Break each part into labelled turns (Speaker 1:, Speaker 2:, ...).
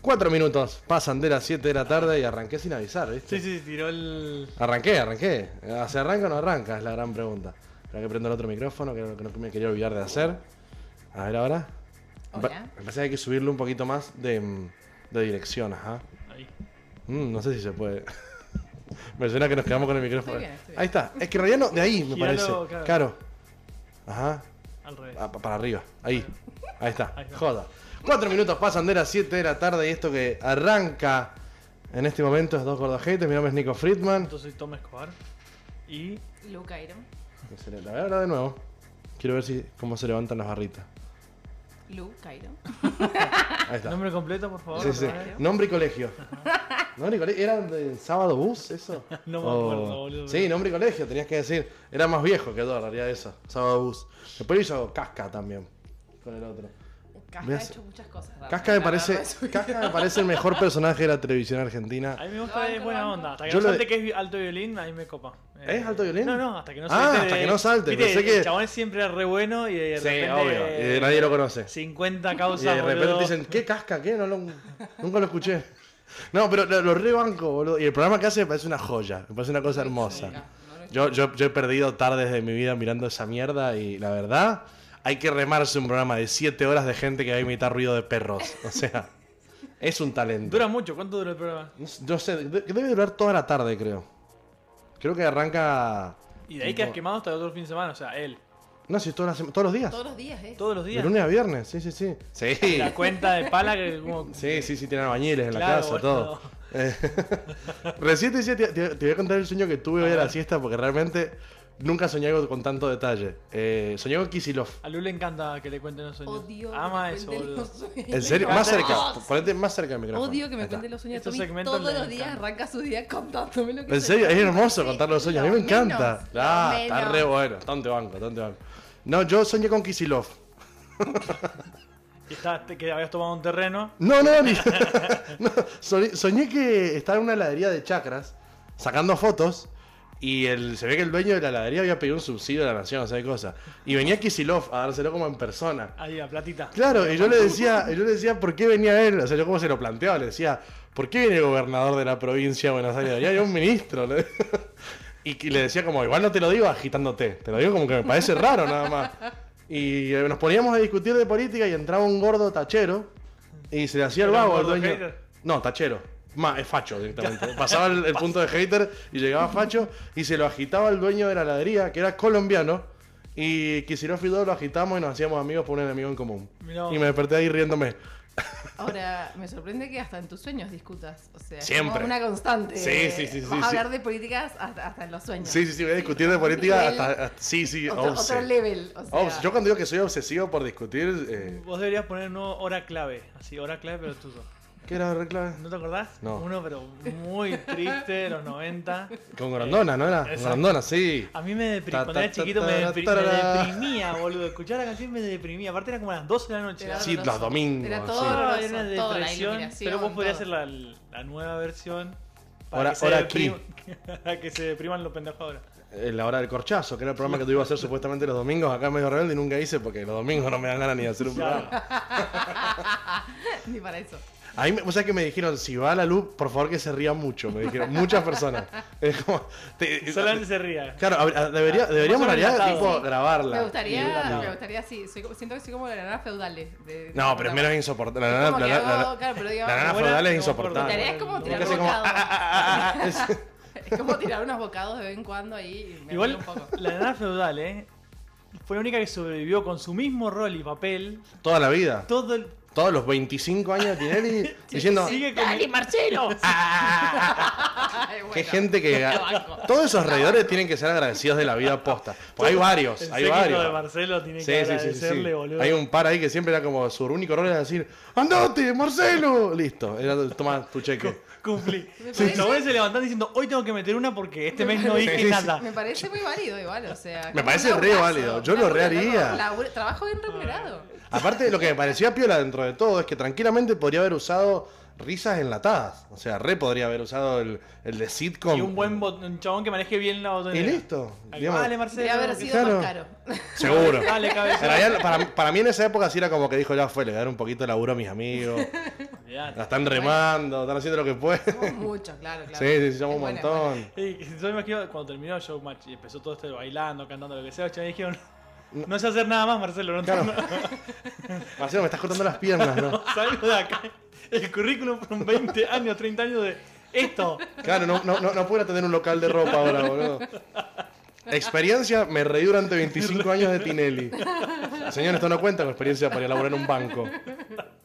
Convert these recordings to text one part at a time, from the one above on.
Speaker 1: Cuatro minutos pasan de las 7 de la tarde y arranqué sin avisar, ¿viste?
Speaker 2: Sí, sí, tiró el.
Speaker 1: Arranqué, arranqué. Ah, ¿Se arranca o no arranca? Es la gran pregunta. Espera que prendo el otro micrófono, que era lo que no me quería olvidar de hacer. A ver ahora.
Speaker 3: Hola.
Speaker 1: Me parece que hay que subirle un poquito más de, mm, de dirección, ajá.
Speaker 2: Ahí.
Speaker 1: Mm, no sé si se puede. me suena que nos quedamos con el micrófono.
Speaker 3: bien, estoy bien.
Speaker 1: Ahí está. Es que en realidad no, de ahí me parece.
Speaker 2: Gíralo, claro.
Speaker 1: Claro. Ajá.
Speaker 2: Al revés.
Speaker 1: Ah, pa- para arriba, ahí. Ahí está.
Speaker 2: Ahí está.
Speaker 1: Joda. Cuatro minutos pasan de las 7 de la tarde y esto que arranca en este momento es Dos Gordos Haters. Mi nombre es Nico Friedman.
Speaker 2: Entonces soy Tom Escobar. Y.
Speaker 3: Luca Iron.
Speaker 1: Excelente. A ver, ahora de nuevo. Quiero ver si cómo se levantan las barritas.
Speaker 3: Lu Cairo.
Speaker 1: Ahí está.
Speaker 2: Nombre completo, por favor.
Speaker 1: Sí,
Speaker 2: otra
Speaker 1: sí.
Speaker 2: vez.
Speaker 1: Nombre y colegio. Nombre y colegio. ¿Era de sábado bus eso?
Speaker 2: No me
Speaker 1: O-
Speaker 2: acuerdo, boludo.
Speaker 1: Sí, nombre y colegio, tenías que decir. Era más viejo que yo, en realidad, eso. Sábado bus. Después hizo Casca también. Con el otro. Me
Speaker 3: Casca ha
Speaker 1: hace-
Speaker 3: hecho muchas cosas. raras.
Speaker 1: Casca me
Speaker 3: La verdad
Speaker 1: parece,
Speaker 3: es muy-
Speaker 1: Casca me parece el mejor personaje de la televisión argentina.
Speaker 2: A mí me gusta
Speaker 3: Banco,
Speaker 2: de buena
Speaker 3: banco.
Speaker 2: onda. Hasta que
Speaker 1: Yo
Speaker 2: no
Speaker 1: lo-
Speaker 2: salte que es vi- alto violín, ahí me copa. Eh,
Speaker 1: ¿Es alto violín?
Speaker 2: No, no, hasta que no
Speaker 1: Ah,
Speaker 2: salte.
Speaker 1: hasta
Speaker 2: de-
Speaker 1: que no salte,
Speaker 2: Viste,
Speaker 1: pensé que-
Speaker 2: El chabón es siempre re bueno y de
Speaker 1: Sí,
Speaker 2: repente.
Speaker 1: obvio, y de- nadie lo conoce.
Speaker 2: 50
Speaker 1: Y
Speaker 2: causas.
Speaker 1: de repente
Speaker 2: boludo.
Speaker 1: dicen, ¿qué casca? ¿Qué? No lo- nunca lo escuché. No, pero lo, lo rebanco, boludo. Y el programa que hace me parece una joya, me parece una cosa hermosa.
Speaker 3: No, no es-
Speaker 1: Yo, yo, yo he perdido tardes de mi vida mirando esa mierda y la verdad, hay que remarse un programa de 7 horas de gente que va a imitar ruido de perros. O sea, es un talento.
Speaker 2: Dura mucho. ¿Cuánto dura el programa?
Speaker 1: No sé, de- debe durar toda la tarde, creo. Creo que arranca...
Speaker 2: Y de ahí quedas quemado hasta el otro fin de semana. O sea, él.
Speaker 1: No, si todas las sema- todos los días.
Speaker 3: Todos los días, ¿eh?
Speaker 2: Todos los
Speaker 1: De
Speaker 2: días.
Speaker 1: lunes a viernes, sí, sí, sí. Sí.
Speaker 2: La cuenta de pala que como.
Speaker 1: Sí, sí, sí, tienen albañiles en la
Speaker 2: Claro,
Speaker 1: casa,
Speaker 2: boludo.
Speaker 1: todo. Eh, Recién te decía, te, te- te voy a contar el sueño que tuve hoy a la siesta porque realmente nunca soñé algo con tanto detalle. Eh, soñé con Kisilov.
Speaker 2: A Lu le encanta que le cuenten los sueños.
Speaker 3: Odio. que
Speaker 2: Ama
Speaker 3: me
Speaker 2: eso,
Speaker 3: cuenten
Speaker 2: boludo.
Speaker 3: los sueños.
Speaker 1: En serio,
Speaker 2: encanta
Speaker 1: más
Speaker 2: el
Speaker 1: cerca,
Speaker 3: Dios.
Speaker 1: ponete más cerca del micrófono.
Speaker 3: Odio que
Speaker 1: Ahí
Speaker 3: me
Speaker 1: está.
Speaker 3: cuenten los sueños.
Speaker 2: Estos
Speaker 3: Tommy
Speaker 2: segmentos
Speaker 3: todos
Speaker 2: me
Speaker 3: los días
Speaker 2: encantan.
Speaker 3: arranca su día contándome lo que
Speaker 1: En serio, es hermoso
Speaker 3: Sí,
Speaker 1: contar los sueños, a mí me
Speaker 3: lo
Speaker 1: encanta.
Speaker 3: menos, lo
Speaker 1: ah, está
Speaker 3: menos.
Speaker 1: re bueno, tonte banco, tonte banco. No, yo soñé con Kisilov.
Speaker 2: Y está- que habías tomado un terreno.
Speaker 1: No, no, ni- no, soñé, soñé que estaba en una heladería de chacras sacando fotos y el, se ve que el dueño de la heladería había pedido un subsidio a la nación, o sea, qué cosa. Y venía Kisilov a dárselo como en persona.
Speaker 2: Ahí, a platita.
Speaker 1: Claro, y yo le decía, y yo le decía, ¿por qué venía él? O sea, yo como se lo planteaba, le decía, ¿por qué viene el gobernador de la provincia de Buenos Aires? Debería haber un ministro. le- Y que le decía como, igual no te lo digo agitándote, te lo digo como que me parece raro nada más. Y eh, nos poníamos a discutir de política y entraba un gordo tachero y se le hacía el
Speaker 2: ¿Era un
Speaker 1: vago al
Speaker 2: gordo
Speaker 1: dueño.
Speaker 2: hater?
Speaker 1: No, tachero. Ma- es facho directamente. Pasaba el, el punto de hater y llegaba facho y se lo agitaba el dueño de la heladería, que era colombiano. Y Kicillof y yo lo agitamos y nos hacíamos amigos por un enemigo en común.
Speaker 2: Mirá vos.
Speaker 1: Y me desperté ahí riéndome.
Speaker 3: Ahora, me sorprende que hasta en tus sueños discutas. O sea, es
Speaker 1: Siempre.
Speaker 3: como una constante.
Speaker 1: Sí, sí, sí, sí,
Speaker 3: Vas
Speaker 1: sí.
Speaker 3: a hablar de políticas hasta, hasta en los sueños.
Speaker 1: Sí, sí, sí, voy a discutir de política
Speaker 3: Nivel-
Speaker 1: hasta, hasta- Sí, sí,
Speaker 3: Otro,
Speaker 1: obse.
Speaker 3: otro level. O sea,
Speaker 1: Obse. Yo cuando digo que soy obsesivo por discutir. eh,
Speaker 2: Vos deberías poner no hora clave. Así, hora clave, pero tuyo.
Speaker 1: ¿Qué era la clave?
Speaker 2: ¿No te acordás?
Speaker 1: No.
Speaker 2: Uno, pero muy triste, de los 90.
Speaker 1: Con Grandona, ¿no era? Con
Speaker 2: Exacto.
Speaker 1: Grandona, sí.
Speaker 2: A mí me deprimía.
Speaker 1: Ta,
Speaker 2: Cuando era
Speaker 1: ta, ta,
Speaker 2: chiquito me,
Speaker 1: ta,
Speaker 2: depri-
Speaker 1: ta,
Speaker 2: me
Speaker 1: ta.
Speaker 2: deprimía, boludo. Escuchar la canción me deprimía. Aparte, era como a las 12 de la noche.
Speaker 3: Era
Speaker 1: Sí,
Speaker 3: doloroso.
Speaker 1: los domingos,
Speaker 3: Era todo
Speaker 1: sí.
Speaker 2: Ah,
Speaker 3: doloroso,
Speaker 2: era una
Speaker 3: todo, la
Speaker 2: depresión.
Speaker 3: iluminación,
Speaker 2: Pero vos podrías
Speaker 3: todo.
Speaker 2: hacer la, la nueva versión.
Speaker 1: Ahora-
Speaker 2: que se
Speaker 1: ahora
Speaker 2: deprima- para que se depriman los pendejos ahora.
Speaker 1: Eh, La hora del corchazo, que era el programa que tú ibas a hacer supuestamente los domingos acá en Medio Rebelde y nunca hice porque los domingos no me dan ganas ni de hacer un
Speaker 2: Claro.
Speaker 1: programa.
Speaker 3: Ni para eso.
Speaker 1: A mí, me- o sea, que me dijeron, si va la luz, por favor que se ría mucho. Me dijeron muchas personas. Es como. te-
Speaker 2: Solamente se ría.
Speaker 1: Claro, a- a- debería-
Speaker 2: Ah,
Speaker 1: deberíamos
Speaker 2: más
Speaker 1: en
Speaker 2: o
Speaker 1: realidad
Speaker 2: menos atado.
Speaker 1: tipo, grabarla.
Speaker 3: Me
Speaker 1: Y-
Speaker 3: gustaría,
Speaker 2: no.
Speaker 3: me gustaría, sí. soy como- siento que soy como la nana feudales. de- de
Speaker 1: No, pero es menos
Speaker 3: Roma.
Speaker 1: insoportable.
Speaker 3: Es
Speaker 1: La
Speaker 3: como
Speaker 1: nana, la-
Speaker 3: que
Speaker 1: la- ah,
Speaker 3: hago-
Speaker 1: la-
Speaker 3: claro, pero digo,
Speaker 1: la nana
Speaker 2: Buena,
Speaker 1: feudal es
Speaker 2: como
Speaker 3: Mi
Speaker 1: insoportable.
Speaker 3: tarea es como tirar
Speaker 1: Porque hace como,
Speaker 3: bocados.
Speaker 1: ah, Es-
Speaker 3: Es como tirar unos bocados de vez en cuando ahí y me
Speaker 2: Igual,
Speaker 3: río un poco.
Speaker 2: la nana feudal, ¿eh? Fue la única que sobrevivió con su mismo rol y papel.
Speaker 1: Toda la vida.
Speaker 2: Todo el.
Speaker 1: Todos los 25 años de Tinelli diciendo.
Speaker 2: Sigue con.
Speaker 3: ¡Dale, Marcelo!
Speaker 1: Ah,
Speaker 3: Ay, bueno.
Speaker 1: Qué gente que.
Speaker 3: banco.
Speaker 1: Todos esos reidores tienen que ser agradecidos de la vida posta. Pues hay varios,
Speaker 2: El
Speaker 1: hay
Speaker 2: séquito
Speaker 1: varios.
Speaker 2: de Marcelo tiene
Speaker 1: Sí,
Speaker 2: que
Speaker 1: sí, sí, sí, sí.
Speaker 2: agradecerle, boludo.
Speaker 1: Hay un par ahí que siempre era como su único rol era decir, ¡Andate, Marcelo! Listo, era toma tu cheque.
Speaker 2: Cumplí.
Speaker 3: parece-
Speaker 2: Los chabones se levantan diciendo, hoy tengo que meter una porque este mes no dije
Speaker 1: Sí, sí,
Speaker 2: nada.
Speaker 3: Me parece muy válido igual, o sea.
Speaker 1: Me
Speaker 3: como
Speaker 1: parece
Speaker 3: un
Speaker 1: re
Speaker 3: laburazo,
Speaker 1: válido, yo
Speaker 3: un
Speaker 1: lo re
Speaker 3: laburo,
Speaker 1: haría.
Speaker 3: loco, laburo- Trabajo bien remunerado.
Speaker 2: Ah,
Speaker 1: Aparte, lo que me parecía piola dentro de todo es que tranquilamente podría haber usado risas enlatadas. O sea, re podría haber usado el, el de sitcom.
Speaker 2: Y un buen bot- un chabón que maneje bien la
Speaker 1: Y
Speaker 2: botonera.
Speaker 1: listo.
Speaker 2: Ahí,
Speaker 1: digamos.
Speaker 2: Dale, Marcelo.
Speaker 3: Debe haber sido
Speaker 1: Claro.
Speaker 3: más caro.
Speaker 1: Seguro.
Speaker 2: Dale, cabeza.
Speaker 1: En realidad, para, para mí en esa época sí era como que dijo, ya fue, le voy a dar un poquito de laburo a mis amigos.
Speaker 2: olvidate.
Speaker 1: La están remando, están haciendo lo que pueden.
Speaker 3: Somos muchos, claro, claro.
Speaker 1: Sí, sí, sí, somos
Speaker 3: Es
Speaker 1: un
Speaker 3: buena,
Speaker 1: montón.
Speaker 2: Y yo me imagino cuando terminó Showmatch y empezó todo esto de bailando, cantando, lo que sea, los chavales dijeron, no sé hacer nada más, Marcelo, no,
Speaker 1: Claro.
Speaker 2: no,
Speaker 1: Marcelo, me estás cortando las piernas, ¿no?
Speaker 2: salgo de acá. El currículum fueron 20 años, 30 años de esto.
Speaker 1: Claro, no, no, no, no pudiera tener un local de ropa ahora, boludo. Experiencia, me reí durante 25 años de Tinelli. Señor, esto no cuenta con experiencia para ir a laburar en un banco.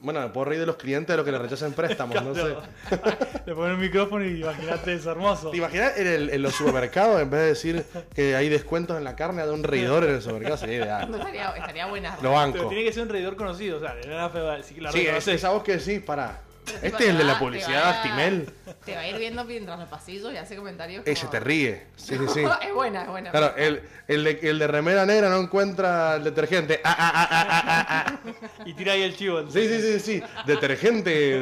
Speaker 1: Bueno, me puedo reír de los clientes de los que le rechazan préstamos, no sé.
Speaker 2: Le ponen un micrófono y imaginate, es hermoso.
Speaker 1: ¿Te imaginas en, el- en los supermercados, en vez de decir que hay descuentos en la carne, de un reidor en el supermercado? Sería
Speaker 3: No,
Speaker 1: ideal.
Speaker 3: estaría, estaría buena.
Speaker 1: Lo
Speaker 2: Pero
Speaker 1: banco.
Speaker 2: tiene que ser un reidor conocido, o sea, le da fe- sí que la
Speaker 1: Sí, es,
Speaker 2: reconoces.
Speaker 1: esa voz que decís, pará. Este
Speaker 3: Te
Speaker 1: es el de
Speaker 3: va-
Speaker 1: la
Speaker 3: te
Speaker 1: publicidad,
Speaker 3: va-
Speaker 1: Timel.
Speaker 3: Te va a ir viendo mientras los pasillos y hace comentarios.
Speaker 1: Ese
Speaker 3: como-
Speaker 1: te ríe. Sí, sí, sí.
Speaker 3: es buena, es buena.
Speaker 1: Claro, el, el, de, el de remera negra no encuentra el detergente. Ah, ah, ah, ah, ah, ah, ah.
Speaker 2: Y tira ahí el chivo.
Speaker 1: Sí, sí, sí, sí. Detergente.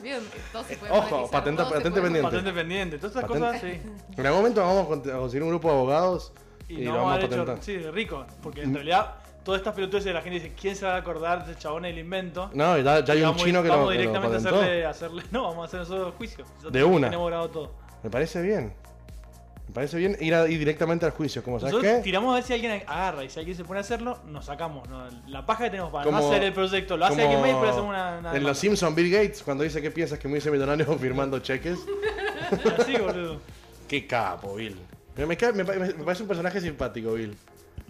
Speaker 3: Bien, todo se puede
Speaker 1: Ojo,
Speaker 3: monetizar,
Speaker 1: patente-
Speaker 3: todo se
Speaker 1: patente
Speaker 3: puede
Speaker 1: pendiente.
Speaker 2: Patente pendiente, todas esas cosas,
Speaker 1: Patente.
Speaker 2: sí.
Speaker 1: En algún momento vamos a conseguir un grupo de abogados y,
Speaker 2: Y,
Speaker 1: lo
Speaker 2: no vamos a
Speaker 1: vamos a
Speaker 2: haber
Speaker 1: patentar. Mm.
Speaker 2: hecho, sí, rico, porque en realidad todas estas pelotudeces de la gente dice, ¿quién se va a acordar de ese chabón del invento?
Speaker 1: No, ya, ya hay un
Speaker 2: Vamos-
Speaker 1: chino que
Speaker 2: vamos
Speaker 1: lo, que lo
Speaker 2: directamente
Speaker 1: patentó.
Speaker 2: a hacerle, hacerle- No, vamos a hacer nosotros juicio. Nosotros
Speaker 1: De una.
Speaker 2: Tenemos grabado todo.
Speaker 1: Me parece bien. Me parece bien ir, a- ir directamente al juicio. Como, ¿sabes
Speaker 2: Nosotros
Speaker 1: qué?
Speaker 2: tiramos a ver si alguien agarra y si alguien se pone a hacerlo, nos sacamos. ¿no? La paja que tenemos para no
Speaker 1: Como-
Speaker 2: hacer el proyecto. Lo hace
Speaker 1: Como
Speaker 2: alguien más y después hacemos una. una
Speaker 1: en Los
Speaker 2: demanda.
Speaker 1: Simpsons, Bill Gates, cuando dice que piensas que me hice millonario firmando cheques.
Speaker 2: Así, boludo.
Speaker 1: Qué capo, Bill. Me, me cae- me pa- me parece un personaje simpático, Bill.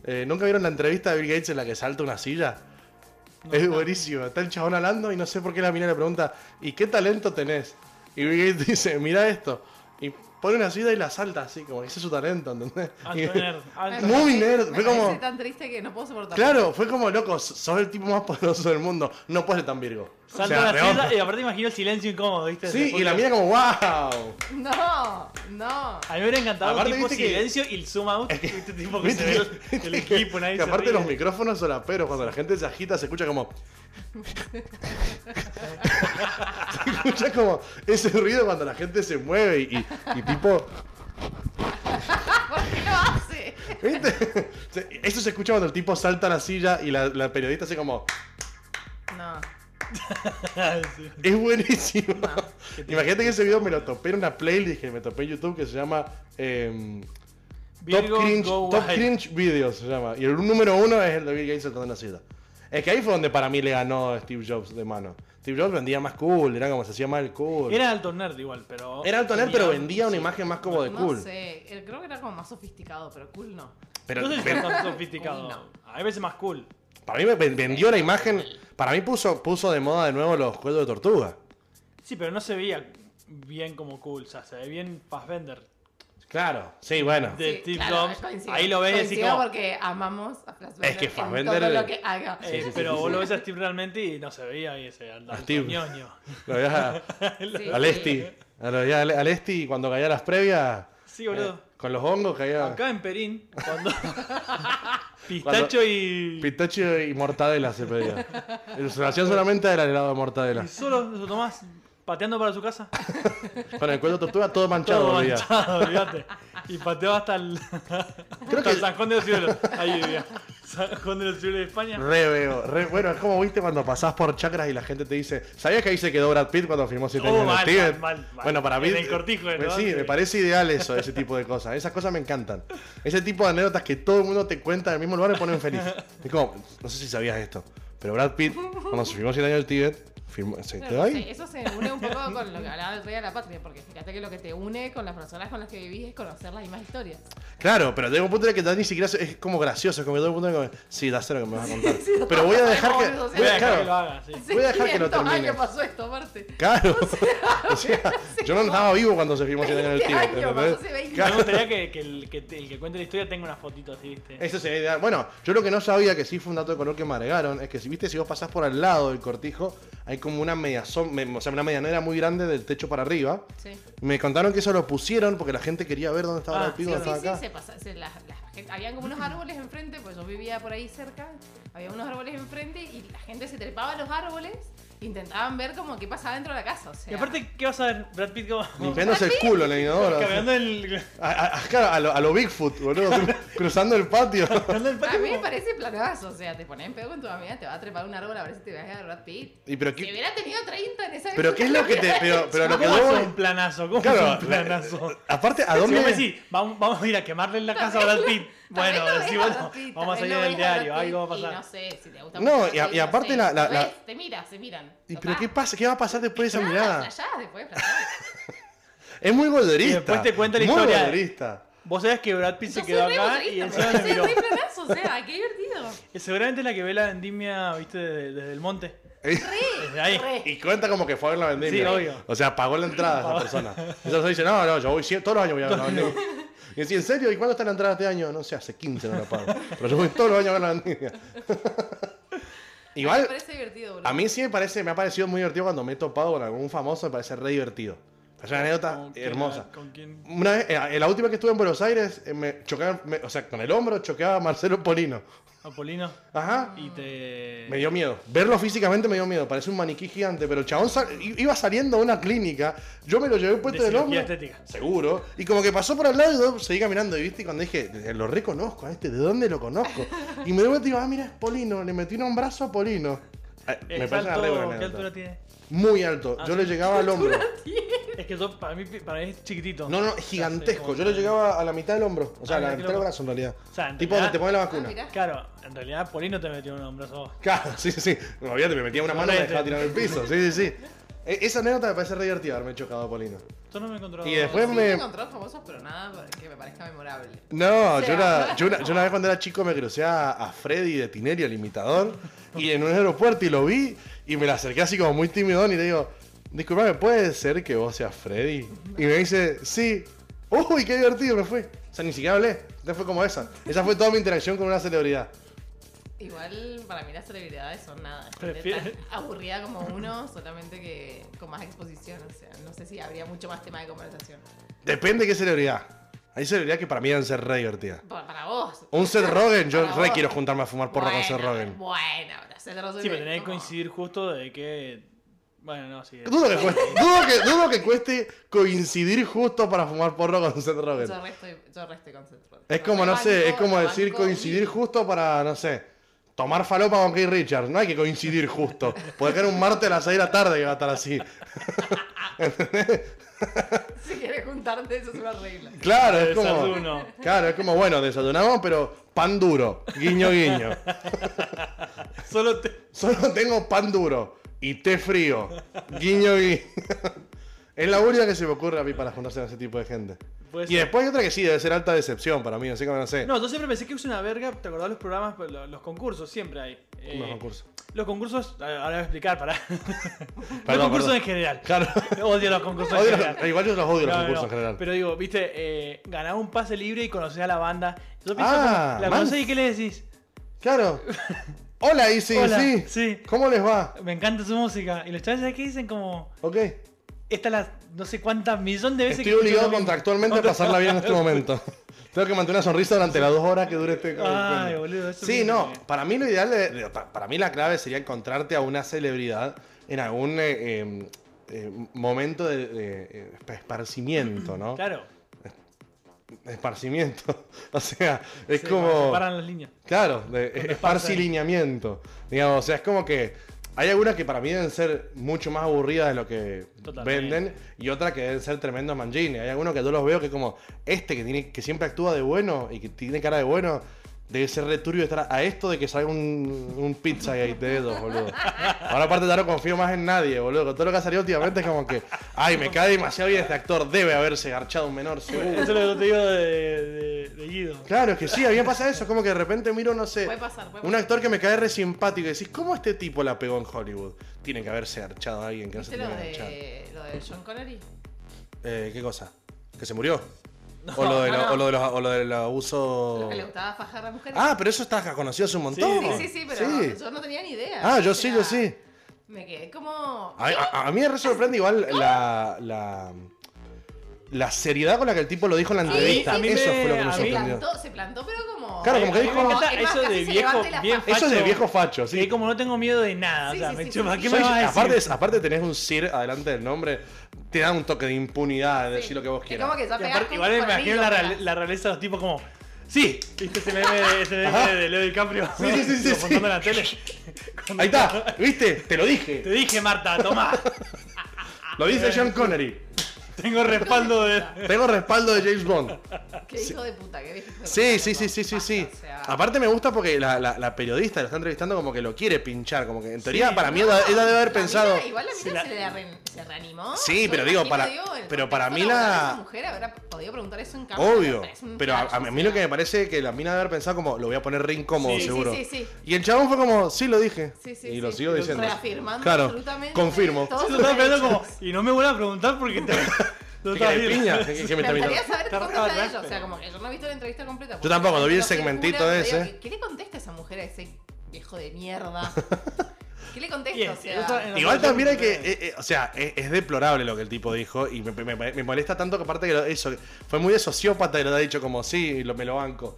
Speaker 1: Eh, ¿Nunca vieron la entrevista de Bill Gates en la que salta una silla? es buenísimo. Está el chabón hablando y no sé por qué la mina le pregunta, ¿y qué talento tenés? Y Bill Gates dice, mira esto. Y pone una silla y la salta así, como que ese es su talento, ¿entendés?
Speaker 2: Alto nerd, alto
Speaker 1: Muy
Speaker 2: nerd.
Speaker 3: parece-
Speaker 1: nerd,
Speaker 3: Me
Speaker 1: fue
Speaker 3: parece
Speaker 1: como-
Speaker 3: tan triste que no puedo soportar.
Speaker 1: Claro, fue como loco, sos el tipo más poderoso del mundo. No puedes ser tan virgo. O sea,
Speaker 2: Salta la
Speaker 1: reón.
Speaker 2: silla y aparte imagino el silencio incómodo, ¿viste?
Speaker 1: Sí,
Speaker 2: Después
Speaker 1: y la
Speaker 2: que-
Speaker 1: mira como, wow.
Speaker 3: No, no.
Speaker 2: A mí me hubiera encantado
Speaker 1: Aparte,
Speaker 2: un tipo
Speaker 1: viste que-
Speaker 2: silencio y el zoom out. Este tipo que se ve
Speaker 1: ¿Viste
Speaker 2: el,
Speaker 1: que-
Speaker 2: el equipo, nadie
Speaker 1: que
Speaker 2: se
Speaker 1: aparte
Speaker 2: ríe.
Speaker 1: los micrófonos son aperos, cuando la gente se agita se escucha como... se escucha como ese ruido cuando la gente se mueve y, y- y tipo...
Speaker 3: ¿Por qué lo hace?
Speaker 1: ¿Viste? Se- Eso se escucha cuando el tipo salta a la silla y la, la periodista hace como...
Speaker 3: No.
Speaker 2: Ah, Sí.
Speaker 1: Es buenísimo.
Speaker 2: No.
Speaker 1: Imagínate que ese video me lo topé en una playlist que me topé en YouTube que se llama... em,
Speaker 2: Virgo,
Speaker 1: top cringe,
Speaker 2: go
Speaker 1: top
Speaker 2: wild.
Speaker 1: cringe videos se llama. Y el número uno es el de Bill Gates saltando en la silla. Es que ahí fue donde para mí le ganó a Steve Jobs de mano. Steve Jobs vendía más cool, era como se hacía más el cool.
Speaker 2: Era alto nerd igual, pero.
Speaker 1: Era alto nerd, pero
Speaker 2: tenía-
Speaker 1: vendía una imagen más como de
Speaker 3: no
Speaker 1: cool.
Speaker 3: sé. eh, Creo que era como más sofisticado, pero cool no.
Speaker 1: Pero,
Speaker 2: no sé si
Speaker 1: pero-
Speaker 2: tan sofisticado.
Speaker 3: Uy, no.
Speaker 2: A mí me parece más cool.
Speaker 1: para mí me ven- vendió la imagen. Para mí puso, puso de moda de nuevo los cuellos de tortuga.
Speaker 2: Sí, pero no se veía bien como cool. O sea, se ve bien Fassbender
Speaker 1: Claro, sí, bueno.
Speaker 2: de
Speaker 3: Sí,
Speaker 2: Steve
Speaker 3: claro,
Speaker 2: Jobs.
Speaker 3: coincido.
Speaker 2: Ahí lo ves y así
Speaker 3: Coincido
Speaker 2: como.
Speaker 3: porque amamos a Flash Bender
Speaker 1: Es que
Speaker 3: en
Speaker 1: Fassbender-
Speaker 3: Todo lo que haga.
Speaker 1: Ah,
Speaker 2: eh, pero vos lo ves a Steve realmente y no se veía ahí ese alto
Speaker 1: Steve.
Speaker 2: ñoño.
Speaker 1: Lo veías a,
Speaker 3: Sí.
Speaker 1: a Lesti. Lo veías a Le- a Lesti cuando caía las previas.
Speaker 2: Sí, boludo.
Speaker 1: eh, con los hongos caía.
Speaker 2: Acá en Perín, cuando. Pistacho y.
Speaker 1: Pistacho y mortadela se pedía. Se lo hacían solamente del helado de mortadela.
Speaker 2: y solo lo tomás pateando para su casa.
Speaker 1: Con el cuello tortuga todo manchado.
Speaker 2: Todo
Speaker 1: olvidá.
Speaker 2: manchado, olvídate. Y pateó hasta el. hasta
Speaker 1: que-
Speaker 2: el San Juan de los Cielos. Ahí vivía. San Juan de los Cielos de España.
Speaker 1: Re veo. re- bueno, es como viste cuando pasás por chakras y la gente te dice, ¿sabías que ahí se quedó Brad Pitt cuando firmó 7 años
Speaker 2: Oh,
Speaker 1: en el
Speaker 2: mal,
Speaker 1: Tíbet?"
Speaker 2: mal, mal, mal.
Speaker 1: Bueno, para mí...
Speaker 2: En el cortijo,
Speaker 1: eh,
Speaker 2: ¿no?
Speaker 1: Sí,
Speaker 2: Sí.
Speaker 1: me parece ideal eso, ese tipo de cosas. Esas cosas me encantan. Ese tipo de anécdotas que todo el mundo te cuenta en el mismo lugar y ponen feliz. Es como, no sé si sabías esto, pero Brad Pitt, cuando se firmó 7 años en el Tíbet, firmó- se
Speaker 3: Pero
Speaker 1: quedó
Speaker 3: no sé,
Speaker 1: ahí.
Speaker 3: Eso se une un poco con lo que hablaba el rey de la patria, porque fíjate que lo que te une con las personas con las que vivís es conocer las mismas historias.
Speaker 1: Claro, pero llega un punto en el que ya ni siquiera se- es como gracioso, es como que todo el mundo es como, sí, ya sé lo que me vas a contar. pero voy a dejar que...
Speaker 3: obvio,
Speaker 1: voy a-
Speaker 3: sí.
Speaker 2: Voy a dejar
Speaker 1: claro,
Speaker 2: que lo haga, sí.
Speaker 1: Voy a dejar que lo
Speaker 3: 600
Speaker 1: termine.
Speaker 3: años pasó esto, aparte.
Speaker 1: Claro. O sea, yo no estaba vivo cuando se firmó 7 años en el
Speaker 3: 20
Speaker 1: Tíbet.
Speaker 3: años,
Speaker 1: ¿entendés?
Speaker 3: pasó hace 20
Speaker 2: Me
Speaker 1: Claro.
Speaker 2: gustaría que, que el, que te- el que cuente la historia tenga una fotito así, ¿viste?
Speaker 1: Eso sería ideal. Bueno, yo lo que no sabía, que sí fue un dato de color que me agregaron, es que si viste, si vos pasás por al lado del cortijo, hay como una media som- me- o sea, una medianera muy grande del techo para arriba.
Speaker 3: Sí.
Speaker 1: Me contaron que eso lo pusieron porque la gente quería ver dónde estaba
Speaker 2: Ah,
Speaker 1: el
Speaker 3: Sí,
Speaker 1: pico,
Speaker 3: sí,
Speaker 1: dónde
Speaker 3: sí,
Speaker 1: estaba acá.
Speaker 3: se pasa- se la- la gente- habían como unos árboles enfrente, pues yo vivía por ahí cerca, había unos árboles enfrente y la gente se trepaba a los árboles, intentaban ver como qué pasaba dentro de la casa, o sea.
Speaker 2: Y aparte, ¿qué vas a ver? Brad Pitt como.
Speaker 1: Limpiándose el culo en la inodora.
Speaker 2: Caminando en el.
Speaker 1: A, a- a- claro, a lo, a lo Bigfoot, boludo. cruzando el patio.
Speaker 3: A mí me parece planazo, o sea, te pones en pedo con tu amiga, te va a trepar un árbol a ver si te vas a Brad Pitt.
Speaker 1: Y pero,
Speaker 3: Si
Speaker 1: qué,
Speaker 3: hubiera tenido 30 en esa
Speaker 1: pero
Speaker 3: época,
Speaker 1: qué es lo que te. Pero, pero lo que
Speaker 2: ¿Cómo
Speaker 1: yo
Speaker 2: es
Speaker 1: voy-
Speaker 2: un planazo? ¿Cómo
Speaker 1: Claro,
Speaker 2: es un planazo?
Speaker 1: Aparte, ¿a
Speaker 2: Si
Speaker 1: dónde?
Speaker 2: vos me decís, vamos, vamos a ir a quemarle en la casa a Brad Pitt. Bueno,
Speaker 3: Tal vez lo
Speaker 2: decís,
Speaker 3: ves a
Speaker 2: bueno,
Speaker 3: Brad Pitt,
Speaker 2: vamos a
Speaker 3: tal vez
Speaker 2: salir
Speaker 3: lo
Speaker 2: del
Speaker 3: ves a Brad
Speaker 2: diario, algo va a
Speaker 3: Pitt
Speaker 2: pasar.
Speaker 3: Y no sé si te gusta
Speaker 1: No,
Speaker 3: mucho
Speaker 1: y a- y
Speaker 3: Brad Pitt, no
Speaker 1: aparte
Speaker 3: sé,
Speaker 1: la- la-
Speaker 3: lo
Speaker 1: la-
Speaker 3: ves, Te miran, se miran.
Speaker 1: ¿Y pero
Speaker 3: Total.
Speaker 1: qué pasa? ¿Qué va a pasar después de esa
Speaker 3: Nada,
Speaker 1: mirada?
Speaker 3: flashás, después flashás.
Speaker 1: Es muy golderista.
Speaker 2: Y después te cuenta la
Speaker 1: muy
Speaker 2: historia.
Speaker 1: golderista.
Speaker 2: Vos sabés que Brad Pitt se
Speaker 3: Yo
Speaker 2: quedó
Speaker 3: soy re
Speaker 2: acá y
Speaker 3: egoísta,
Speaker 2: encima
Speaker 3: me
Speaker 2: me miró.
Speaker 3: parece re planazo, o sea, qué divertido.
Speaker 2: Seguramente es la que ve la vendimia, viste, desde, desde el monte. Desde ahí.
Speaker 3: Re.
Speaker 1: Y cuenta como que fue a ver la vendimia.
Speaker 2: Sí, obvio.
Speaker 1: O sea, pagó la entrada esa persona. Y esa persona dice, no, no, yo voy sie- todos los años voy a ver la vendimia. Y decía, ¿en serio? ¿Y cuándo está la entrada este año? No sé, hace 15 no la pago. Pero yo voy todos los años a ver la vendimia.
Speaker 3: Me
Speaker 1: Igual,
Speaker 3: parece divertido, boludo.
Speaker 1: a mí sí me parece, me ha parecido muy divertido cuando me he topado con algún famoso, me parece re divertido. Es una anécdota
Speaker 2: ¿Con quién-
Speaker 1: hermosa.
Speaker 2: ¿Con quién?
Speaker 1: Una vez, eh, en la última que estuve en Buenos Aires, eh, me chocaba, me- o sea, con el hombro choqueaba a Marcelo Polino.
Speaker 2: Apolino.
Speaker 1: Ajá.
Speaker 2: Y te.
Speaker 1: Me dio miedo. Verlo físicamente me dio miedo. Parece un maniquí gigante, pero el chabón sa- i- iba saliendo de una clínica. Yo me lo llevé puesto
Speaker 2: De
Speaker 1: del hombro.
Speaker 2: cirugía estética.
Speaker 1: Seguro. Y como que pasó por al lado y yo seguí caminando, y viste, y cuando dije, lo reconozco a este, ¿de dónde lo conozco? Y me di vuelta y digo, ah, mira, es Polino. Le metí un brazo a Polino. Eh,
Speaker 2: Es
Speaker 1: Me parece una
Speaker 2: alto,
Speaker 1: re buena
Speaker 2: ¿Qué
Speaker 1: anécdota.
Speaker 2: altura tiene?
Speaker 1: Muy alto.
Speaker 2: Ah,
Speaker 1: yo
Speaker 2: sí.
Speaker 1: le llegaba al hombro.
Speaker 2: Es que yo, para mí, para mí es chiquitito.
Speaker 1: No, no,
Speaker 2: O sea,
Speaker 1: gigantesco.
Speaker 2: como-
Speaker 1: Yo le llegaba a la mitad del hombro. O sea,
Speaker 2: Ah,
Speaker 1: a la
Speaker 2: mira,
Speaker 1: mitad del
Speaker 2: loco.
Speaker 1: brazo en realidad.
Speaker 2: O sea, en
Speaker 1: tipo donde
Speaker 2: realidad-
Speaker 1: te pone la
Speaker 3: Ah,
Speaker 1: vacuna.
Speaker 3: mirá.
Speaker 2: Claro, en realidad Polino te metió un brazo. a vos.
Speaker 1: Claro, sí, sí, sí. No, obviamente me metía una mano y me dejaba tirar en el piso. Sí, sí, sí. E- Esa anécdota me parece re divertida haberme chocado a Polino.
Speaker 2: Yo no me encontró.
Speaker 1: Y después-
Speaker 3: Sí,
Speaker 1: me-
Speaker 3: me encontré famosos, pero nada que me parezca memorable.
Speaker 1: No,
Speaker 3: O sea,
Speaker 1: yo, una, yo, una, yo una vez cuando era chico me crucé a, a Freddy de Tinerio, el imitador, y en un aeropuerto y lo vi y me la acerqué así como muy timidón y le digo, disculpame, ¿puede ser que vos seas Freddy? Y me dice, sí. Uy, qué divertido me fue. O sea, ni siquiera hablé. Ya fue como esa. Esa fue toda mi interacción con una celebridad.
Speaker 3: Igual para mí las celebridades son nada. gente
Speaker 2: Prefiero-
Speaker 3: tan Aburrida como uno, solamente que con más exposición. O sea, no sé si habría mucho más tema de conversación.
Speaker 1: Depende de qué celebridad. Hay celebridades que para mí deben ser re divertidas.
Speaker 3: Pa- Para vos.
Speaker 1: Un Seth Rogen, yo
Speaker 3: Para
Speaker 1: re
Speaker 3: vos.
Speaker 1: quiero juntarme a fumar porro
Speaker 3: Bueno,
Speaker 1: con Seth Rogen.
Speaker 3: Bueno, pero Seth Rogen.
Speaker 2: Sí,
Speaker 3: me-
Speaker 2: pero tenés que
Speaker 3: como-
Speaker 2: coincidir justo de que. Bueno, no, sí.
Speaker 1: Dudo que, cueste, dudo, que, dudo que cueste coincidir justo para fumar porro con Seth Rogen.
Speaker 3: Yo resto, yo resto con Seth Rogen.
Speaker 1: Es como,
Speaker 3: Lo
Speaker 1: no sé, es
Speaker 3: banco,
Speaker 1: como
Speaker 3: lo
Speaker 1: decir
Speaker 3: banco
Speaker 1: coincidir
Speaker 3: mil.
Speaker 1: justo para, no sé, tomar falopa con Keith Richards. No hay que coincidir justo. Puede caer un martes a las 6 de la tarde que va a estar así.
Speaker 3: Si quieres juntarte, eso es una regla.
Speaker 1: Claro, es
Speaker 2: Desayuno.
Speaker 1: como. Claro, es como, bueno, desayunamos, pero pan duro. Guiño, guiño.
Speaker 2: Solo te.
Speaker 1: Solo tengo pan duro y té frío. Guiño, guiño. Es la única que se me ocurre a mí para juntarse con ese tipo de gente.
Speaker 2: Puede
Speaker 1: Y
Speaker 2: ser.
Speaker 1: después hay otra que sí, debe ser alta decepción para mí, así que no sé.
Speaker 2: No, yo siempre pensé que es una verga. ¿Te acordás los programas? Pero lo- Los, concursos, siempre hay. Eh,
Speaker 1: Los concursos.
Speaker 2: Los concursos, ahora voy a explicar, para. los
Speaker 1: Perdón,
Speaker 2: concursos
Speaker 1: perdón.
Speaker 2: en general.
Speaker 1: Claro.
Speaker 2: Odio los concursos en
Speaker 1: Odio los- eh,
Speaker 2: general.
Speaker 1: igual yo los odio los
Speaker 2: No, no,
Speaker 1: concursos
Speaker 2: no.
Speaker 1: en general.
Speaker 2: Pero digo, viste, eh, ganás un pase libre y conocés a la banda. Yo pienso,
Speaker 1: Ah,
Speaker 2: como, la
Speaker 1: man.
Speaker 2: conocés y qué le decís.
Speaker 1: Claro. Hola, Isi,
Speaker 2: Hola,
Speaker 1: sí.
Speaker 2: sí.
Speaker 1: ¿Cómo les va?
Speaker 2: Me encanta su música. Y los chavales, ¿sabes qué dicen? Como,
Speaker 1: Ok.
Speaker 2: esta es la no sé cuántas millón de veces
Speaker 1: Estoy
Speaker 2: que escucho
Speaker 1: obligado
Speaker 2: lo mismo.
Speaker 1: contractualmente a pasarla bien en este momento. Tengo que mantener una sonrisa durante las dos horas que dure este.
Speaker 2: Ay,
Speaker 1: encuentro.
Speaker 2: boludo, eso
Speaker 1: Sí,
Speaker 2: me-
Speaker 1: no. Para mí lo ideal, de- de- pa- para mí la clave sería encontrarte a una celebridad en algún eh, eh, eh, momento de, de, eh, esparcimiento, ¿no?
Speaker 2: Claro.
Speaker 1: Esparcimiento. O sea, es
Speaker 2: se- Se
Speaker 1: como.
Speaker 2: separan las líneas.
Speaker 1: Claro, de esparcilineamiento. Digamos, o sea, es como que hay algunas que para mí deben ser mucho más aburridas de lo que
Speaker 2: Totalmente.
Speaker 1: venden y otras que deben ser tremendos mangines. Hay algunos que yo los veo que como este que tiene que siempre actúa de bueno y que tiene cara de bueno, debe ser returbio estar a esto de que salga un, un pizza gate de dedos, boludo. Ahora aparte ya no confío más en nadie, boludo. Con todo lo que ha salido últimamente es como que, ay, me cae demasiado bien este actor, debe haberse garchado un menor, seguro.
Speaker 2: Eso es lo que te digo de, de- de Guido.
Speaker 1: Claro, es que sí, a mí me pasa eso. Es como que de repente miro, no sé,
Speaker 3: Puede pasar, puede
Speaker 1: un
Speaker 3: pasar.
Speaker 1: actor que me cae re simpático y decís, ¿cómo este tipo la pegó en Hollywood? Tiene que haberse archado a alguien que no se
Speaker 3: ¿Viste lo
Speaker 1: tiene que archar.
Speaker 3: de, lo de John Connery?
Speaker 1: Eh, ¿Qué cosa? ¿Que se murió? o, lo de
Speaker 3: no,
Speaker 1: la-
Speaker 3: no.
Speaker 1: o lo de los, o lo del abuso.
Speaker 3: Lo que le gustaba fajar a mujeres.
Speaker 1: Oh. Ah, pero eso está conocido hace un montón.
Speaker 3: Sí, sí, sí, pero
Speaker 1: Sí.
Speaker 3: yo no tenía ni idea.
Speaker 1: Ah, yo
Speaker 3: O
Speaker 1: sí,
Speaker 3: sea,
Speaker 1: yo sí.
Speaker 3: Me quedé como.
Speaker 1: A, a- a mí me re sorprende igual la, la, la seriedad con la que el tipo lo dijo en la
Speaker 2: mí-
Speaker 1: entrevista.
Speaker 2: a mí
Speaker 1: eso
Speaker 2: me-
Speaker 1: fue lo que me
Speaker 2: a
Speaker 3: se
Speaker 2: mí-
Speaker 1: sorprendió.
Speaker 3: plantó, se plantó, pero como.
Speaker 1: Claro, como que
Speaker 2: A mí
Speaker 1: dijo-
Speaker 2: me encanta
Speaker 3: Es más,
Speaker 2: eso
Speaker 3: casi
Speaker 2: de
Speaker 3: se
Speaker 2: viejo,
Speaker 3: levanta la
Speaker 2: bien
Speaker 3: faja.
Speaker 1: Eso es de viejo facho, sí.
Speaker 2: Sí, como no tengo miedo de nada.
Speaker 3: Sí,
Speaker 2: o sea,
Speaker 3: sí,
Speaker 2: me
Speaker 3: sí,
Speaker 2: chupa.
Speaker 3: sí,
Speaker 2: ¿Qué
Speaker 3: sí.
Speaker 2: me
Speaker 1: Soy-
Speaker 2: vas a decir?
Speaker 1: aparte, aparte tenés un sir adelante del nombre, te da un toque de impunidad de decir lo que vos
Speaker 3: Es
Speaker 1: quieras.
Speaker 3: como que ya
Speaker 2: Y
Speaker 3: pegás
Speaker 2: aparte,
Speaker 3: con-
Speaker 2: igual me
Speaker 3: con el
Speaker 2: imagino
Speaker 3: hilo,
Speaker 2: la,
Speaker 3: pegás.
Speaker 2: real- la realeza de los tipos como.
Speaker 1: Sí,
Speaker 2: ¿Viste ese meme de, ese meme de Leo DiCaprio?
Speaker 1: Sí, sí, sí, sí, sí.
Speaker 2: Contando en la tele.
Speaker 1: ahí está, ¿viste? Te lo
Speaker 2: Te
Speaker 1: dije.
Speaker 2: dije, Marta, tomá.
Speaker 1: Lo dice Sean Connery.
Speaker 2: Tengo respaldo de.
Speaker 1: Tengo respaldo de James Bond.
Speaker 3: Qué hijo de puta, qué viejo. de
Speaker 1: Sí,
Speaker 3: puta,
Speaker 1: sí,
Speaker 3: loco.
Speaker 1: sí, sí, sí,
Speaker 3: Basta,
Speaker 1: sí.
Speaker 3: o sea,
Speaker 1: Aparte me gusta porque la, la- la periodista lo está entrevistando como que lo quiere pinchar, como que en teoría
Speaker 2: Sí.
Speaker 1: para mí ella ella debe
Speaker 3: la
Speaker 1: haber pensado.
Speaker 3: mina- igual la mina
Speaker 2: Se la-
Speaker 3: se, le re- se reanimó.
Speaker 1: Sí,
Speaker 3: Yo
Speaker 1: pero
Speaker 3: me
Speaker 1: digo,
Speaker 3: imagino,
Speaker 1: para-
Speaker 3: el
Speaker 1: pero para mí
Speaker 3: contexto
Speaker 1: la-
Speaker 3: laboral de esa mujer habrá podido preguntar eso en cámara.
Speaker 1: Obvio.
Speaker 3: es un
Speaker 1: Pero a,
Speaker 3: flash,
Speaker 1: a mí lo
Speaker 3: o
Speaker 1: que
Speaker 3: sea.
Speaker 1: me parece es que la mina debe haber pensado como lo voy a poner re incómodo
Speaker 2: Sí, sí,
Speaker 1: seguro.
Speaker 3: sí, sí.
Speaker 1: Y el chabón fue como, sí lo dije.
Speaker 3: Sí, sí,
Speaker 1: y lo
Speaker 3: sí.
Speaker 1: sigo diciendo.
Speaker 3: Reafirmando
Speaker 1: claro,
Speaker 3: absolutamente
Speaker 1: Confirmo.
Speaker 3: todo.
Speaker 2: Yo estaba pensando como. Y no me vuelvas a preguntar porque te. Lo
Speaker 1: Qué cara de
Speaker 2: bien.
Speaker 1: piña, qué- qué me
Speaker 3: Me
Speaker 1: está
Speaker 3: gustaría
Speaker 1: mirando.
Speaker 3: saber
Speaker 2: Está
Speaker 3: cómo
Speaker 2: raro,
Speaker 3: está ella.
Speaker 2: ¿verdad?
Speaker 3: O sea, como que yo no he visto la entrevista completa. porque
Speaker 1: tampoco, cuando vi el
Speaker 3: no sé,
Speaker 1: segmentito
Speaker 3: juro, pero
Speaker 1: ese.
Speaker 3: digo, ¿qué, qué le contesta esa mujer a ese viejo de mierda? ¿Qué le contesta?
Speaker 2: Bien,
Speaker 3: o
Speaker 2: yo estaba en
Speaker 3: sea,
Speaker 2: la-
Speaker 1: Igual también hay que,
Speaker 2: Eh,
Speaker 1: eh, eh, o sea, es, es deplorable lo que el tipo dijo y me, me- me- me molesta tanto que aparte que lo- eso, fue muy de sociópata y lo ha dicho como, sí, lo- me lo banco.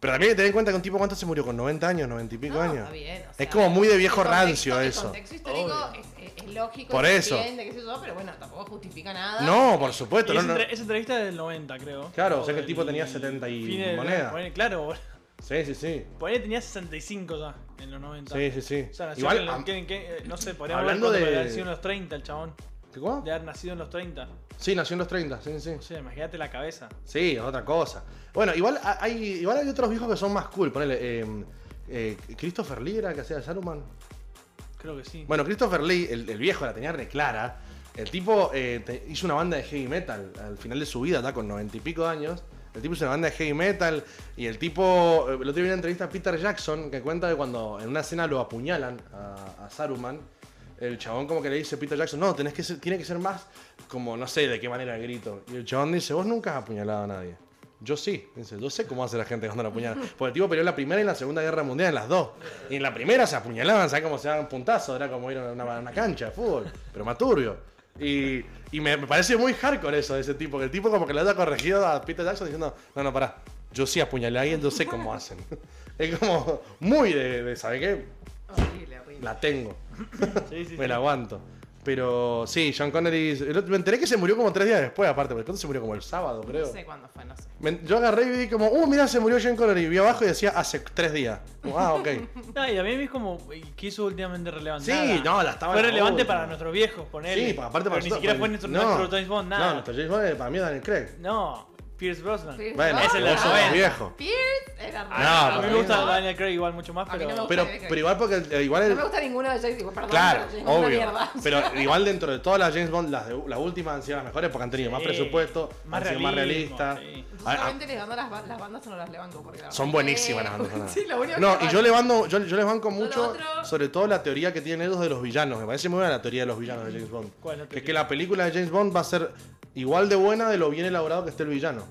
Speaker 1: Pero también hay que tener en cuenta que un tipo cuánto se murió, con 90 años, 90 y pico
Speaker 3: no,
Speaker 1: años.
Speaker 3: está bien, o
Speaker 1: es
Speaker 3: sea,
Speaker 1: como muy de viejo
Speaker 3: el contexto-
Speaker 1: rancio
Speaker 3: el
Speaker 1: eso.
Speaker 3: contexto histórico
Speaker 2: Obvio.
Speaker 3: es, es- es lógico,
Speaker 1: Por
Speaker 3: se
Speaker 1: eso.
Speaker 3: entiende, qué sé yo, pero bueno, tampoco justifica nada.
Speaker 1: No, por
Speaker 2: y
Speaker 1: supuesto.
Speaker 2: esa,
Speaker 1: No, no.
Speaker 2: entre- esa entrevista es del 90, creo.
Speaker 1: Claro, o sea que el
Speaker 2: del-
Speaker 1: tipo tenía 70 y
Speaker 2: fines de-
Speaker 1: moneda.
Speaker 2: ponele- Claro, boludo.
Speaker 1: Sí, sí, sí.
Speaker 2: Ponele tenía 65 ya en los 90.
Speaker 1: Sí, sí, sí.
Speaker 2: O sea, nació
Speaker 1: Igual,
Speaker 2: en el-
Speaker 1: am-
Speaker 2: que- que- eh, no sé, podría
Speaker 1: hablando
Speaker 2: haber
Speaker 1: de-
Speaker 2: nacido en los 30 el chabón.
Speaker 1: ¿qué cómo?
Speaker 2: De haber nacido en los 30.
Speaker 1: Sí, nació en los 30, sí, sí.
Speaker 2: O sea, imagínate la cabeza.
Speaker 1: Sí, otra cosa. Bueno, igual ha- hay, igual hay otros viejos que son más cool. Ponele, eh, eh, Christopher Lee era el que hacía de Saruman.
Speaker 2: Creo que sí.
Speaker 1: Bueno, Christopher Lee, el, el viejo, la tenía re clara. El tipo eh, te- hizo una banda de heavy metal al final de su vida, está con noventa y pico de años. El tipo hizo una banda de heavy metal y el tipo, eh, el otro día vi una entrevista a Peter Jackson que cuenta que cuando en una escena lo apuñalan a, a Saruman, el chabón como que le dice a Peter Jackson, no, tenés que ser- tiene que ser más como, no sé de qué manera grito. Y el chabón dice, vos nunca has apuñalado a nadie. Yo sí, dice, yo sé cómo hace la gente cuando la apuñalan. Porque el tipo peleó en la Primera y en la Segunda Guerra Mundial, en las dos. Y en la primera se apuñalaban, ¿sabes cómo se daban puntazos? Era como ir a una, a una cancha de fútbol, pero más turbio. Y, y me, me parece muy hardcore eso de ese tipo, que el tipo como que le haya corregido a Peter Jackson diciendo, no, no, pará, yo sí apuñalé a alguien, yo sé cómo hacen. Es como muy de, de ¿sabes qué?
Speaker 3: Horrible, horrible.
Speaker 1: La tengo.
Speaker 2: Sí, sí,
Speaker 1: Me
Speaker 2: sí.
Speaker 1: la aguanto. Pero sí, Sean Connery. el otro- Me enteré que se murió como tres días después, aparte, porque cuando se murió como el sábado, creo.
Speaker 3: No sé cuándo fue, no sé.
Speaker 1: Me- yo agarré y vi como, uh, mira, se murió Sean Connery. Y vi abajo y decía hace tres días. Como, ah, ok.
Speaker 2: No, y a mí me es como, ¿y ¿qué hizo últimamente relevante?
Speaker 1: Sí,
Speaker 2: Nada.
Speaker 1: no, la estaban-
Speaker 2: Fue relevante
Speaker 1: oh,
Speaker 2: para
Speaker 1: no.
Speaker 2: nuestros viejos, ponele.
Speaker 1: Sí, pa- aparte para
Speaker 2: Pero ni
Speaker 1: nosotros,
Speaker 2: siquiera
Speaker 1: para-
Speaker 2: fue nuestro,
Speaker 1: no.
Speaker 2: nuestro James Bond,
Speaker 1: No,
Speaker 2: nada.
Speaker 1: nuestro James Bond eh, para mí es Daniel Craig.
Speaker 2: No, Pierce Brosnan.
Speaker 3: Pierce
Speaker 1: Bueno,
Speaker 3: Brosnan.
Speaker 2: ese es el
Speaker 1: vos sos
Speaker 2: noventa.
Speaker 1: viejo.
Speaker 3: Pierce era
Speaker 1: Ah,
Speaker 3: raro.
Speaker 2: a mí
Speaker 1: para
Speaker 2: me
Speaker 1: mí
Speaker 2: gusta
Speaker 1: no.
Speaker 2: Daniel Craig igual mucho más,
Speaker 3: A mí
Speaker 2: pero...
Speaker 3: no me gusta.
Speaker 1: Pero,
Speaker 3: Daniel Craig.
Speaker 1: pero igual porque eh, igual
Speaker 3: No
Speaker 1: el,
Speaker 3: me gusta ninguna de James Bond, perdón,
Speaker 1: Claro,
Speaker 3: pero James Bond es una
Speaker 1: obvio.
Speaker 3: mierda.
Speaker 1: Pero igual dentro de todas las James Bond, las, de- las últimas han sido las mejores porque han tenido más
Speaker 2: Sí,
Speaker 1: presupuesto,
Speaker 2: eh, más
Speaker 1: han sido más
Speaker 2: realismo,
Speaker 1: realistas.
Speaker 2: sí.
Speaker 3: Yo
Speaker 1: A- a-
Speaker 3: solamente les bando las, ba- las bandas sonoras le banco porque la
Speaker 1: ah, son
Speaker 3: verdad
Speaker 1: buenísimas
Speaker 3: que-
Speaker 1: las bandas sonoras.
Speaker 3: Sí, lo único
Speaker 1: No,
Speaker 3: que
Speaker 1: y yo le bando, yo, yo les banco mucho,
Speaker 3: otro-
Speaker 1: sobre todo la teoría que tienen ellos de los villanos. Me parece muy buena la teoría de los villanos de James Bond.
Speaker 2: ¿Cuál es la
Speaker 1: que es
Speaker 2: teoría?
Speaker 1: que la película de James Bond va a ser igual de buena de lo bien elaborado que esté el villano.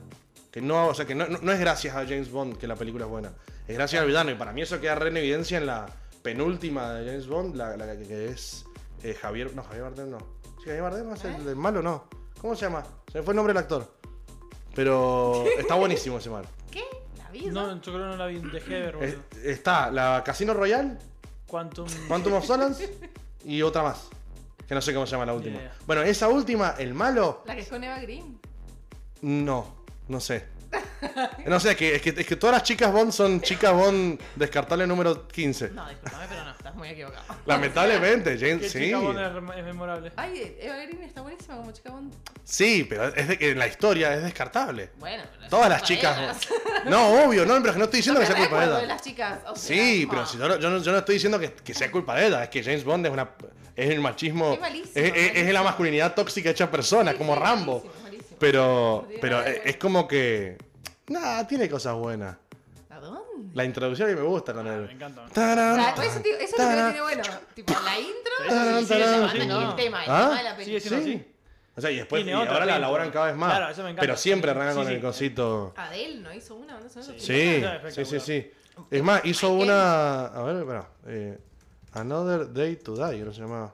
Speaker 1: Que no, o sea, que no, no- no es gracias a James Bond que la película es buena. Es gracias al villano. Y para mí eso queda re en evidencia en la penúltima de James Bond, la, la que, que es eh, Javier. No, Javier Bardem no. Sí, Javier Bardem es
Speaker 3: ¿Eh?
Speaker 1: el, del malo, no. ¿Cómo se llama? Se me fue el nombre del actor. Pero está buenísimo ese mal.
Speaker 3: ¿Qué? La vida.
Speaker 2: No, yo creo que no la vi de Heber,
Speaker 1: Es-
Speaker 2: boludo.
Speaker 1: está la Casino Royale,
Speaker 2: Quantum...
Speaker 1: Quantum of Solace y otra más. Que no sé cómo se llama la última.
Speaker 2: idea.
Speaker 1: Bueno, esa última, el malo,
Speaker 3: La que es con Eva Green.
Speaker 1: no, no sé. No sé, es que, es que, es que todas las chicas Bond son chicas Bond descartable número 15.
Speaker 3: No, discúlpame, pero no, estás muy equivocado.
Speaker 1: Lamentablemente,
Speaker 2: ¿Qué
Speaker 1: James, sí.
Speaker 2: chica Bond es, rem- es memorable?
Speaker 1: Ah,
Speaker 3: Ay, Eva Green está buenísima como chica Bond.
Speaker 1: Sí, pero es de que en la historia es descartable.
Speaker 3: Bueno, pero
Speaker 1: Todas
Speaker 3: es
Speaker 1: las
Speaker 3: culpa
Speaker 1: chicas
Speaker 3: de ellas.
Speaker 1: Bond. No, obvio, no, pero es que no estoy diciendo que sea
Speaker 3: Me
Speaker 1: culpa de
Speaker 3: acuerdo de
Speaker 1: ella.
Speaker 3: las chicas. o sea, ah.
Speaker 1: Sí,
Speaker 3: no.
Speaker 1: pero si yo, no- yo no, yo no estoy diciendo que, que sea culpa de ella, es que James Bond es una es el machismo,
Speaker 3: Es malísimo,
Speaker 1: es, es- es la
Speaker 3: malísimo.
Speaker 1: masculinidad tóxica hecha persona,
Speaker 3: Sí,
Speaker 1: como
Speaker 3: sí,
Speaker 1: Rambo.
Speaker 3: malísimo, malísimo.
Speaker 1: Pero,
Speaker 3: No tiene
Speaker 1: pero
Speaker 3: nada de
Speaker 1: es
Speaker 3: bueno.
Speaker 1: es como que. Nada, tiene cosas buenas.
Speaker 3: ¿A dónde?
Speaker 1: La introducción que me gusta con
Speaker 2: Ah,
Speaker 1: él.
Speaker 2: me encanta.
Speaker 3: O
Speaker 1: Tarán,
Speaker 3: sea, todo ese tipo- Ah, eso es lo que
Speaker 1: tarán.
Speaker 3: tiene bueno. Tipo, la intro,
Speaker 2: Sí,
Speaker 3: la
Speaker 1: sí, sí,
Speaker 3: banda
Speaker 1: sí,
Speaker 3: y
Speaker 2: no.
Speaker 3: el tema, el
Speaker 1: ¿Ah?
Speaker 3: tema de la película.
Speaker 2: Sí, sí, no,
Speaker 1: Sí. O sea, y después
Speaker 2: Tiene
Speaker 1: y
Speaker 2: otra
Speaker 1: ahora la
Speaker 2: película.
Speaker 1: elaboran cada vez más.
Speaker 2: Claro, eso me encanta.
Speaker 1: Pero siempre arrancan
Speaker 2: Sí,
Speaker 1: con
Speaker 2: sí.
Speaker 1: el cosito.
Speaker 3: Adele no hizo una banda sonora.
Speaker 2: Sí.
Speaker 1: Sí,
Speaker 2: Ah,
Speaker 1: sí,
Speaker 2: espectacular.
Speaker 1: sí, sí. Es más, hizo
Speaker 3: Michael.
Speaker 1: una. A ver, espera. eh, Another Day to Die, creo que se llamaba.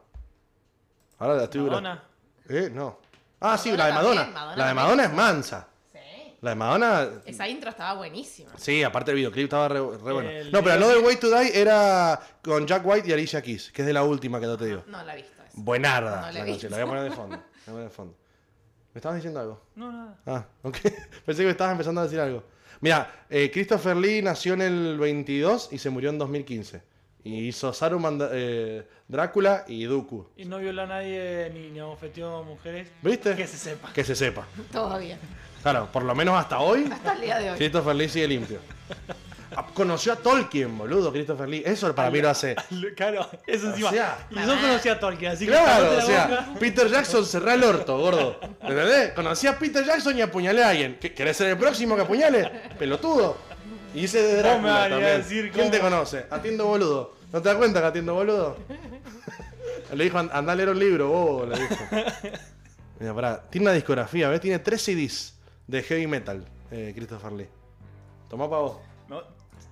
Speaker 1: Ahora la estoy.
Speaker 2: Madonna.
Speaker 1: Eh, no. Ah, sí, la
Speaker 3: Madonna
Speaker 1: de Madonna.
Speaker 3: también, Madonna
Speaker 1: La de
Speaker 3: también.
Speaker 1: Madonna es mansa.
Speaker 3: Sí.
Speaker 1: La de Madonna
Speaker 3: Esa intro estaba buenísima.
Speaker 1: Sí, aparte el videoclip estaba re, re bueno.
Speaker 2: El
Speaker 1: No, pero
Speaker 2: video-
Speaker 1: Another Way to Die era con Jack White y Alicia Keys, que es de la última que no te digo.
Speaker 3: No la he visto. esa.
Speaker 1: Buenarda.
Speaker 3: Ah, No la he
Speaker 1: la
Speaker 3: visto.
Speaker 1: canción, la voy a poner de fondo. la voy a poner de fondo. ¿Me estabas diciendo algo?
Speaker 2: No, nada.
Speaker 1: Ah, ok. Pensé que me estabas empezando a decir algo. Mira, eh, Christopher Lee nació en el 22 y se murió en 2015. Y hizo Saruman, da- eh, Drácula y Dooku.
Speaker 2: Y no viola a nadie ni, ni ofetió a mujeres.
Speaker 1: ¿Viste?
Speaker 2: Que se sepa.
Speaker 1: Que se sepa.
Speaker 3: Todavía.
Speaker 1: Claro, por lo menos hasta hoy,
Speaker 3: Hasta el día de hoy.
Speaker 1: Christopher Lee sigue limpio. Ah, Conoció a Tolkien, boludo, Christopher Lee. Eso para mí lo hace.
Speaker 2: Claro, eso
Speaker 1: O
Speaker 2: encima.
Speaker 1: sea.
Speaker 2: y yo conocí a Tolkien, así que.
Speaker 1: Claro,
Speaker 2: cállate
Speaker 1: o
Speaker 2: la
Speaker 1: sea,
Speaker 2: boca.
Speaker 1: Peter Jackson cerrá el orto, gordo. ¿Entendés? Conocí a Peter Jackson y apuñalé a alguien. ¿Qué- ¿Querés ser el próximo que apuñale? Pelotudo. Y hice de
Speaker 2: No me
Speaker 1: Drácula
Speaker 2: vaya a
Speaker 1: también.
Speaker 2: decir
Speaker 1: ¿Quién te
Speaker 2: cómo-
Speaker 1: conoce? Atiendo boludo. ¿No te das cuenta que atiendo boludo? le dijo, "An- andá a leer un libro, bobo, le dijo. Mira, pará. Tiene una discografía, ¿ves? Tiene tres CDs de heavy metal, eh, Christopher Lee. Tomá pa' vos.
Speaker 2: No,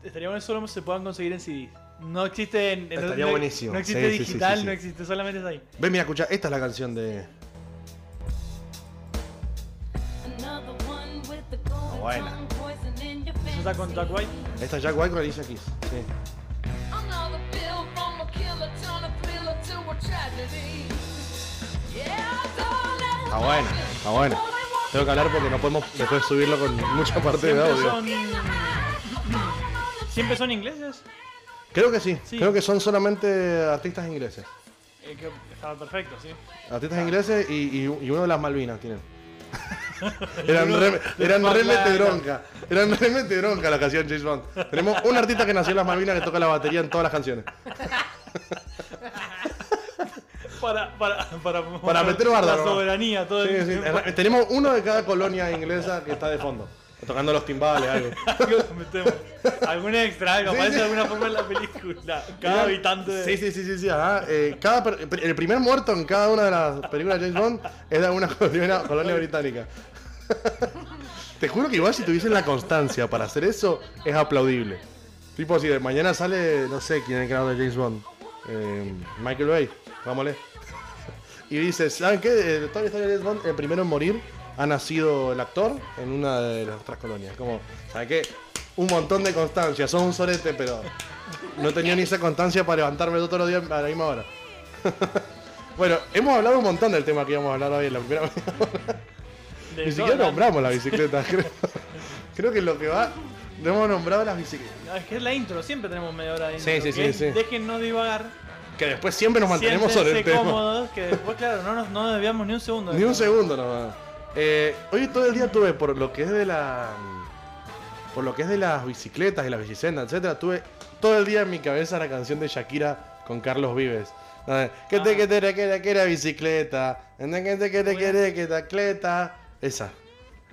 Speaker 2: estaría bueno solo se puedan conseguir en CD. No existe en. en-
Speaker 1: Estaría
Speaker 2: no,
Speaker 1: buenísimo.
Speaker 2: No
Speaker 1: Sí,
Speaker 2: existe
Speaker 1: sí, sí, sí,
Speaker 2: digital,
Speaker 1: sí.
Speaker 2: no existe, solamente es ahí.
Speaker 1: Ven, mira, escucha, esta es la canción de...
Speaker 4: Buena.
Speaker 2: ¿Eso está con Jack White?
Speaker 1: Esta es Jack White con Alicia Keys. Sí. Está buena, está buena. Tengo que hablar porque no podemos después subirlo con mucha parte de
Speaker 2: Siempre
Speaker 1: audio.
Speaker 2: son, ¿Siempre son ingleses?
Speaker 1: Creo que sí.
Speaker 2: Sí.
Speaker 1: Creo que son solamente artistas ingleses.
Speaker 2: Eh, que estaba perfecto, sí.
Speaker 1: Artistas ingleses y, y- y uno de las Malvinas tienen. eran
Speaker 2: Uno
Speaker 1: re,
Speaker 2: de
Speaker 1: eran
Speaker 2: las
Speaker 1: re
Speaker 2: Malvinas.
Speaker 1: metebronca. Eran re metebronca la canción James Bond. Tenemos un artista que nació en las Malvinas que toca la batería en todas las canciones.
Speaker 2: Para, para, para,
Speaker 1: Para meter barda,
Speaker 2: La
Speaker 1: nomás.
Speaker 2: soberanía, todo
Speaker 1: Sí,
Speaker 2: el
Speaker 1: sí.
Speaker 2: tiempo.
Speaker 1: Tenemos uno de cada colonia inglesa que está de fondo. Tocando los timbales, algo.
Speaker 2: Lo metemos. Algún extra, algo,
Speaker 1: Sí,
Speaker 2: aparece
Speaker 1: sí.
Speaker 2: de alguna forma en la película. Cada habitante de...
Speaker 1: Sí, sí, sí, sí, sí, ajá. Eh, cada per- el primer muerto en cada una de las películas de James Bond es de alguna colonia, colonia británica. Te juro que igual si tuviesen la constancia para hacer eso, es aplaudible. Tipo, si de mañana sale, no sé quién es el creador de James Bond, eh, Michael Bay, vámonos. Y dice, ¿saben qué? Eh, toda la historia de James Bond, el primero en morir, ha nacido el actor en una de las otras colonias. Como, ¿saben qué? Un montón de constancia, son un sorete, pero no tenía ni esa constancia para levantarme todos los días a la misma hora. bueno, hemos hablado un montón del tema que íbamos a hablar hoy en la primera media hora.
Speaker 2: de
Speaker 1: Ni siquiera
Speaker 2: Dolan.
Speaker 1: nombramos la bicicleta, creo. creo que lo que va, no hemos nombrado las bicicletas.
Speaker 2: No, Ah, es que es la intro, siempre tenemos media hora de intro.
Speaker 1: Sí, sí, sí,
Speaker 2: ¿ok?
Speaker 1: sí.
Speaker 2: Dejen no divagar.
Speaker 1: Que después siempre nos mantenemos sobre el
Speaker 2: siéntense
Speaker 1: tema.
Speaker 2: cómodos, que después, claro, no nos no desviamos ni un segundo.
Speaker 1: Ni un segundo nomás. Eh, hoy todo el día tuve, por lo que es de la. Por lo que es de las bicicletas y las bicisendas, etcétera, tuve todo el día en mi cabeza la canción de Shakira con Carlos Vives. La de, Que te
Speaker 2: Ah.
Speaker 1: que te que te que era bicicleta. Que te que te que te que tacleta. Esa.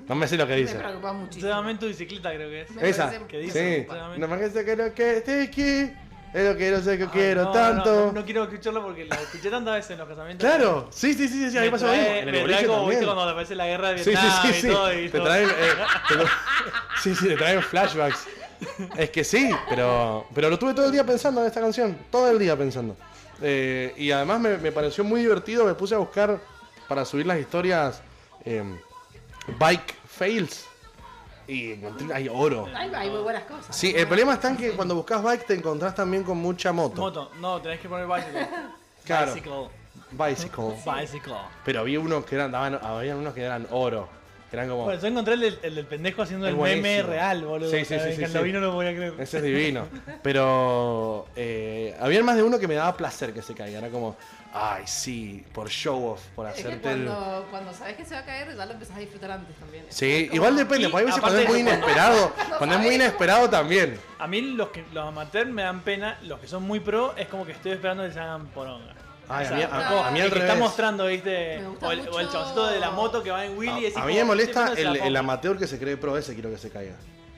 Speaker 1: No me sé lo que
Speaker 3: Me
Speaker 1: dice.
Speaker 3: preocupa muchísimo.
Speaker 2: Entrenamiento de bicicleta, creo que es.
Speaker 3: Me
Speaker 1: Esa.
Speaker 3: parece
Speaker 2: que dice,
Speaker 1: Sí.
Speaker 2: sinceramente.
Speaker 1: No me sé que lo que te que- Es lo que no sé que
Speaker 2: Ay,
Speaker 1: quiero
Speaker 2: no,
Speaker 1: tanto.
Speaker 2: No, no, no quiero escucharlo porque la escuché tantas veces en los casamientos.
Speaker 1: Claro, sí, sí, sí, sí, sí, ahí
Speaker 2: Me
Speaker 1: pasó
Speaker 2: trae-
Speaker 1: ahí. En el
Speaker 2: me trae
Speaker 1: boliche
Speaker 2: como,
Speaker 1: también.
Speaker 2: viste, cuando aparece la guerra de
Speaker 1: Sí,
Speaker 2: Vietnam
Speaker 1: sí, sí,
Speaker 2: y
Speaker 1: sí.
Speaker 2: todo. Y
Speaker 1: Te
Speaker 2: todo.
Speaker 1: traen, eh, te lo- sí, sí, te traen flashbacks. Es que sí, pero, pero lo tuve todo el día pensando en esta canción. Todo el día pensando. Eh, y además me, me pareció muy divertido. Me puse a buscar para subir las historias eh, Bike Fails. Y encontré, hay oro.
Speaker 3: Hay, hay muy buenas cosas.
Speaker 1: Sí, el problema está en que cuando buscas bike te encontrás también con mucha moto.
Speaker 2: Moto, no, tenés que poner bicycle.
Speaker 1: Claro.
Speaker 2: Bicycle.
Speaker 1: Bicycle.
Speaker 2: Bicycle.
Speaker 1: Pero había unos que eran, daban- había unos que eran oro. Que eran como.
Speaker 2: Bueno, yo encontré el, del- el del pendejo haciendo
Speaker 1: Es
Speaker 2: el meme
Speaker 1: buenísimo.
Speaker 2: real, boludo.
Speaker 1: Sí, sí,
Speaker 2: O sea,
Speaker 1: sí, sí,
Speaker 2: Cuando
Speaker 1: sí.
Speaker 2: vino no lo voy a creer.
Speaker 1: Ese es divino. Pero eh, había más de uno que me daba placer que se caiga. Era como, ay, sí, por show off, por
Speaker 3: Es que
Speaker 1: hacerte el.
Speaker 3: cuando, cuando sabes que se va a caer, ya lo empezás a disfrutar antes también.
Speaker 1: Sí, igual depende,
Speaker 2: Y
Speaker 1: porque a veces cuando
Speaker 2: aparte
Speaker 1: es muy
Speaker 2: de-
Speaker 1: inesperado, cuando es muy
Speaker 3: sabés.
Speaker 1: inesperado también.
Speaker 2: A mí los que los amateurs me dan pena, los que son muy pro es como que estoy esperando que se hagan poronga.
Speaker 1: Ay, a
Speaker 2: sea,
Speaker 1: mí, a, a mí
Speaker 2: el
Speaker 1: al
Speaker 2: que
Speaker 1: revés.
Speaker 2: está mostrando, viste,
Speaker 3: Me gusta
Speaker 2: o el, o el
Speaker 3: mucho-
Speaker 2: chaboncito de la moto que va en Willy y decís
Speaker 1: A, a mí
Speaker 2: como,
Speaker 1: me molesta
Speaker 2: "Estoy esperando que se la
Speaker 1: el, el
Speaker 2: ponga".
Speaker 1: amateur que se cree pro, ese quiero que se caiga.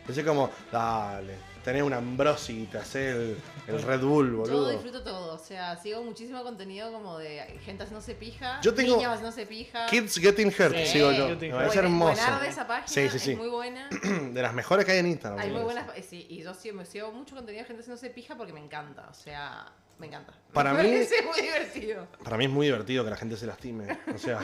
Speaker 1: Ese como, dale, tenés una ambrosi y te hace el, el Red Bull,
Speaker 3: Yo
Speaker 1: boludo.
Speaker 3: disfruto todo, o sea, sigo muchísimo contenido como de gente haciéndose pija,
Speaker 1: Yo tengo
Speaker 3: niñas haciéndose pija.
Speaker 1: Kids Getting Hurt,
Speaker 2: Sí,
Speaker 1: sigo yo.
Speaker 2: Getting
Speaker 1: Me
Speaker 2: Hurt.
Speaker 1: parece
Speaker 3: Buena-
Speaker 1: hermoso.
Speaker 3: buenarda esa página,
Speaker 1: Sí, sí, sí.
Speaker 3: es muy buena.
Speaker 1: De las mejores que hay en Instagram.
Speaker 3: Hay
Speaker 1: me
Speaker 3: muy
Speaker 1: parece.
Speaker 3: buenas. eh, Sí, y yo sí, me sigo mucho contenido de gente haciéndose pija porque me encanta. O sea, me encanta.
Speaker 1: Para
Speaker 3: me
Speaker 1: mí-
Speaker 3: parece muy divertido.
Speaker 1: Para mí es muy divertido que la gente se lastime. O sea,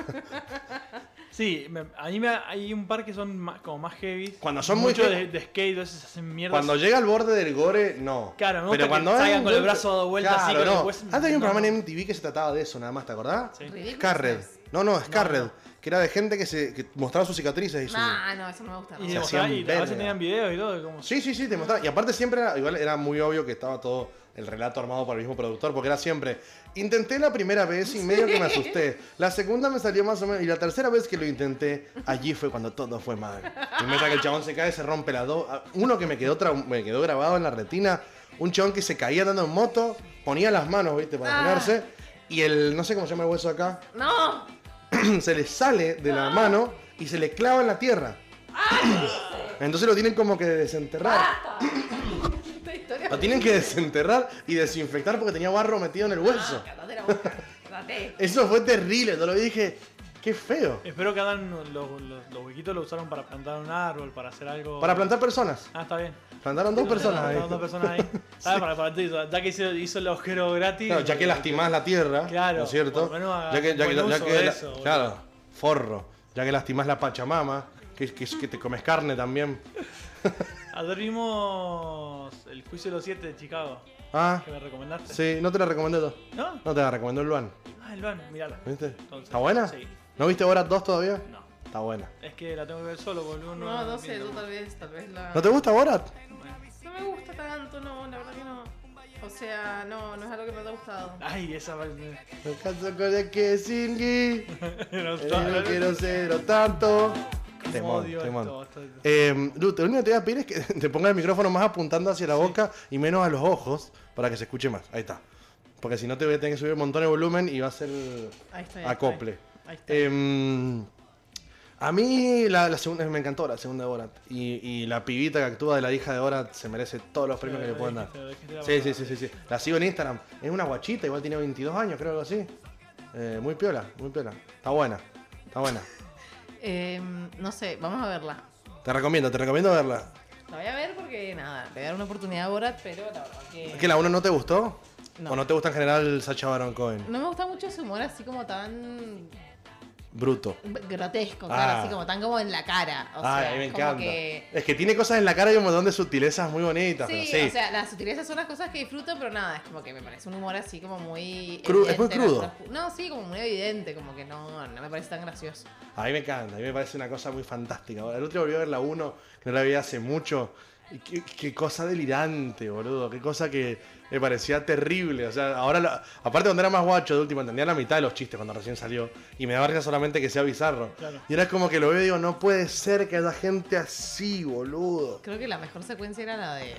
Speaker 2: Sí, me- a mí me, hay un par que son más- como más heavy.
Speaker 1: Cuando son
Speaker 2: Mucho
Speaker 1: muy-
Speaker 2: de, de skate, a veces hacen mierda.
Speaker 1: Cuando llega al borde del gore, no.
Speaker 2: Claro, me gusta
Speaker 1: Pero
Speaker 2: que
Speaker 1: cuando
Speaker 2: salgan
Speaker 1: hay un
Speaker 2: con el
Speaker 1: golpe-
Speaker 2: brazo dado vuelta así,
Speaker 1: Claro,
Speaker 2: con el
Speaker 1: no.
Speaker 2: hueso-
Speaker 1: Antes había un
Speaker 2: no,
Speaker 1: programa en
Speaker 2: no.
Speaker 1: MTV que se trataba de eso, nada más, ¿te acordás?
Speaker 2: Sí.
Speaker 3: Ridículo.
Speaker 1: Scarred. No, no, Scarred. Que era de gente que, se, que mostraba sus cicatrices y su...
Speaker 3: No, no, eso no me gusta.
Speaker 2: Y,
Speaker 1: Se
Speaker 2: demostrar-
Speaker 1: hacían
Speaker 2: y a veces
Speaker 1: verga.
Speaker 2: tenían videos y todo. y Como,
Speaker 1: Sí, sí, sí, te mostraba. Y aparte siempre era, igual era muy obvio que estaba todo el relato armado por el mismo productor, porque era siempre, intenté la primera vez y medio que me asusté, la segunda me salió más o menos, y la tercera vez que lo intenté, allí fue cuando todo fue mal. Y meta que el chabón se cae, se rompe la dos. Uno que me quedó, trau- me quedó grabado en la retina, un chabón que se caía andando en moto, ponía las manos, viste, para
Speaker 3: Ah.
Speaker 1: ponerse, y el, no sé cómo se llama el hueso acá,
Speaker 3: No.
Speaker 1: se le sale de la mano y se le clava en la tierra. Entonces lo tienen como que desenterrar.
Speaker 3: Esta historia.
Speaker 1: Lo tienen que desenterrar y desinfectar porque tenía barro metido en el hueso.
Speaker 3: Ah, cátate la boca. Cátate.
Speaker 1: Eso fue terrible, yo lo vi y dije, qué feo.
Speaker 2: Espero que hagan los, los- los huequitos lo usaron para plantar un árbol, para hacer algo.
Speaker 1: Para plantar personas.
Speaker 2: Ah, está bien.
Speaker 1: Plantaron dos personas ahí.
Speaker 2: Estaban Dos personas ahí. Ah, para, para, ya que hizo, hizo el agujero gratis.
Speaker 1: Claro, ya que lastimás la tierra,
Speaker 2: Claro,
Speaker 1: ¿no es cierto?
Speaker 2: por lo menos haga
Speaker 1: ya que, ya que-
Speaker 2: buen
Speaker 1: ya
Speaker 2: uso
Speaker 1: que
Speaker 2: de
Speaker 1: la-
Speaker 2: eso, boludo.
Speaker 1: claro, forro. Ya que lastimás la pachamama, que, que- que te comes carne también.
Speaker 2: Ayer vimos el juicio de los siete de Chicago,
Speaker 1: Ah,
Speaker 2: que me recomendaste.
Speaker 1: sí, no te la recomendé yo.
Speaker 2: ¿No?
Speaker 1: No te la recomendó el Luan.
Speaker 2: Ah, el van, mírala.
Speaker 1: ¿Viste?
Speaker 2: Entonces,
Speaker 1: ¿Está buena?
Speaker 2: sí.
Speaker 1: ¿No viste Horas 2 todavía?
Speaker 2: No.
Speaker 1: Está buena.
Speaker 2: Es que la tengo que ver solo, boludo.
Speaker 3: No, no sé,
Speaker 2: entiendo.
Speaker 3: yo tal vez, tal vez la.
Speaker 1: ¿No te gusta Borat?
Speaker 3: No me gusta tanto, no, la verdad que no. O sea, no, no es algo que me haya gustado.
Speaker 2: Ay, esa va-
Speaker 1: Me canso con el que sin gui.
Speaker 2: No,
Speaker 1: Eh,
Speaker 2: no,
Speaker 1: no
Speaker 2: no.
Speaker 1: quiero cero tanto. Temón,
Speaker 2: Odio
Speaker 1: temón.
Speaker 2: esto, esto-
Speaker 1: Eh, Lu, te- lo único que te voy a pedir es que te pongas el micrófono más apuntando hacia la boca y menos a los ojos para que se escuche más. Ahí está. Porque si no te voy a tener que subir un montón de volumen y va a ser
Speaker 3: Ahí está. ahí está.
Speaker 1: acople.
Speaker 3: Ahí está.
Speaker 1: Eh, a mí la, la segunda me encantó la segunda de Borat. Y, y la pibita que actúa de la hija de Borat se merece todos los premios que le puedan dar.
Speaker 2: Lo dijiste, lo
Speaker 1: Sí,
Speaker 2: dijiste,
Speaker 1: sí, sí, sí, sí. La sigo en Instagram. Es una guachita, igual tiene 22 años, creo algo así. Eh, muy piola, muy piola. Está buena, está buena.
Speaker 3: Eh, no sé, vamos a verla.
Speaker 1: Te recomiendo, te recomiendo verla.
Speaker 3: La voy a ver porque, nada, le voy a dar una oportunidad a Borat, pero la verdad que.
Speaker 1: ¿Es que la 1 no te gustó?
Speaker 3: No.
Speaker 1: ¿O no te gusta en general Sacha Baron Cohen?
Speaker 3: No me gusta mucho ese humor así como tan
Speaker 1: Bruto.
Speaker 3: grotesco, claro,
Speaker 1: Ah.
Speaker 3: así como tan como en la cara. O
Speaker 1: Ay,
Speaker 3: sea,
Speaker 1: a mí me
Speaker 3: como
Speaker 1: encanta.
Speaker 3: que.
Speaker 1: Es que tiene cosas en la cara y un montón de sutilezas muy bonitas.
Speaker 3: Sí,
Speaker 1: pero sí.
Speaker 3: o sea, las sutilezas son las cosas que disfruto, pero nada, es como que me parece un humor así como muy...
Speaker 1: Cru- es muy
Speaker 3: evidente,
Speaker 1: crudo.
Speaker 3: las- No, sí, como muy evidente, como que no, no me parece tan gracioso.
Speaker 1: A mí me encanta, a mí me parece una cosa muy fantástica. Ahora, El otro volví a ver la 1, que no la vi hace mucho. Y Qué, qué cosa delirante, boludo. Qué cosa que me parecía terrible. O sea, ahora, la- aparte cuando era más guacho de último, entendía la mitad de los chistes cuando recién salió. Y me daba verga solamente que sea bizarro.
Speaker 2: Claro.
Speaker 1: Y era como que lo veo y digo, no puede ser que haya gente así, boludo.
Speaker 3: Creo que la mejor secuencia era la de...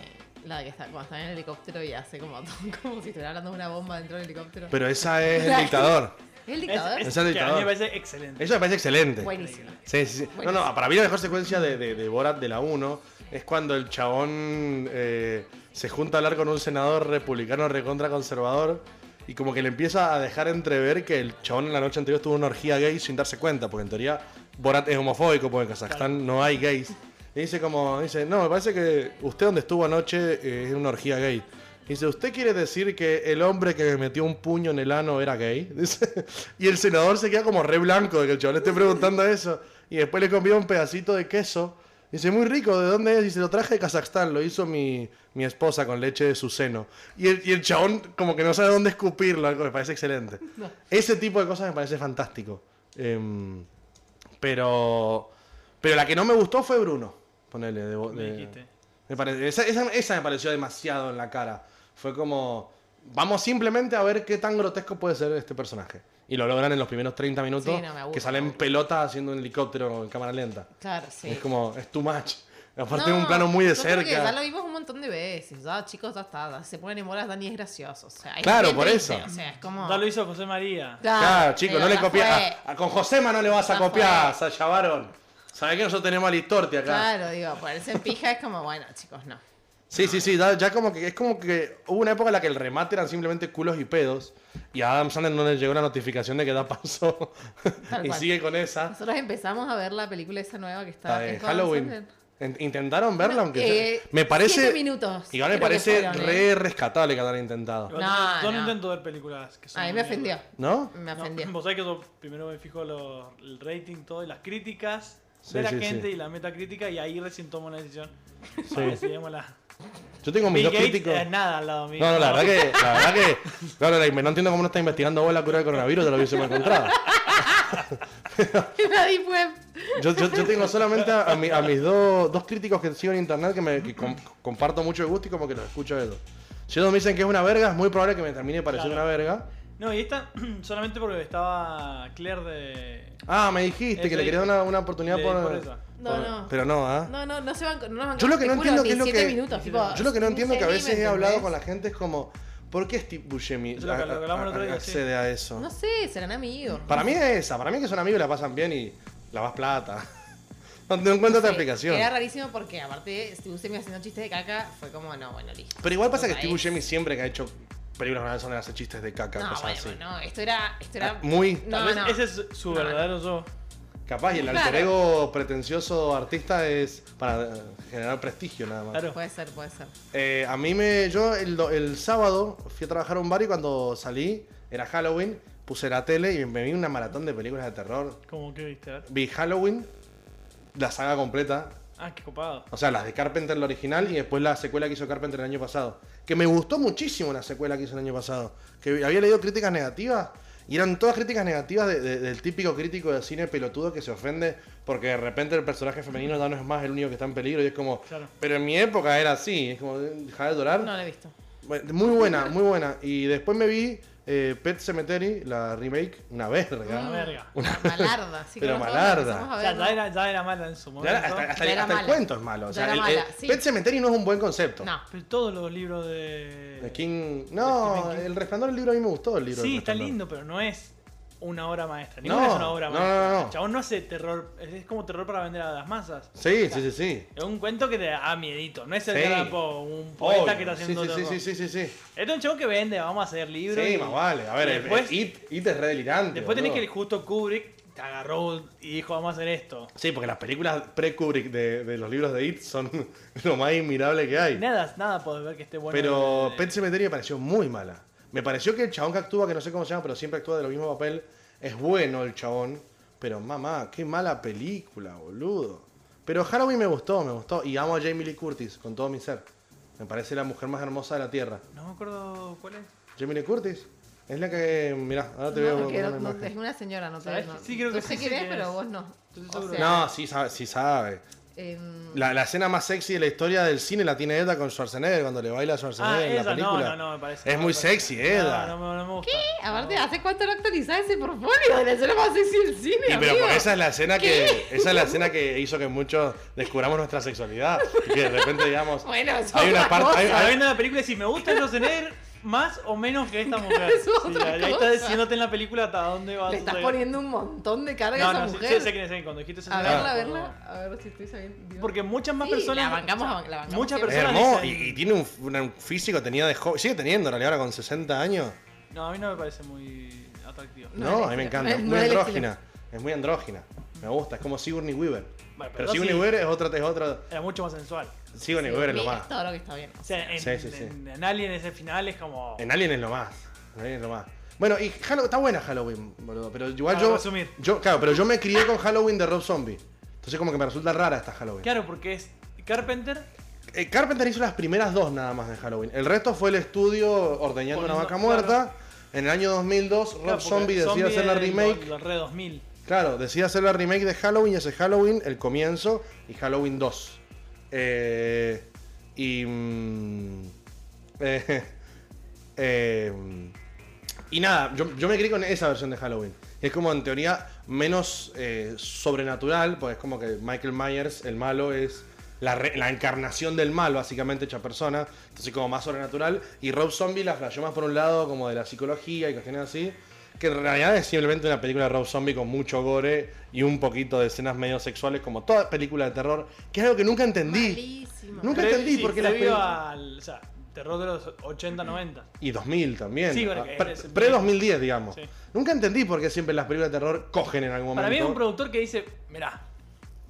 Speaker 3: La de que está, cuando están en el helicóptero y hace como, como si estuviera hablando de una bomba dentro del helicóptero.
Speaker 1: Pero esa es el dictador.
Speaker 3: ¿Es el
Speaker 2: Es,
Speaker 3: dictador?
Speaker 2: es-
Speaker 1: Es el
Speaker 2: que a mí
Speaker 1: dictador.
Speaker 2: me parece excelente.
Speaker 1: Eso me parece excelente.
Speaker 3: Buenísimo.
Speaker 1: Sí, sí, sí. No,
Speaker 3: Buenísimo.
Speaker 1: no, para mí la mejor secuencia de, de, de Borat de la 1 es cuando el chabón eh, se junta a hablar con un senador republicano recontra conservador y como que le empieza a dejar entrever que el chabón en la noche anterior tuvo una orgía gay sin darse cuenta, porque en teoría Borat es homofóbico, porque en Kazajstán no hay gays. Y dice como, dice, no, me parece que usted donde estuvo anoche eh, es una orgía gay. Dice, ¿usted quiere decir que el hombre que me metió un puño en el ano era gay? Dice, y el senador se queda como re blanco de que el chaval le esté preguntando eso. Y después le convida un pedacito de queso. Dice, muy rico, ¿de dónde es? Dice, lo traje de Kazajstán, lo hizo mi, mi esposa con leche de su seno. Y el, y el chabón como que no sabe dónde escupirlo, algo me parece excelente. Ese tipo de cosas me parece fantástico. Em, pero, pero la que no me gustó fue Bruno. Ponele, de, bo-
Speaker 2: Me
Speaker 1: de-
Speaker 2: dijiste.
Speaker 1: me parece- esa, esa- esa me pareció demasiado en la cara. Fue como, vamos simplemente a ver qué tan grotesco puede ser este personaje. Y lo logran en los primeros 30 minutos,
Speaker 3: Sí, no, me aburre,
Speaker 1: que
Speaker 3: me
Speaker 1: salen
Speaker 3: aburre.
Speaker 1: pelotas haciendo un helicóptero en cámara lenta.
Speaker 3: Claro, sí.
Speaker 1: Es como, es too much. Aparte
Speaker 3: No,
Speaker 1: de un plano muy de
Speaker 3: yo creo que ya lo
Speaker 1: cerca.
Speaker 3: vimos un montón de veces. Ya, chicos, ya está. ya se ponen en bolas, Dani es gracioso. O sea, es
Speaker 1: Claro,
Speaker 3: bien
Speaker 1: por
Speaker 3: triste,
Speaker 1: eso.
Speaker 3: O sea, es como.
Speaker 2: Ya lo hizo José María.
Speaker 1: Claro, chicos, no le copias.
Speaker 3: copias
Speaker 1: Con Josema no le vas a
Speaker 3: Ya
Speaker 1: copiar, Sasha Baron. Sabés que nosotros tenemos a Listorti acá.
Speaker 3: Claro, digo, ponerse pija es como, bueno, chicos, no.
Speaker 1: Sí, sí, sí, ya, ya como que es como que hubo una época en la que el remate eran simplemente culos y pedos y a Adam Sandler no le llegó la notificación de que da paso
Speaker 3: Tal
Speaker 1: y
Speaker 3: cual.
Speaker 1: sigue con esa.
Speaker 3: Nosotros empezamos a ver la película esa nueva que está
Speaker 1: La de
Speaker 3: es con Adam
Speaker 1: Halloween.
Speaker 3: Sandler.
Speaker 1: En- Intentaron verla, aunque
Speaker 3: Eh,
Speaker 1: sea- Me parece.
Speaker 3: siete minutos.
Speaker 1: Igual me
Speaker 3: creo que
Speaker 1: parece
Speaker 3: fueron,
Speaker 1: re
Speaker 3: ¿eh?
Speaker 1: rescatable que hayan intentado.
Speaker 2: Yo
Speaker 3: No,
Speaker 2: no
Speaker 3: no.
Speaker 2: intento ver películas que son.
Speaker 3: A mí me
Speaker 2: mierda.
Speaker 3: ofendió.
Speaker 1: ¿No?
Speaker 3: Me
Speaker 2: No,
Speaker 3: ofendió.
Speaker 2: vos sabés que yo primero me fijo los, el rating, todo, y las críticas
Speaker 1: Sí,
Speaker 2: de la
Speaker 1: sí,
Speaker 2: gente
Speaker 1: sí.
Speaker 2: y la metacrítica, y ahí recién tomo una decisión.
Speaker 1: Sí.
Speaker 2: Ahora sí, démosla.
Speaker 1: Yo tengo mis
Speaker 2: Bill
Speaker 1: dos
Speaker 2: Gates eh,
Speaker 1: críticos.
Speaker 2: es nada al lado mío.
Speaker 1: No, no, la verdad que. La verdad que. No, no, no, no entiendo cómo no está investigando vos la cura del coronavirus, te lo hubiésemos encontrado.
Speaker 3: Nadie fue.
Speaker 1: Yo, yo- yo tengo solamente a, mi- a mis dos, dos críticos que sigo en internet que, me, que com- comparto mucho de gusto y como que los escucho de ellos. Si ellos me dicen que es una verga, es muy probable que me termine pareciendo
Speaker 2: Claro.
Speaker 1: una verga.
Speaker 2: No, y esta solamente porque estaba Claire de.
Speaker 1: Ah, me dijiste
Speaker 2: Eso
Speaker 1: que le querías
Speaker 2: dije.
Speaker 1: dar una, una oportunidad
Speaker 2: Le di
Speaker 1: por.
Speaker 2: por esa.
Speaker 3: No,
Speaker 1: por-
Speaker 3: no.
Speaker 1: Pero no, ¿ah?
Speaker 3: No, no, no se van con. No nos van
Speaker 1: Yo lo que no
Speaker 3: te juro,
Speaker 1: entiendo que es lo
Speaker 3: 17
Speaker 1: que-
Speaker 3: minutos, tipo,
Speaker 1: Yo lo que no entiendo es que a
Speaker 3: ni
Speaker 1: veces
Speaker 3: me
Speaker 1: he hablado con
Speaker 3: entendés.
Speaker 1: la gente es como, ¿por qué Steve Buscemi
Speaker 2: Eso es lo que-
Speaker 1: a-
Speaker 2: lo que hablamos el otro
Speaker 1: a-
Speaker 2: día,
Speaker 1: accede a eso?
Speaker 3: No sé, serán amigos.
Speaker 1: Para mí es esa, para mí es que son amigos y la pasan bien y lavas plata. No, no encuentro otra
Speaker 3: Sí,
Speaker 1: explicación.
Speaker 3: Era rarísimo porque, aparte, Steve Buscemi haciendo chistes de caca, fue como, no, bueno, listo.
Speaker 1: Pero igual pasa
Speaker 3: No
Speaker 1: que Steve
Speaker 3: es.
Speaker 1: Buscemi siempre que ha hecho películas con Nelson hace chistes de caca,
Speaker 3: No,
Speaker 1: cosas
Speaker 3: bueno,
Speaker 1: así.
Speaker 3: no, esto era. Esto era
Speaker 1: Ah, muy-
Speaker 3: No,
Speaker 2: Tal vez
Speaker 3: no.
Speaker 2: Ese es su
Speaker 3: No,
Speaker 2: verdadero yo.
Speaker 1: Capaz y el
Speaker 3: Claro.
Speaker 1: alter ego pretencioso artista es para eh, generar prestigio nada más.
Speaker 2: Claro.
Speaker 3: Puede ser, puede ser.
Speaker 1: Eh, a mí me. Yo el, do- el sábado fui a trabajar a un bar y cuando salí, era Halloween, puse la tele y me vi una maratón de películas de terror.
Speaker 2: Como que viste, a ver.
Speaker 1: Vi Halloween, la saga completa,
Speaker 2: Ah, qué copado.
Speaker 1: o sea, las de Carpenter, la original, y después la secuela que hizo Carpenter el año pasado. Que me gustó muchísimo la secuela que hizo el año pasado. Que había leído críticas negativas. Y eran todas críticas negativas de- de- del típico crítico de cine pelotudo que se ofende porque de repente el personaje femenino ya no es más el único que está en peligro. Y es como,
Speaker 2: Claro.
Speaker 1: pero en mi época era así. Es como, deja de llorar.
Speaker 3: No lo he visto.
Speaker 1: Bueno, Muy buena, muy buena. Y después me vi eh, Pet Cemetery, la remake, una verga.
Speaker 3: Ah,
Speaker 2: Una verga.
Speaker 3: Una malarda. Así que
Speaker 1: Ah, Pero
Speaker 3: nosotros
Speaker 1: malarda.
Speaker 3: empezamos a
Speaker 2: O sea,
Speaker 3: ver-
Speaker 2: ya era, ya era mala en su
Speaker 1: Ya
Speaker 2: momento.
Speaker 1: era- hasta hasta-
Speaker 3: Ya era
Speaker 1: hasta el
Speaker 3: mala.
Speaker 1: cuento es malo. O
Speaker 3: Ya
Speaker 1: sea,
Speaker 3: era
Speaker 1: el- el-
Speaker 3: mala, sí.
Speaker 1: Pet Cemetery no es un buen concepto.
Speaker 3: No.
Speaker 2: Pero todos los libros de.
Speaker 1: De King.
Speaker 2: de
Speaker 1: No,
Speaker 2: Stephen King.
Speaker 1: El Resplandor, el libro a mí me gustó el libro.
Speaker 2: Sí,
Speaker 1: del
Speaker 2: está
Speaker 1: Resplandor.
Speaker 2: lindo, pero no es una obra maestra.
Speaker 1: No,
Speaker 2: Ninguna es una obra
Speaker 1: no,
Speaker 2: maestra.
Speaker 1: no, no.
Speaker 2: El Chabón no hace terror. Es es como terror para vender a las masas.
Speaker 1: Sí, sí, sí, sí.
Speaker 2: Es un cuento que te da miedito. No es el
Speaker 1: Sí.
Speaker 2: Edgar Allan Poe, un poeta
Speaker 1: Obvio.
Speaker 2: que está haciendo
Speaker 1: sí, sí,
Speaker 2: terror.
Speaker 1: sí, sí, sí, sí.
Speaker 2: Este es un chabón que vende, vamos a hacer libros.
Speaker 1: Sí,
Speaker 2: y-
Speaker 1: más vale. A
Speaker 2: y
Speaker 1: ver, el-
Speaker 2: después,
Speaker 1: el It, It es re delirante.
Speaker 2: después tenés que el
Speaker 1: boludo.
Speaker 2: justo Kubrick te agarró y dijo, vamos a hacer esto.
Speaker 1: Sí, porque las películas pre-Kubrick de, de los libros de It son lo más inmirable que hay.
Speaker 2: Nada, nada podés ver que esté bueno.
Speaker 1: pero
Speaker 2: Eh,
Speaker 1: Pet Cemetery me pareció muy mala. Me pareció que el chabón que actúa, que no sé cómo se llama, pero siempre actúa de lo mismo papel, es bueno el chabón. Pero mamá, qué mala película, boludo. Pero Halloween me gustó, me gustó. Y amo a Jamie Lee Curtis con todo mi ser. Me parece la mujer más hermosa de la tierra.
Speaker 2: No me acuerdo cuál es.
Speaker 1: Jamie Lee Curtis. Es la que. Mirá, ahora te
Speaker 3: No,
Speaker 1: veo con
Speaker 3: porque no-
Speaker 1: una
Speaker 3: no-
Speaker 1: imagen.
Speaker 3: es una señora, no te
Speaker 2: ¿Sabés?
Speaker 3: no-
Speaker 2: Sí, creo que
Speaker 3: no sé
Speaker 2: sí sé
Speaker 3: quién es,
Speaker 2: quién es.
Speaker 3: pero vos no.
Speaker 2: Estoy
Speaker 3: O
Speaker 2: seguro.
Speaker 3: sea,
Speaker 1: No, sí sabe, sí sabe.
Speaker 3: em,
Speaker 1: La, la escena más sexy de la historia del cine la tiene Eda con Schwarzenegger cuando le baila a Schwarzenegger
Speaker 2: Ah,
Speaker 1: en la
Speaker 2: esa, no,
Speaker 1: película.
Speaker 2: no, no, me parece.
Speaker 1: Es
Speaker 2: no,
Speaker 1: muy
Speaker 2: me parece.
Speaker 1: sexy, Eda.
Speaker 2: No, no, me- no me gusta.
Speaker 3: ¿Qué? Aparte, ¿hace cuánto no actualizás ese portfolio de la escena más sexy del cine?
Speaker 1: Y pero
Speaker 3: amigo?
Speaker 1: esa es la escena
Speaker 3: ¿Qué?
Speaker 1: que esa es la escena que hizo que muchos descubramos nuestra sexualidad y que de repente digamos
Speaker 3: Bueno, eso
Speaker 1: hay
Speaker 3: es
Speaker 1: una
Speaker 3: otra
Speaker 1: parte
Speaker 3: cosa.
Speaker 1: hay-
Speaker 2: Ahora
Speaker 1: hay-
Speaker 2: viendo la película y si me gusta Schwarzenegger más o menos que esta mujer.
Speaker 3: Es otra
Speaker 2: Sí, ahí
Speaker 3: cosa.
Speaker 2: está diciéndote en la película hasta dónde vas.
Speaker 3: Le estás
Speaker 2: a llegar.
Speaker 3: poniendo un montón de carga
Speaker 2: No,
Speaker 3: a esa
Speaker 2: no, sí,
Speaker 3: mujer.
Speaker 2: sí, sé quién es él. Cuando dijiste
Speaker 3: A
Speaker 2: Schwarzenegger,
Speaker 3: verla, a
Speaker 2: me
Speaker 3: verla,
Speaker 2: acordé.
Speaker 3: a ver si estoy sabiendo. Digo,
Speaker 2: Porque muchas más
Speaker 3: Sí,
Speaker 2: personas.
Speaker 3: la bancamos, la bancamos
Speaker 2: Muchas
Speaker 1: es
Speaker 3: siempre.
Speaker 2: personas
Speaker 1: hermoso, y,
Speaker 2: dicen-
Speaker 1: y tiene un, un físico tenía de joven, sigue teniendo en realidad ahora con 60 años.
Speaker 2: No, a mí no me parece muy atractivo.
Speaker 3: No,
Speaker 1: No,
Speaker 3: del
Speaker 1: a mí me
Speaker 3: estilo.
Speaker 1: encanta, es
Speaker 3: No
Speaker 1: muy
Speaker 3: del estilo.
Speaker 1: andrógina, es muy andrógina. Me gusta, es como Sigourney Weaver.
Speaker 2: pero
Speaker 1: pero
Speaker 2: no,
Speaker 1: Sigourney
Speaker 2: sí.
Speaker 1: Weaver es otra es otra
Speaker 2: Era mucho más sensual.
Speaker 1: Sigourney
Speaker 3: sí,
Speaker 1: Weaver es lo
Speaker 3: mira,
Speaker 1: más.
Speaker 3: es todo lo que está bien.
Speaker 2: O sea, en,
Speaker 1: Sí, sí, sí.
Speaker 2: en- en Alien ese final es como.
Speaker 1: En Alien es lo más. En Alien es lo más. Bueno, y Halloween, está buena Halloween, boludo. Pero igual
Speaker 2: Para
Speaker 1: yo.
Speaker 2: resumir.
Speaker 1: Yo, claro, pero yo me crié con Halloween de Rob Zombie. Entonces como que me resulta rara esta Halloween.
Speaker 2: Claro, porque es Carpenter
Speaker 1: Eh, Carpenter hizo las primeras dos nada más de Halloween. El resto fue el estudio ordeñando
Speaker 2: Poniendo-
Speaker 1: una vaca muerta. En el año 2002, Rob
Speaker 2: claro, porque
Speaker 1: Zombie decide hacer la
Speaker 2: es el-
Speaker 1: remake.
Speaker 2: el re 2000.
Speaker 1: Claro, decide hacer la remake de Halloween y hace Halloween, el comienzo, y Halloween 2. Eh, y. mm, eh, eh, y nada, yo, yo me crié con esa versión de Halloween. Es como en teoría menos eh, sobrenatural, porque es como que Michael Myers, el malo, es la, re- la encarnación del mal, básicamente, hecha persona. Entonces, como más sobrenatural. Y Rob Zombie la flasheó más por un lado, como de la psicología y cuestiones así. Que en realidad es simplemente una película de Rob Zombie con mucho gore y un poquito de escenas medio sexuales, como toda película de terror, que es algo que nunca entendí.
Speaker 3: Malísimo.
Speaker 1: Nunca entendí por qué las
Speaker 2: previo
Speaker 1: películas-
Speaker 2: al, o sea, terror de los 80, 90.
Speaker 1: Y 2000 también. Ah,
Speaker 2: Sí, porque
Speaker 1: Pre-
Speaker 2: es-
Speaker 1: Pre-2010, digamos.
Speaker 2: Sí.
Speaker 1: Nunca entendí por qué siempre las películas de terror cogen en algún momento.
Speaker 2: Para mí es un productor que dice, mirá,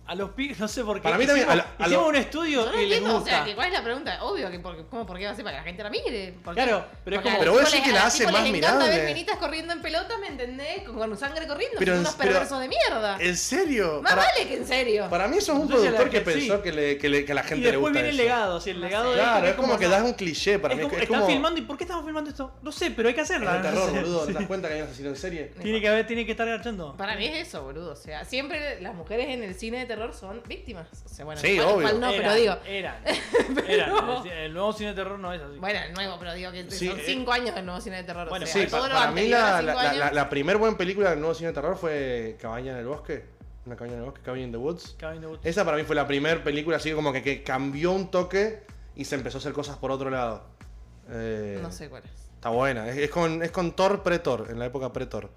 Speaker 2: A los pibes, no sé por qué.
Speaker 1: Para mí también,
Speaker 2: Hicimos,
Speaker 1: a la- a
Speaker 2: hicimos
Speaker 1: lo-
Speaker 2: un estudio
Speaker 3: Yo no
Speaker 2: y les
Speaker 3: entiendo,
Speaker 2: gusta.
Speaker 3: o sea, que ¿cuál es la pregunta? Obvio, que porque, ¿cómo? ¿Por qué va a ser para que la gente la mire? ¿Por qué?
Speaker 2: Claro, pero es
Speaker 3: Porque
Speaker 2: como-
Speaker 3: a los
Speaker 1: Pero vos
Speaker 3: tipos
Speaker 1: decís
Speaker 3: les-
Speaker 1: que la
Speaker 3: a los
Speaker 1: hacen
Speaker 3: tipos
Speaker 1: más
Speaker 3: les encanta ver
Speaker 1: mirable.
Speaker 3: minitas corriendo en pelotas, ¿me entendés? Con, con sangre corriendo,
Speaker 1: Pero
Speaker 3: son
Speaker 1: en-
Speaker 3: unos
Speaker 1: pero-
Speaker 3: perversos de mierda.
Speaker 1: ¿En serio?
Speaker 3: Más
Speaker 1: Para,
Speaker 3: vale que en serio.
Speaker 1: para mí sos un
Speaker 2: Entonces,
Speaker 1: productor que
Speaker 2: la- sí.
Speaker 1: pensó que, le, que, le- que a la
Speaker 2: y
Speaker 1: gente le
Speaker 2: después
Speaker 1: gusta
Speaker 2: viene el
Speaker 1: eso.
Speaker 2: legado, así el
Speaker 3: No
Speaker 2: legado
Speaker 3: sé.
Speaker 2: de
Speaker 1: Claro,
Speaker 2: esto,
Speaker 1: es como que das un cliché para
Speaker 2: es
Speaker 1: mí.
Speaker 2: como-
Speaker 1: es
Speaker 2: están
Speaker 1: como-
Speaker 2: filmando y ¿por qué estamos filmando esto? No sé, pero hay que hacerlo.
Speaker 1: Es de
Speaker 2: No
Speaker 1: terror,
Speaker 2: sé.
Speaker 1: boludo. ¿Te das cuenta que hay una asesino en serie?
Speaker 2: Tiene que haber, tiene que estar agachando.
Speaker 3: Para mí es eso, boludo. O sea, siempre las mujeres en el cine de terror son víctimas. O sea, bueno,
Speaker 1: Sí,
Speaker 3: igual-
Speaker 1: obvio.
Speaker 3: igual no,
Speaker 2: Eran,
Speaker 3: pero digo.
Speaker 2: Eran.
Speaker 3: Pero-
Speaker 2: eran. El, el nuevo cine de terror no es así.
Speaker 3: Bueno, el nuevo, pero digo que
Speaker 1: Sí,
Speaker 3: son
Speaker 1: eh.
Speaker 3: cinco años del nuevo cine de terror.
Speaker 2: Bueno,
Speaker 3: o sea,
Speaker 1: Sí,
Speaker 2: Pero
Speaker 1: pa-
Speaker 3: todo lo
Speaker 1: para mí
Speaker 3: anterior a
Speaker 1: la,
Speaker 3: cinco
Speaker 1: la,
Speaker 3: años-
Speaker 1: la, la primer buena película del nuevo cine de terror fue Cabaña en el Bosque. Una cabaña en el bosque, Cabin in the Woods.
Speaker 2: Cabin de Gusto.
Speaker 1: Esa para mí fue la primera película así como que, que cambió un toque y se empezó a hacer cosas por otro lado. Eh,
Speaker 3: No sé cuál es.
Speaker 1: Está buena. Es, es con, es con Thor Pretor, en la época Pretor.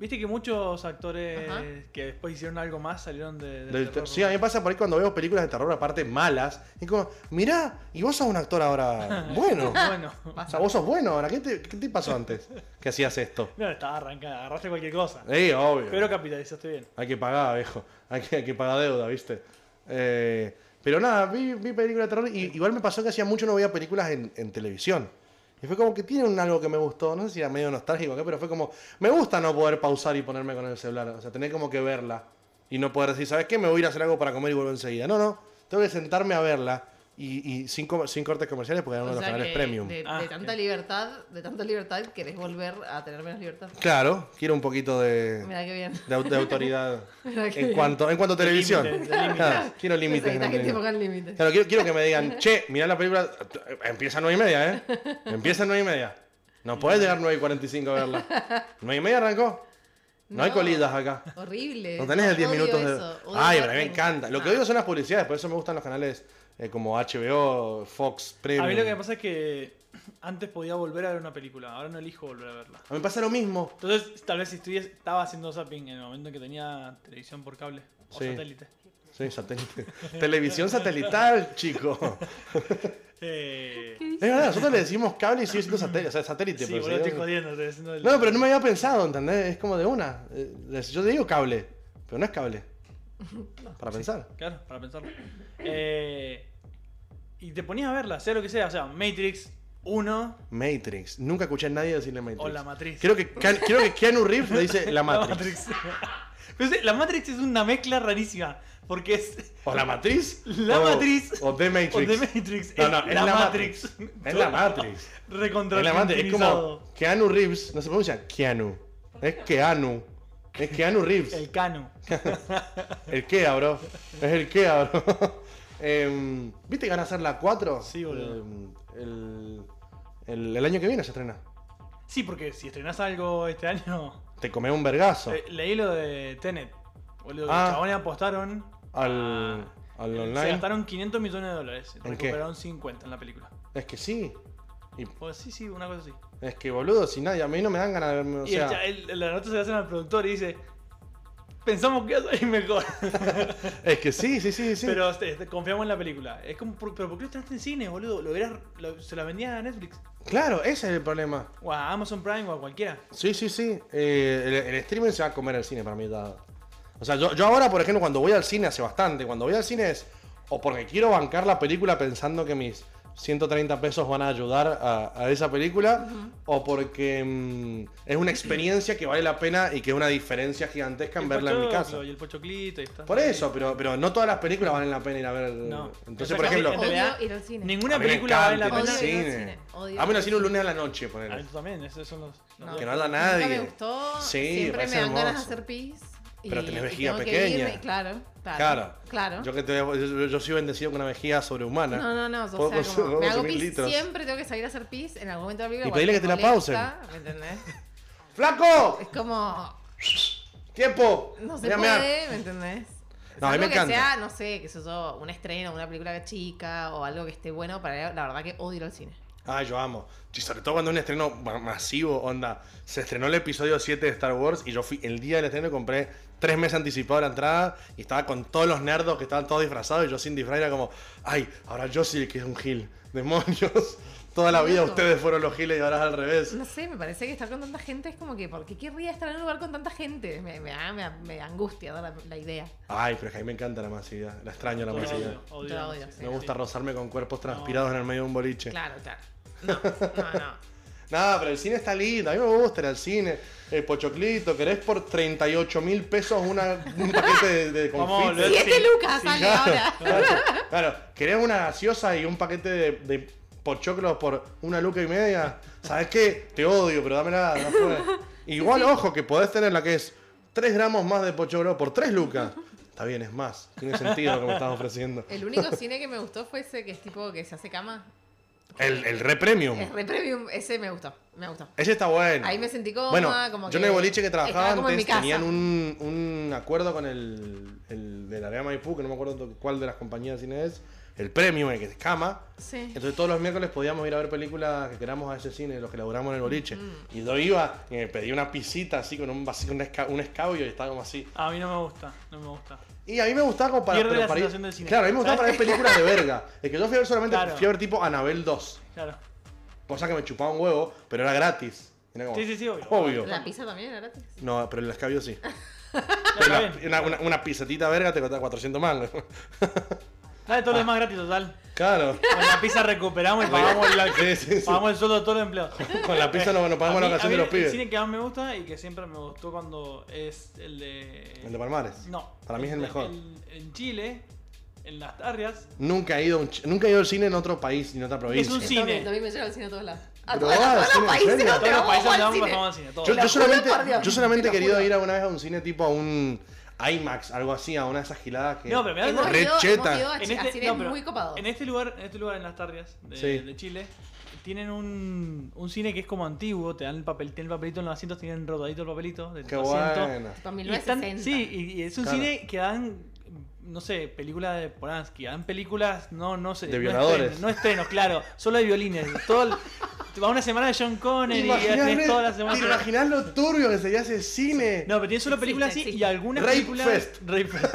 Speaker 2: Viste que muchos actores
Speaker 3: Ajá.
Speaker 2: que después hicieron algo más salieron de. del
Speaker 1: Del-
Speaker 2: terror.
Speaker 1: sí, a mí me pasa por ahí cuando veo películas de terror, aparte malas, y como, mirá, y vos sos un actor ahora bueno.
Speaker 2: Bueno.
Speaker 1: o sea, vos sos bueno ahora. ¿Qué te, qué te pasó antes que hacías esto?
Speaker 2: No, estaba arrancada, agarraste cualquier cosa.
Speaker 1: Sí, obvio.
Speaker 2: Pero capitalizaste bien.
Speaker 1: Hay que pagar, viejo. Hay que, hay que pagar deuda, ¿viste? Eh, pero nada, vi, vi películas de terror y igual me pasó que hacía mucho no veía películas en, en televisión. Y fue como que tienen algo que me gustó, no sé si era medio nostálgico acá, pero fue como, me gusta no poder pausar y ponerme con el celular, o sea, tener como que verla y no poder decir, ¿sabes qué? Me voy a ir a hacer algo para comer y vuelvo enseguida. No, no, tengo que sentarme a verla y, y sin, com- sin cortes comerciales porque era uno
Speaker 3: O
Speaker 1: de los
Speaker 3: sea,
Speaker 1: canales
Speaker 3: que
Speaker 1: premium.
Speaker 3: De, de
Speaker 2: Ah,
Speaker 3: tanta
Speaker 2: ok.
Speaker 3: libertad, de tanta libertad, querés volver a tener menos libertad.
Speaker 1: Claro, quiero un poquito de,
Speaker 3: Mira qué bien.
Speaker 1: de au- de autoridad
Speaker 3: Mira qué
Speaker 1: en
Speaker 3: bien.
Speaker 1: cuanto, en cuanto a
Speaker 2: De
Speaker 1: televisión.
Speaker 2: límites, de límites.
Speaker 1: Claro, quiero límites. en la
Speaker 3: Necesitas que te
Speaker 1: televisión.
Speaker 3: pongan límites.
Speaker 1: Claro, quiero, quiero que me digan, che, mirá la película, empieza a 9 y media, ¿eh? Empieza a 9 y media. No podés llegar 9 y 45 a verla. 9 y media arrancó. No, hay
Speaker 3: No.
Speaker 1: colidas acá.
Speaker 3: Horrible.
Speaker 1: No tenés el 10
Speaker 3: odio
Speaker 1: minutos de...
Speaker 3: eso, odio
Speaker 1: Ay,
Speaker 3: ver
Speaker 1: pero a mí me
Speaker 3: gente.
Speaker 1: encanta. Lo que
Speaker 3: Ah.
Speaker 1: odio son las publicidades, por eso me gustan los canales eh, como HBO, Fox, Premium.
Speaker 2: A mí lo que me pasa es que antes podía volver a ver una película, ahora no elijo volver a verla.
Speaker 1: A mí me pasa lo mismo.
Speaker 2: Entonces, tal vez si estuvies, estaba haciendo zapping en el momento en que tenía televisión por cable o
Speaker 1: Sí.
Speaker 2: satélite.
Speaker 1: Sí, satélite. Televisión satelital, chico.
Speaker 2: Eh,
Speaker 1: Es verdad, nosotros le decimos cable y sigue siendo satélite. O sea, satélite. pues,
Speaker 2: sí,
Speaker 1: pero
Speaker 2: boludo, estoy
Speaker 1: se-
Speaker 2: jodiendo. estoy haciendo el-
Speaker 1: No, pero no me había pensado, ¿entendés? Es como de una. Eh, les- Yo te digo cable, pero no es cable. Para pensar.
Speaker 2: Claro, para pensarlo. Eh, y te ponías a verla, sea lo que sea. O sea, Matrix 1
Speaker 1: Matrix. Nunca escuché a nadie decirle Matrix.
Speaker 2: o La Matrix.
Speaker 1: Creo que, Kean- creo que Keanu Reeves le dice la
Speaker 2: La
Speaker 1: Matrix.
Speaker 2: Matrix. Pero sí, la Matrix es una mezcla rarísima. Porque es
Speaker 1: ¿O la Matriz?
Speaker 2: La
Speaker 1: o,
Speaker 2: Matriz.
Speaker 1: O The Matrix.
Speaker 2: o The Matrix.
Speaker 1: No, no, es la, Matrix.
Speaker 2: Matrix.
Speaker 1: Es la Matrix.
Speaker 2: Recontra
Speaker 1: es la Matrix. Es como
Speaker 2: argentinizado.
Speaker 1: Keanu Reeves. No se pronuncia Keanu. Es Keanu. Es Keanu Reeves.
Speaker 2: El cano.
Speaker 1: El Kea, bro. Es el Kea, bro. Em, ¿Viste que van a hacer la 4?
Speaker 2: Sí, boludo.
Speaker 1: Em, el, el, el año que viene se estrena.
Speaker 2: Sí, porque si estrenás algo este año.
Speaker 1: Te comé un vergazo.
Speaker 2: eh, leí lo de Tenet. Boludo, que
Speaker 1: Ah.
Speaker 2: los chabones apostaron.
Speaker 1: al,
Speaker 2: a-
Speaker 1: al
Speaker 2: eh, Se
Speaker 1: online.
Speaker 2: gastaron 500 millones de dólares.
Speaker 1: qué?
Speaker 2: recuperaron 50 en la película.
Speaker 1: Es que sí. Y,
Speaker 2: Pues sí, sí, una cosa así.
Speaker 1: es que boludo, si nadie. A mí no me dan ganas de verme. O
Speaker 2: y el
Speaker 1: sea,
Speaker 2: cha- el- la nota se la hacen al productor y dice. Pensamos que iba a salir mejor.
Speaker 1: es que sí, sí, sí, sí.
Speaker 2: Pero este, confiamos en la película. Es como, por- pero ¿por qué lo estrenaste en cine, boludo? Lo hubieras- lo- se la vendía a Netflix.
Speaker 1: Claro, ese es el problema.
Speaker 2: O a Amazon Prime o a cualquiera.
Speaker 1: Sí, sí, sí. Eh, el, el streaming se va a comer el cine para mí. da- O sea, yo, yo ahora, por ejemplo, cuando voy al cine hace bastante, cuando voy al cine es o porque quiero bancar la película pensando que mis 130 pesos van a ayudar a, a esa película, o porque mm, es una experiencia que vale la pena y que es una diferencia gigantesca
Speaker 2: Y
Speaker 1: en
Speaker 2: el
Speaker 1: verla en mi
Speaker 2: pochoclo,
Speaker 1: casa.
Speaker 2: Y el pochoclito y está.
Speaker 1: Por eso, pero, pero no todas las películas valen la pena ir a ver.
Speaker 2: No.
Speaker 1: Entonces,
Speaker 2: O sea,
Speaker 1: por
Speaker 2: que
Speaker 1: ejemplo, a
Speaker 2: en
Speaker 1: mí
Speaker 2: realidad,
Speaker 3: Odio ir al cine.
Speaker 2: Ninguna
Speaker 1: me
Speaker 2: película vale la
Speaker 1: encanta
Speaker 2: pena.
Speaker 1: ir al
Speaker 3: Odio ir al
Speaker 1: cine.
Speaker 3: cine, odio ir
Speaker 1: Vamos
Speaker 3: al
Speaker 1: al cine un
Speaker 3: cine.
Speaker 1: lunes a la noche, ponele.
Speaker 2: A mí también, esos son los. los-
Speaker 1: Que no haya
Speaker 3: nunca
Speaker 1: nadie.
Speaker 3: me gustó.
Speaker 1: Sí,
Speaker 3: Siempre
Speaker 1: parece
Speaker 3: me dan ganas de
Speaker 1: hermoso.
Speaker 3: hacer pis. y-
Speaker 1: Pero tenés
Speaker 3: y
Speaker 1: vejiga
Speaker 3: tengo que
Speaker 1: pequeña.
Speaker 3: irme, Claro, claro.
Speaker 1: Claro.
Speaker 3: Claro.
Speaker 1: Yo, que te- yo, yo soy bendecido con una vejía sobrehumana.
Speaker 3: No, no, no. O sea,
Speaker 1: Puedo
Speaker 3: como
Speaker 1: consumir-
Speaker 3: me hago
Speaker 1: consumir
Speaker 3: pis.
Speaker 1: litros.
Speaker 3: Siempre tengo que salir a hacer pis en algún momento de la película.
Speaker 1: Y pedile que
Speaker 3: cuando
Speaker 1: te
Speaker 3: me
Speaker 1: la
Speaker 3: molesta, ¿Me entendés?
Speaker 1: ¡Flaco!
Speaker 3: Es como.
Speaker 1: ¡Tiempo!
Speaker 3: No se
Speaker 1: Voy a mear.
Speaker 3: puede, ¿me entendés?
Speaker 1: No, a mí me
Speaker 3: Salvo que
Speaker 1: encanta.
Speaker 3: sea, no sé, que sé yo, un estreno, una película chica o algo que esté bueno para la verdad que odio ir al cine.
Speaker 1: Ah, yo amo. Y sobre todo cuando es un estreno ma- masivo, onda. Se estrenó el episodio 7 de Star Wars y yo fui el día del estreno y compré tres meses anticipado la entrada y estaba con todos los nerdos que estaban todos disfrazados y yo sin disfraz era como, ay, ahora yo sí que es un gil. Demonios. Toda la vida
Speaker 3: Loco.
Speaker 1: ustedes fueron los giles y ahora es al revés.
Speaker 3: No sé, me parece que estar con tanta gente es como que, ¿por qué querría estar en un lugar con tanta gente? Me, me, da- me, me angustia ¿no? la, la idea.
Speaker 1: Ay, pero es que a mí me encanta la masividad. La extraño la
Speaker 2: Yo la
Speaker 1: masividad.
Speaker 2: odio, odio
Speaker 3: Yo la
Speaker 2: la
Speaker 3: odio,
Speaker 2: masividad.
Speaker 1: Me gusta rozarme con cuerpos transpirados en el medio de un boliche.
Speaker 3: Claro, claro. No, no, no.
Speaker 1: Nada, pero el cine está lindo. A mí me gusta ir al cine. El pochoclito, querés por 38 mil pesos una, un paquete de, de
Speaker 2: Vamos a
Speaker 1: confites?
Speaker 2: volver. Sí,
Speaker 3: Siete
Speaker 2: este
Speaker 3: lucas
Speaker 2: sí,
Speaker 3: sale
Speaker 1: Claro,
Speaker 3: ahora.
Speaker 1: claro, claro. ¿Querés una gaseosa y un paquete de, de pochoclos por una luca y media? ¿Sabes qué? Te odio, pero dame nada. no jodas. Igual, ojo, que podés tener la que es 3 gramos más de pochoclo por 3 lucas. Está bien, es más. Tiene sentido lo que me estás ofreciendo.
Speaker 3: El único cine que me gustó fue ese que es tipo que se hace cama.
Speaker 1: El, el re premium.
Speaker 3: Es re premium. Ese me gustó, me gustó.
Speaker 1: Ese está bueno.
Speaker 3: Ahí me sentí cómoda,
Speaker 1: Bueno,
Speaker 3: como
Speaker 1: yo
Speaker 3: que
Speaker 1: en el boliche que trabajaba
Speaker 3: estaba como en
Speaker 1: antes
Speaker 3: mi casa.
Speaker 1: tenían un, un acuerdo con el, el del área Maipú, que no me acuerdo cuál de las compañías de cine es, el premium, el que es cama.
Speaker 3: Sí.
Speaker 1: Entonces todos los miércoles podíamos ir a ver películas que queramos a ese cine, los que laburamos en el boliche.
Speaker 3: Mm.
Speaker 1: Y yo iba y me pedí una pisita así con un, vacío, un, esca- un escabio y estaba como así.
Speaker 2: A mí no me gusta, no me gusta.
Speaker 1: Y a mí me gustaba como para,
Speaker 2: Pierde
Speaker 1: pero
Speaker 2: la
Speaker 1: para ir-
Speaker 2: sensación del cine.
Speaker 1: Claro, a mí me gustaba para
Speaker 2: ¿Sabes?
Speaker 1: ver películas de verga. Es que yo fui a ver solamente,
Speaker 2: Claro.
Speaker 1: fui a ver tipo Anabel 2,
Speaker 2: Claro.
Speaker 1: cosa que me chupaba un huevo, pero era gratis. Era como,
Speaker 2: Sí, sí, sí, obvio.
Speaker 1: Obvio.
Speaker 3: La pizza también era gratis.
Speaker 1: No, pero el escabio sí. Pero
Speaker 2: Está
Speaker 1: la-
Speaker 2: bien.
Speaker 1: una, una, una pizzatita verga te costaba 400 mangos.
Speaker 2: Dale
Speaker 1: Ah.
Speaker 2: todo lo demás gratis, total.
Speaker 1: Claro.
Speaker 2: Con la pizza recuperamos y pagamos, la-
Speaker 1: Sí, sí, sí.
Speaker 2: pagamos el sueldo de todos los empleados.
Speaker 1: Con la pizza nos, nos pagamos
Speaker 2: A
Speaker 1: la
Speaker 2: mí-
Speaker 1: ocasión de
Speaker 2: a mí
Speaker 1: los pibes.
Speaker 2: El cine que más me gusta y que siempre me gustó cuando es el de.
Speaker 1: El de Palmares.
Speaker 2: No.
Speaker 1: Para mí es el mejor.
Speaker 2: en Chile, en las tarrias.
Speaker 1: Nunca he ido a un ch- nunca he ido al cine en otro país ni en otra provincia.
Speaker 2: un cine.
Speaker 3: También, también me lleva al cine a todos lados. A
Speaker 1: Pero
Speaker 3: todos,
Speaker 1: vas
Speaker 3: a
Speaker 1: al
Speaker 3: todos
Speaker 1: cine, ¿en
Speaker 3: los países
Speaker 1: serio?
Speaker 3: donde
Speaker 2: Todos los
Speaker 3: vamos,
Speaker 2: países donde
Speaker 3: al
Speaker 2: vamos,
Speaker 3: cine.
Speaker 2: vamos al cine. todos.
Speaker 1: Yo,
Speaker 3: Te
Speaker 1: yo
Speaker 3: lo juro
Speaker 1: solamente,
Speaker 3: por Dios,
Speaker 1: yo
Speaker 3: te
Speaker 1: solamente he
Speaker 3: lo
Speaker 1: querido
Speaker 3: juro.
Speaker 1: ir a una vez a un cine tipo a un IMAX, algo así, a una de esas giladas que.
Speaker 2: No, pero me da
Speaker 3: Hemos
Speaker 1: Re
Speaker 3: ido-
Speaker 1: cheta.
Speaker 3: hemos ido a chi- a cine
Speaker 2: este- no, pero
Speaker 3: muy copado.
Speaker 2: En este lugar, en este lugar en las tarrias de,
Speaker 1: Sí.
Speaker 2: de Chile, tienen un, un cine que es como antiguo, te dan el papel, tienen el papelito en los asientos, tienen rodadito el papelito del
Speaker 1: Qué
Speaker 2: asiento.
Speaker 1: bueno.
Speaker 3: Tipo
Speaker 2: Y están-
Speaker 3: 1960.
Speaker 2: sí, y, y es un
Speaker 1: Claro.
Speaker 2: cine que dan, no sé, películas de Polanski, dan películas, no, no sé.
Speaker 1: De
Speaker 2: no
Speaker 1: violadores.
Speaker 2: estrenos, No estrenos, claro, solo de violines. Todo el- te va una semana de John Connery y tenés toda la
Speaker 1: ¿Te
Speaker 2: semana.
Speaker 1: imaginás lo turbio que sería ese cine?
Speaker 2: No, pero tiene solo
Speaker 3: Existe,
Speaker 2: películas así
Speaker 3: existe.
Speaker 2: y algunas
Speaker 1: Rape
Speaker 2: películas.
Speaker 1: Fest.
Speaker 2: Rape Fest.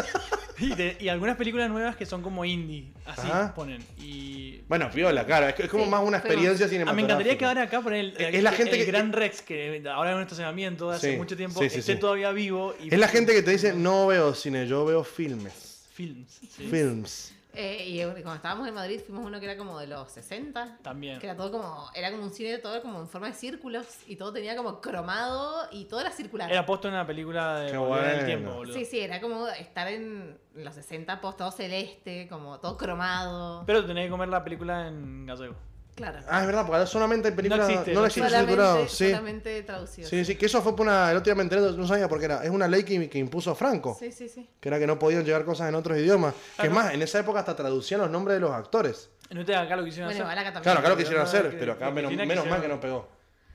Speaker 2: Y, de- y algunas películas nuevas que son como indie. Así
Speaker 1: Ajá.
Speaker 2: ponen. Y.
Speaker 1: Bueno, piola, claro. Es, que- es como
Speaker 3: Sí,
Speaker 1: más una
Speaker 3: pero-
Speaker 1: experiencia
Speaker 2: Ah,
Speaker 1: cinematográfica.
Speaker 2: me encantaría que ahora acá por el,
Speaker 1: Es la
Speaker 2: el-
Speaker 1: gente
Speaker 2: el
Speaker 1: que-
Speaker 2: Gran Rex, que ahora en un estacionamiento de hace
Speaker 1: Sí,
Speaker 2: mucho tiempo,
Speaker 1: sí, sí,
Speaker 2: esté
Speaker 1: sí.
Speaker 2: todavía vivo. Y
Speaker 1: Es la gente que te dice, "Mm, no veo cine, yo veo filmes.
Speaker 2: Films. sí.
Speaker 1: Films.
Speaker 3: Eh, y cuando estábamos en Madrid fuimos a uno que era como de los 60.
Speaker 2: También.
Speaker 3: Que era todo como, era como un cine todo como en forma de círculos y todo tenía como cromado y todo era circular.
Speaker 2: Era puesto en una película de
Speaker 1: Qué
Speaker 2: Volver al
Speaker 1: bueno.
Speaker 2: tiempo, boludo.
Speaker 3: sí, sí, era como estar en los 60 post todo celeste, como todo cromado.
Speaker 2: Pero tenés que comer la película en gallego.
Speaker 3: claro. Ah,
Speaker 1: Ah, es verdad, porque ahora solamente hay películas.
Speaker 2: existe,
Speaker 1: no
Speaker 2: no
Speaker 1: existe
Speaker 3: solamente,
Speaker 1: circulado, sí.
Speaker 3: solamente traducido.
Speaker 1: Sí, sí, que eso fue por una. El otro día me enteré, no sabía por qué era. Es una ley que, que impuso Franco.
Speaker 3: sí, sí, sí.
Speaker 1: Que era que no podían llegar cosas en otros idiomas. que
Speaker 2: Ah,
Speaker 1: es
Speaker 2: no.
Speaker 1: más, en esa época hasta traducían los nombres de los actores.
Speaker 2: No te acá lo que hicieron
Speaker 3: Bueno, igual
Speaker 2: hacer.
Speaker 3: acá también.
Speaker 1: Claro, acá lo
Speaker 2: que
Speaker 1: quisieron
Speaker 2: no,
Speaker 1: hacer,
Speaker 2: que-
Speaker 1: pero acá
Speaker 2: que
Speaker 1: menos,
Speaker 2: quisieron
Speaker 1: menos
Speaker 2: que
Speaker 1: mal que
Speaker 2: hicieron.
Speaker 1: no pegó.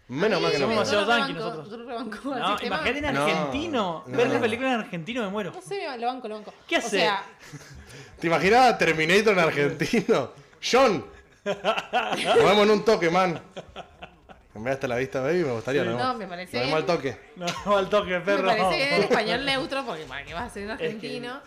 Speaker 1: Menos mal que no
Speaker 3: Sí,
Speaker 1: pegó.
Speaker 2: Somos
Speaker 3: yo lo
Speaker 2: demasiado yankee
Speaker 3: rebanco,
Speaker 2: nosotros.
Speaker 3: yo lo rebanco, el
Speaker 2: No,
Speaker 3: sistema-
Speaker 2: imagínate en
Speaker 1: No,
Speaker 2: argentino.
Speaker 1: no.
Speaker 2: Ver la película en argentino me muero.
Speaker 3: No sé, lo banco, lo banco.
Speaker 2: ¿Qué
Speaker 3: O
Speaker 2: hace?
Speaker 3: sea,
Speaker 1: ¿Te imaginabas Terminator en argentino? ¡John! Nos vemos en un toque, man. En vez de hasta la vista, baby, me gustaría.
Speaker 2: Sí.
Speaker 1: nos vemos.
Speaker 3: No, me parece
Speaker 1: Nos vemos al
Speaker 3: bien.
Speaker 1: toque.
Speaker 2: No, al toque,
Speaker 3: Me
Speaker 2: perro.
Speaker 3: parece bien el español neutro, porque para qué vas a hacer en
Speaker 2: que-
Speaker 3: argentino.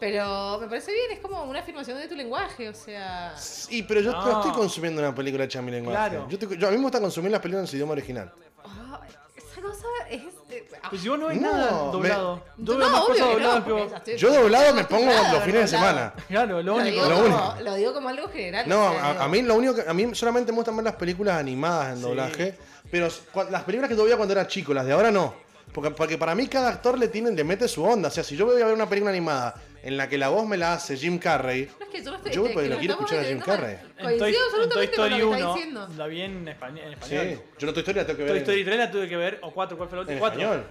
Speaker 3: Pero me parece bien, es como una afirmación de tu lenguaje, o sea.
Speaker 1: Sí, pero yo no
Speaker 2: No.
Speaker 1: estoy consumiendo una película hecha en mi lenguaje.
Speaker 2: Claro.
Speaker 1: Yo estoy- yo- a mí me gusta consumir las películas en su idioma original.
Speaker 3: ah, esa cosa es. eh, ah.
Speaker 2: Pues si vos no ves
Speaker 1: No,
Speaker 2: nada
Speaker 1: me-
Speaker 2: doblado. Yo
Speaker 3: No,
Speaker 2: veo más cosas
Speaker 3: obvio que
Speaker 2: dobladas
Speaker 3: no,
Speaker 2: que
Speaker 3: porque
Speaker 2: vos.
Speaker 3: ya estoy-
Speaker 1: Yo doblado me
Speaker 3: estoy
Speaker 1: pongo
Speaker 3: acostumbrada
Speaker 1: los
Speaker 3: a
Speaker 1: fines de
Speaker 3: doblado.
Speaker 1: semana.
Speaker 2: Claro, lo
Speaker 3: Lo
Speaker 2: único.
Speaker 3: digo,
Speaker 1: lo
Speaker 3: como,
Speaker 1: único.
Speaker 3: lo digo como algo general.
Speaker 1: No,
Speaker 3: o sea,
Speaker 1: a, a mí lo único que. A mí solamente me gustan más las películas animadas en doblaje. Pero s- cua- las películas que yo veía cuando era chico, las de ahora no. Porque, porque para mí cada actor le tienen, le mete su onda. O sea, si yo voy a ver una película animada en la que la voz me la hace Jim Carrey.
Speaker 3: No es que yo no estoy.
Speaker 1: Yo,
Speaker 3: es que
Speaker 1: pues,
Speaker 3: lo
Speaker 1: lo quiero
Speaker 3: estamos
Speaker 1: escuchar a Jim
Speaker 3: entendiendo
Speaker 1: Carrey.
Speaker 3: mal.
Speaker 2: En Toy-
Speaker 3: Coincido
Speaker 2: en Toy
Speaker 3: absolutamente con
Speaker 2: Story
Speaker 3: lo que está
Speaker 2: 1
Speaker 3: diciendo.
Speaker 2: la vi en español. En
Speaker 1: Sí.
Speaker 2: español.
Speaker 1: Yo no Toy Story la tengo que ver.
Speaker 2: Toy
Speaker 1: en-
Speaker 2: Story 3 la tuve que ver, o 4, ¿cuál fue la otra?
Speaker 1: En
Speaker 2: Cuatro.
Speaker 1: español.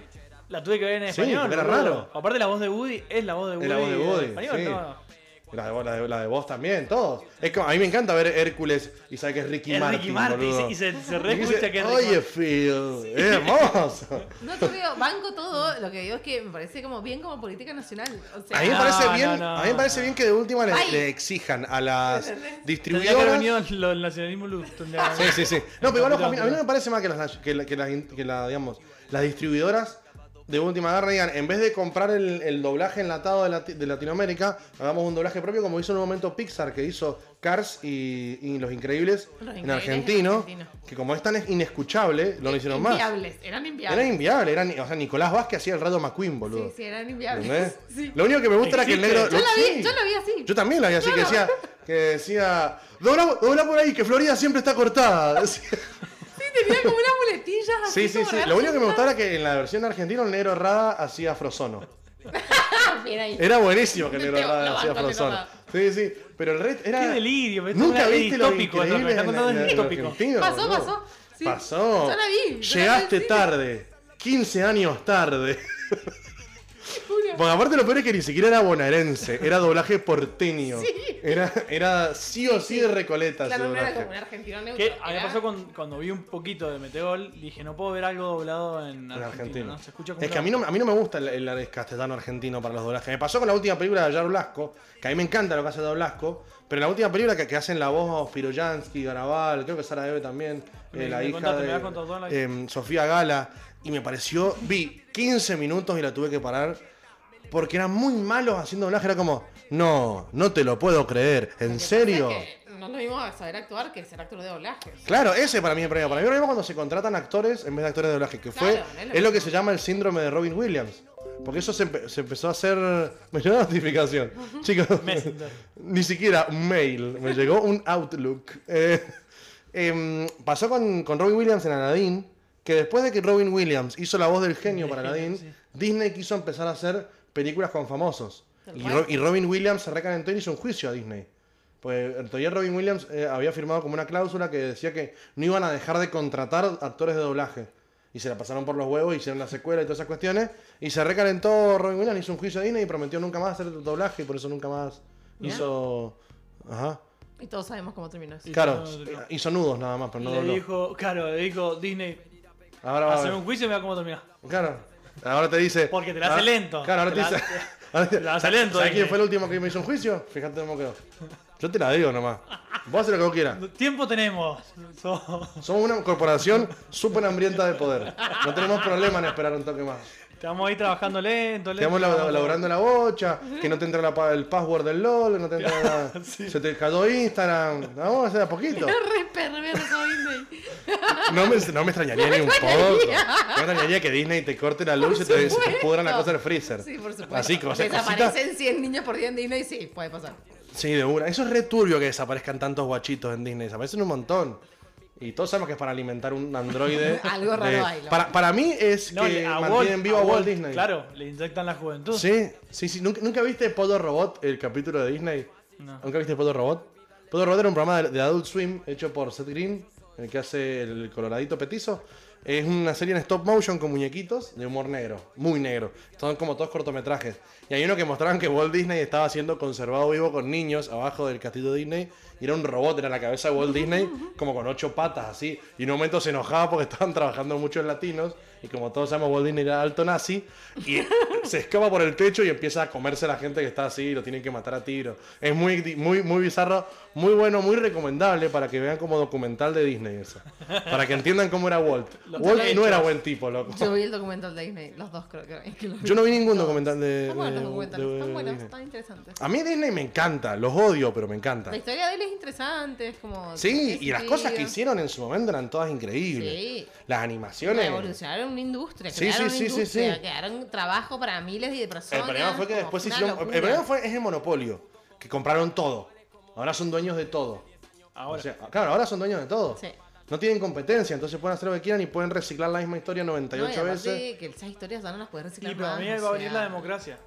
Speaker 2: La tuve que ver en
Speaker 1: Sí,
Speaker 2: español.
Speaker 1: porque era
Speaker 2: boludo.
Speaker 1: raro.
Speaker 2: Aparte, la voz de Woody es la voz de Woody.
Speaker 1: Es la voz de
Speaker 2: en
Speaker 1: Woody,
Speaker 2: español,
Speaker 1: sí.
Speaker 2: no.
Speaker 1: La de, vos- la, de, la de vos también, todos. Es como- a mí me encanta ver Hércules y sabe que es Ricky
Speaker 2: Es
Speaker 1: Martin.
Speaker 2: Ricky Martin. y
Speaker 1: boludo.
Speaker 2: se- Y se, se
Speaker 1: Y dice,
Speaker 2: reescucha que es Ricky
Speaker 1: Oye,
Speaker 2: Martin.
Speaker 1: Phil, es hermoso.
Speaker 3: No te digo, banco todo. Lo que digo es que me parece como bien como política nacional. O sea,
Speaker 1: A mí me
Speaker 2: No,
Speaker 1: parece
Speaker 2: no,
Speaker 1: bien,
Speaker 2: no.
Speaker 1: a mí me parece bien que de última le,
Speaker 3: Ay.
Speaker 1: le exijan a las
Speaker 2: Tendría que haber
Speaker 1: distribuidoras.
Speaker 2: venido lo- el nacionalismo luz. tendría que
Speaker 1: Sí,
Speaker 2: haber-
Speaker 1: sí, sí. No, pero igual ojo, a mí, a mí no me parece mal que las, que la- que las in- que la, digamos, las distribuidoras de última agarra y digan, en vez de comprar el, el doblaje enlatado de, Lati- de Latinoamérica, hagamos un doblaje propio como hizo en un momento Pixar, que hizo Cars y, y Los Increíbles
Speaker 3: Los Increíbles
Speaker 1: en argentino,
Speaker 3: en argentino.
Speaker 1: que como es tan inescuchable, no lo hicieron más.
Speaker 3: Inviables, eran inviables.
Speaker 1: Era inviable, era, ni- o sea, Nicolás Vázquez hacía el rato McQueen, boludo.
Speaker 3: Sí, sí, eran
Speaker 1: ¿Entendés?
Speaker 3: inviables. Sí.
Speaker 1: Lo único que me gusta era que el negro...
Speaker 2: Existe.
Speaker 3: Yo la vi,
Speaker 1: sí.
Speaker 3: yo la vi así.
Speaker 1: Yo también la vi así, que decía, que decía, dobla, dobla por ahí, que Florida siempre está cortada. Decía-
Speaker 3: Sí, tenía como unas muletillas así.
Speaker 1: Sí, sí,
Speaker 3: como
Speaker 1: sí.
Speaker 3: raras.
Speaker 1: Lo único que me gustaba era que en la versión argentina el negro Rada hacía Frozono.
Speaker 3: Ah, bien ahí.
Speaker 1: Era buenísimo que el negro
Speaker 3: Te- lo
Speaker 1: Rada hacía
Speaker 3: banco, el negro
Speaker 1: Frozono.
Speaker 3: Rada.
Speaker 1: Sí, sí. Pero el resto era.
Speaker 2: Qué delirio, pero esto
Speaker 1: Nunca
Speaker 2: era
Speaker 1: viste lo
Speaker 2: distópico,
Speaker 1: increíble.
Speaker 2: esto que está contando es distópico.
Speaker 3: Pasó, pasó. Sí.
Speaker 1: Pasó.
Speaker 3: Yo la vi, yo la vi
Speaker 1: Llegaste
Speaker 3: en cine.
Speaker 1: tarde. 15 años tarde.
Speaker 3: Juro.
Speaker 1: Porque aparte lo peor es que ni siquiera era bonaerense, era doblaje porteño.
Speaker 3: Sí.
Speaker 1: Era, era sí o sí de Recoleta. ese
Speaker 3: Claro, no era
Speaker 1: doblaje.
Speaker 3: como un argentino neutro.
Speaker 2: Que a mí me
Speaker 3: era-
Speaker 2: pasó con- cuando vi un poquito de Metegol, dije, no puedo ver algo doblado en
Speaker 1: En
Speaker 2: Argentina.
Speaker 1: argentino.
Speaker 2: ¿no? Se escucha como
Speaker 1: es que a mí, no, a mí no me gusta el, el- el castellano argentino para los doblajes. Me pasó con la última película de Yaro Blasco, que a mí me encanta lo que hace Yaro Blasco, pero la última película que, que hacen la voz Firoyansky, Garabal, creo que Sara Eve también,
Speaker 2: Me-
Speaker 1: eh, la
Speaker 2: me
Speaker 1: hija
Speaker 2: contaste, me
Speaker 1: de
Speaker 2: habías contado toda la-
Speaker 1: em, Sofía Gala, y me pareció, vi 15 minutos y la tuve que parar. Porque eran muy malos haciendo doblaje, era como, no, no te lo puedo creer,
Speaker 3: Lo que
Speaker 1: ¿en
Speaker 3: pasa
Speaker 1: serio?
Speaker 3: es que No es lo mismo saber actuar que ser actor de doblaje.
Speaker 1: Claro, ese para mí es el problema. Para mí el problema es cuando se contratan actores en vez de actores de doblaje, que fue,
Speaker 3: Claro, es lo
Speaker 1: es lo que
Speaker 3: mismo.
Speaker 1: se llama el síndrome de Robin Williams. Porque eso se, empe- se empezó a hacer... Me llegó una notificación. Chicos,
Speaker 2: Messenger.
Speaker 1: ni siquiera un mail. Me llegó un Outlook. Eh, em, pasó con, con Robin Williams en Aladdin, que después de que Robin Williams hizo la voz del genio para
Speaker 2: genio,
Speaker 1: Aladdin,
Speaker 2: sí.
Speaker 1: Disney quiso empezar a hacer películas con famosos.
Speaker 3: Tal
Speaker 1: Y,
Speaker 3: cual.
Speaker 1: Ro- y Robin Williams se recalentó y le hizo un juicio a Disney. Pues todavía Robin Williams eh, había firmado como una cláusula que decía que no iban a dejar de contratar actores de doblaje. Y se la pasaron por los huevos, hicieron la secuela y todas esas cuestiones. Y se recalentó Robin Williams, hizo un juicio a Disney y prometió nunca más hacer doblaje y por eso nunca más
Speaker 2: Mirá.
Speaker 1: hizo... Ajá.
Speaker 3: Y todos sabemos cómo terminó eso.
Speaker 2: Y
Speaker 1: Claro,
Speaker 2: no, no.
Speaker 1: hizo nudos nada más, pero no
Speaker 2: le
Speaker 1: dobló. Ah,
Speaker 2: dijo, claro, le dijo Disney,
Speaker 1: Ahora va a
Speaker 2: hacer
Speaker 1: ver.
Speaker 2: un juicio y mira cómo termina.
Speaker 1: Claro. Ahora te dice.
Speaker 2: Porque te la hace
Speaker 1: ahora-
Speaker 2: lento.
Speaker 1: Claro, ahora
Speaker 2: Te
Speaker 1: te,
Speaker 2: la-
Speaker 1: dice. ahora
Speaker 2: te la hace lento,
Speaker 1: ¿Sabes
Speaker 2: eh.
Speaker 1: quién fue el último que me hizo un juicio? Fíjate cómo quedó. Yo te la digo nomás. Vos haces lo que vos quieras.
Speaker 2: Tiempo tenemos. So-
Speaker 1: Somos una corporación súper hambrienta de poder. No tenemos problema en esperar un toque más.
Speaker 2: Estamos ahí trabajando lento, lento.
Speaker 1: Estamos lab- laburando la bocha, que no te entra la pa- el password del LOL, que no te entra la- Se te cayó Instagram. Vamos a hacer a poquito.
Speaker 3: Era re perverso Disney.
Speaker 1: No me, no me extrañaría ni un poco. No me extrañaría que Disney te corte la luz y te, se te
Speaker 3: supuesto.
Speaker 1: pudran la cosa del freezer.
Speaker 3: Sí, por supuesto.
Speaker 1: Así que o sea, cositas-
Speaker 3: Desaparecen 100 niños por día en Disney, sí, puede pasar.
Speaker 1: Sí, de una. Eso es re turbio que desaparezcan tantos guachitos en Disney. Desaparecen un montón. Y todos sabemos que es para alimentar un androide.
Speaker 3: Algo raro hay, la
Speaker 1: Para, para mí es
Speaker 2: No,
Speaker 1: que
Speaker 2: le- a
Speaker 1: mantienen
Speaker 2: Walt-
Speaker 1: vivo a Walt, Disney.
Speaker 2: Claro, le inyectan la juventud.
Speaker 1: Sí, sí, sí. ¿Nunca, nunca viste Polo Robot, el capítulo de Disney?
Speaker 2: No.
Speaker 1: ¿Nunca viste Polo Robot? Polo Robot era un programa de, de Adult Swim hecho por Seth Green, en el que hace el coloradito petizo. Es una serie en stop motion con muñequitos de humor negro, muy negro. Son como todos cortometrajes. Y hay uno que mostraban que Walt Disney estaba siendo conservado vivo con niños abajo del castillo de Disney. Y era un robot, era la cabeza de Walt Disney, como con ocho patas así. Y en un momento se enojaba porque estaban trabajando muchos latinos. Y como todos sabemos, Walt Disney era alto nazi. Y se escapa por el techo y empieza a comerse a la gente que está así y lo tienen que matar a tiro. Es muy, di- muy, muy bizarro, muy bueno, muy recomendable para que vean como documental de Disney eso. Para que entiendan cómo era Walt.
Speaker 2: Los
Speaker 1: Walt no
Speaker 2: hechos.
Speaker 1: era buen tipo, loco.
Speaker 3: Yo vi el documental de Disney, los dos creo que, que los vi.
Speaker 1: Yo no vi ningún documental de,
Speaker 3: Están buenos
Speaker 1: de-
Speaker 3: los documentales,
Speaker 1: de-
Speaker 3: están
Speaker 1: de
Speaker 3: buenos,
Speaker 1: Disney.
Speaker 3: están interesantes.
Speaker 1: A mí Disney me encanta, los odio, pero me encanta.
Speaker 3: La historia de él es interesante, es como...
Speaker 1: Ah. Sí,
Speaker 3: tiene
Speaker 1: y las cosas que
Speaker 3: sentido.
Speaker 1: hicieron en su momento eran todas increíbles.
Speaker 3: Sí.
Speaker 1: Las
Speaker 3: Bueno,
Speaker 1: animaciones.
Speaker 3: Evolucionaron una industria,
Speaker 1: eh. Sí,
Speaker 3: crearon
Speaker 1: sí,
Speaker 3: una
Speaker 1: sí, sí,
Speaker 3: industria,
Speaker 1: sí.
Speaker 3: crearon trabajo para miles de personas.
Speaker 1: El problema fue que
Speaker 3: como
Speaker 1: después
Speaker 3: una
Speaker 1: hicieron.
Speaker 3: locura.
Speaker 1: El problema fue, es el monopolio, que compraron todo. Ahora son dueños de todo.
Speaker 2: Ahora.
Speaker 1: O sea, claro, ahora son dueños de todo.
Speaker 3: Sí.
Speaker 1: No tienen competencia, entonces pueden hacer lo que quieran y pueden reciclar la misma historia
Speaker 3: No, y
Speaker 1: 98
Speaker 3: aparte
Speaker 1: veces.
Speaker 3: que esas historias ya no las puedes reciclar
Speaker 2: y para
Speaker 3: más,
Speaker 2: mí
Speaker 3: o
Speaker 2: ahí va a venir
Speaker 3: sea,
Speaker 2: la democracia.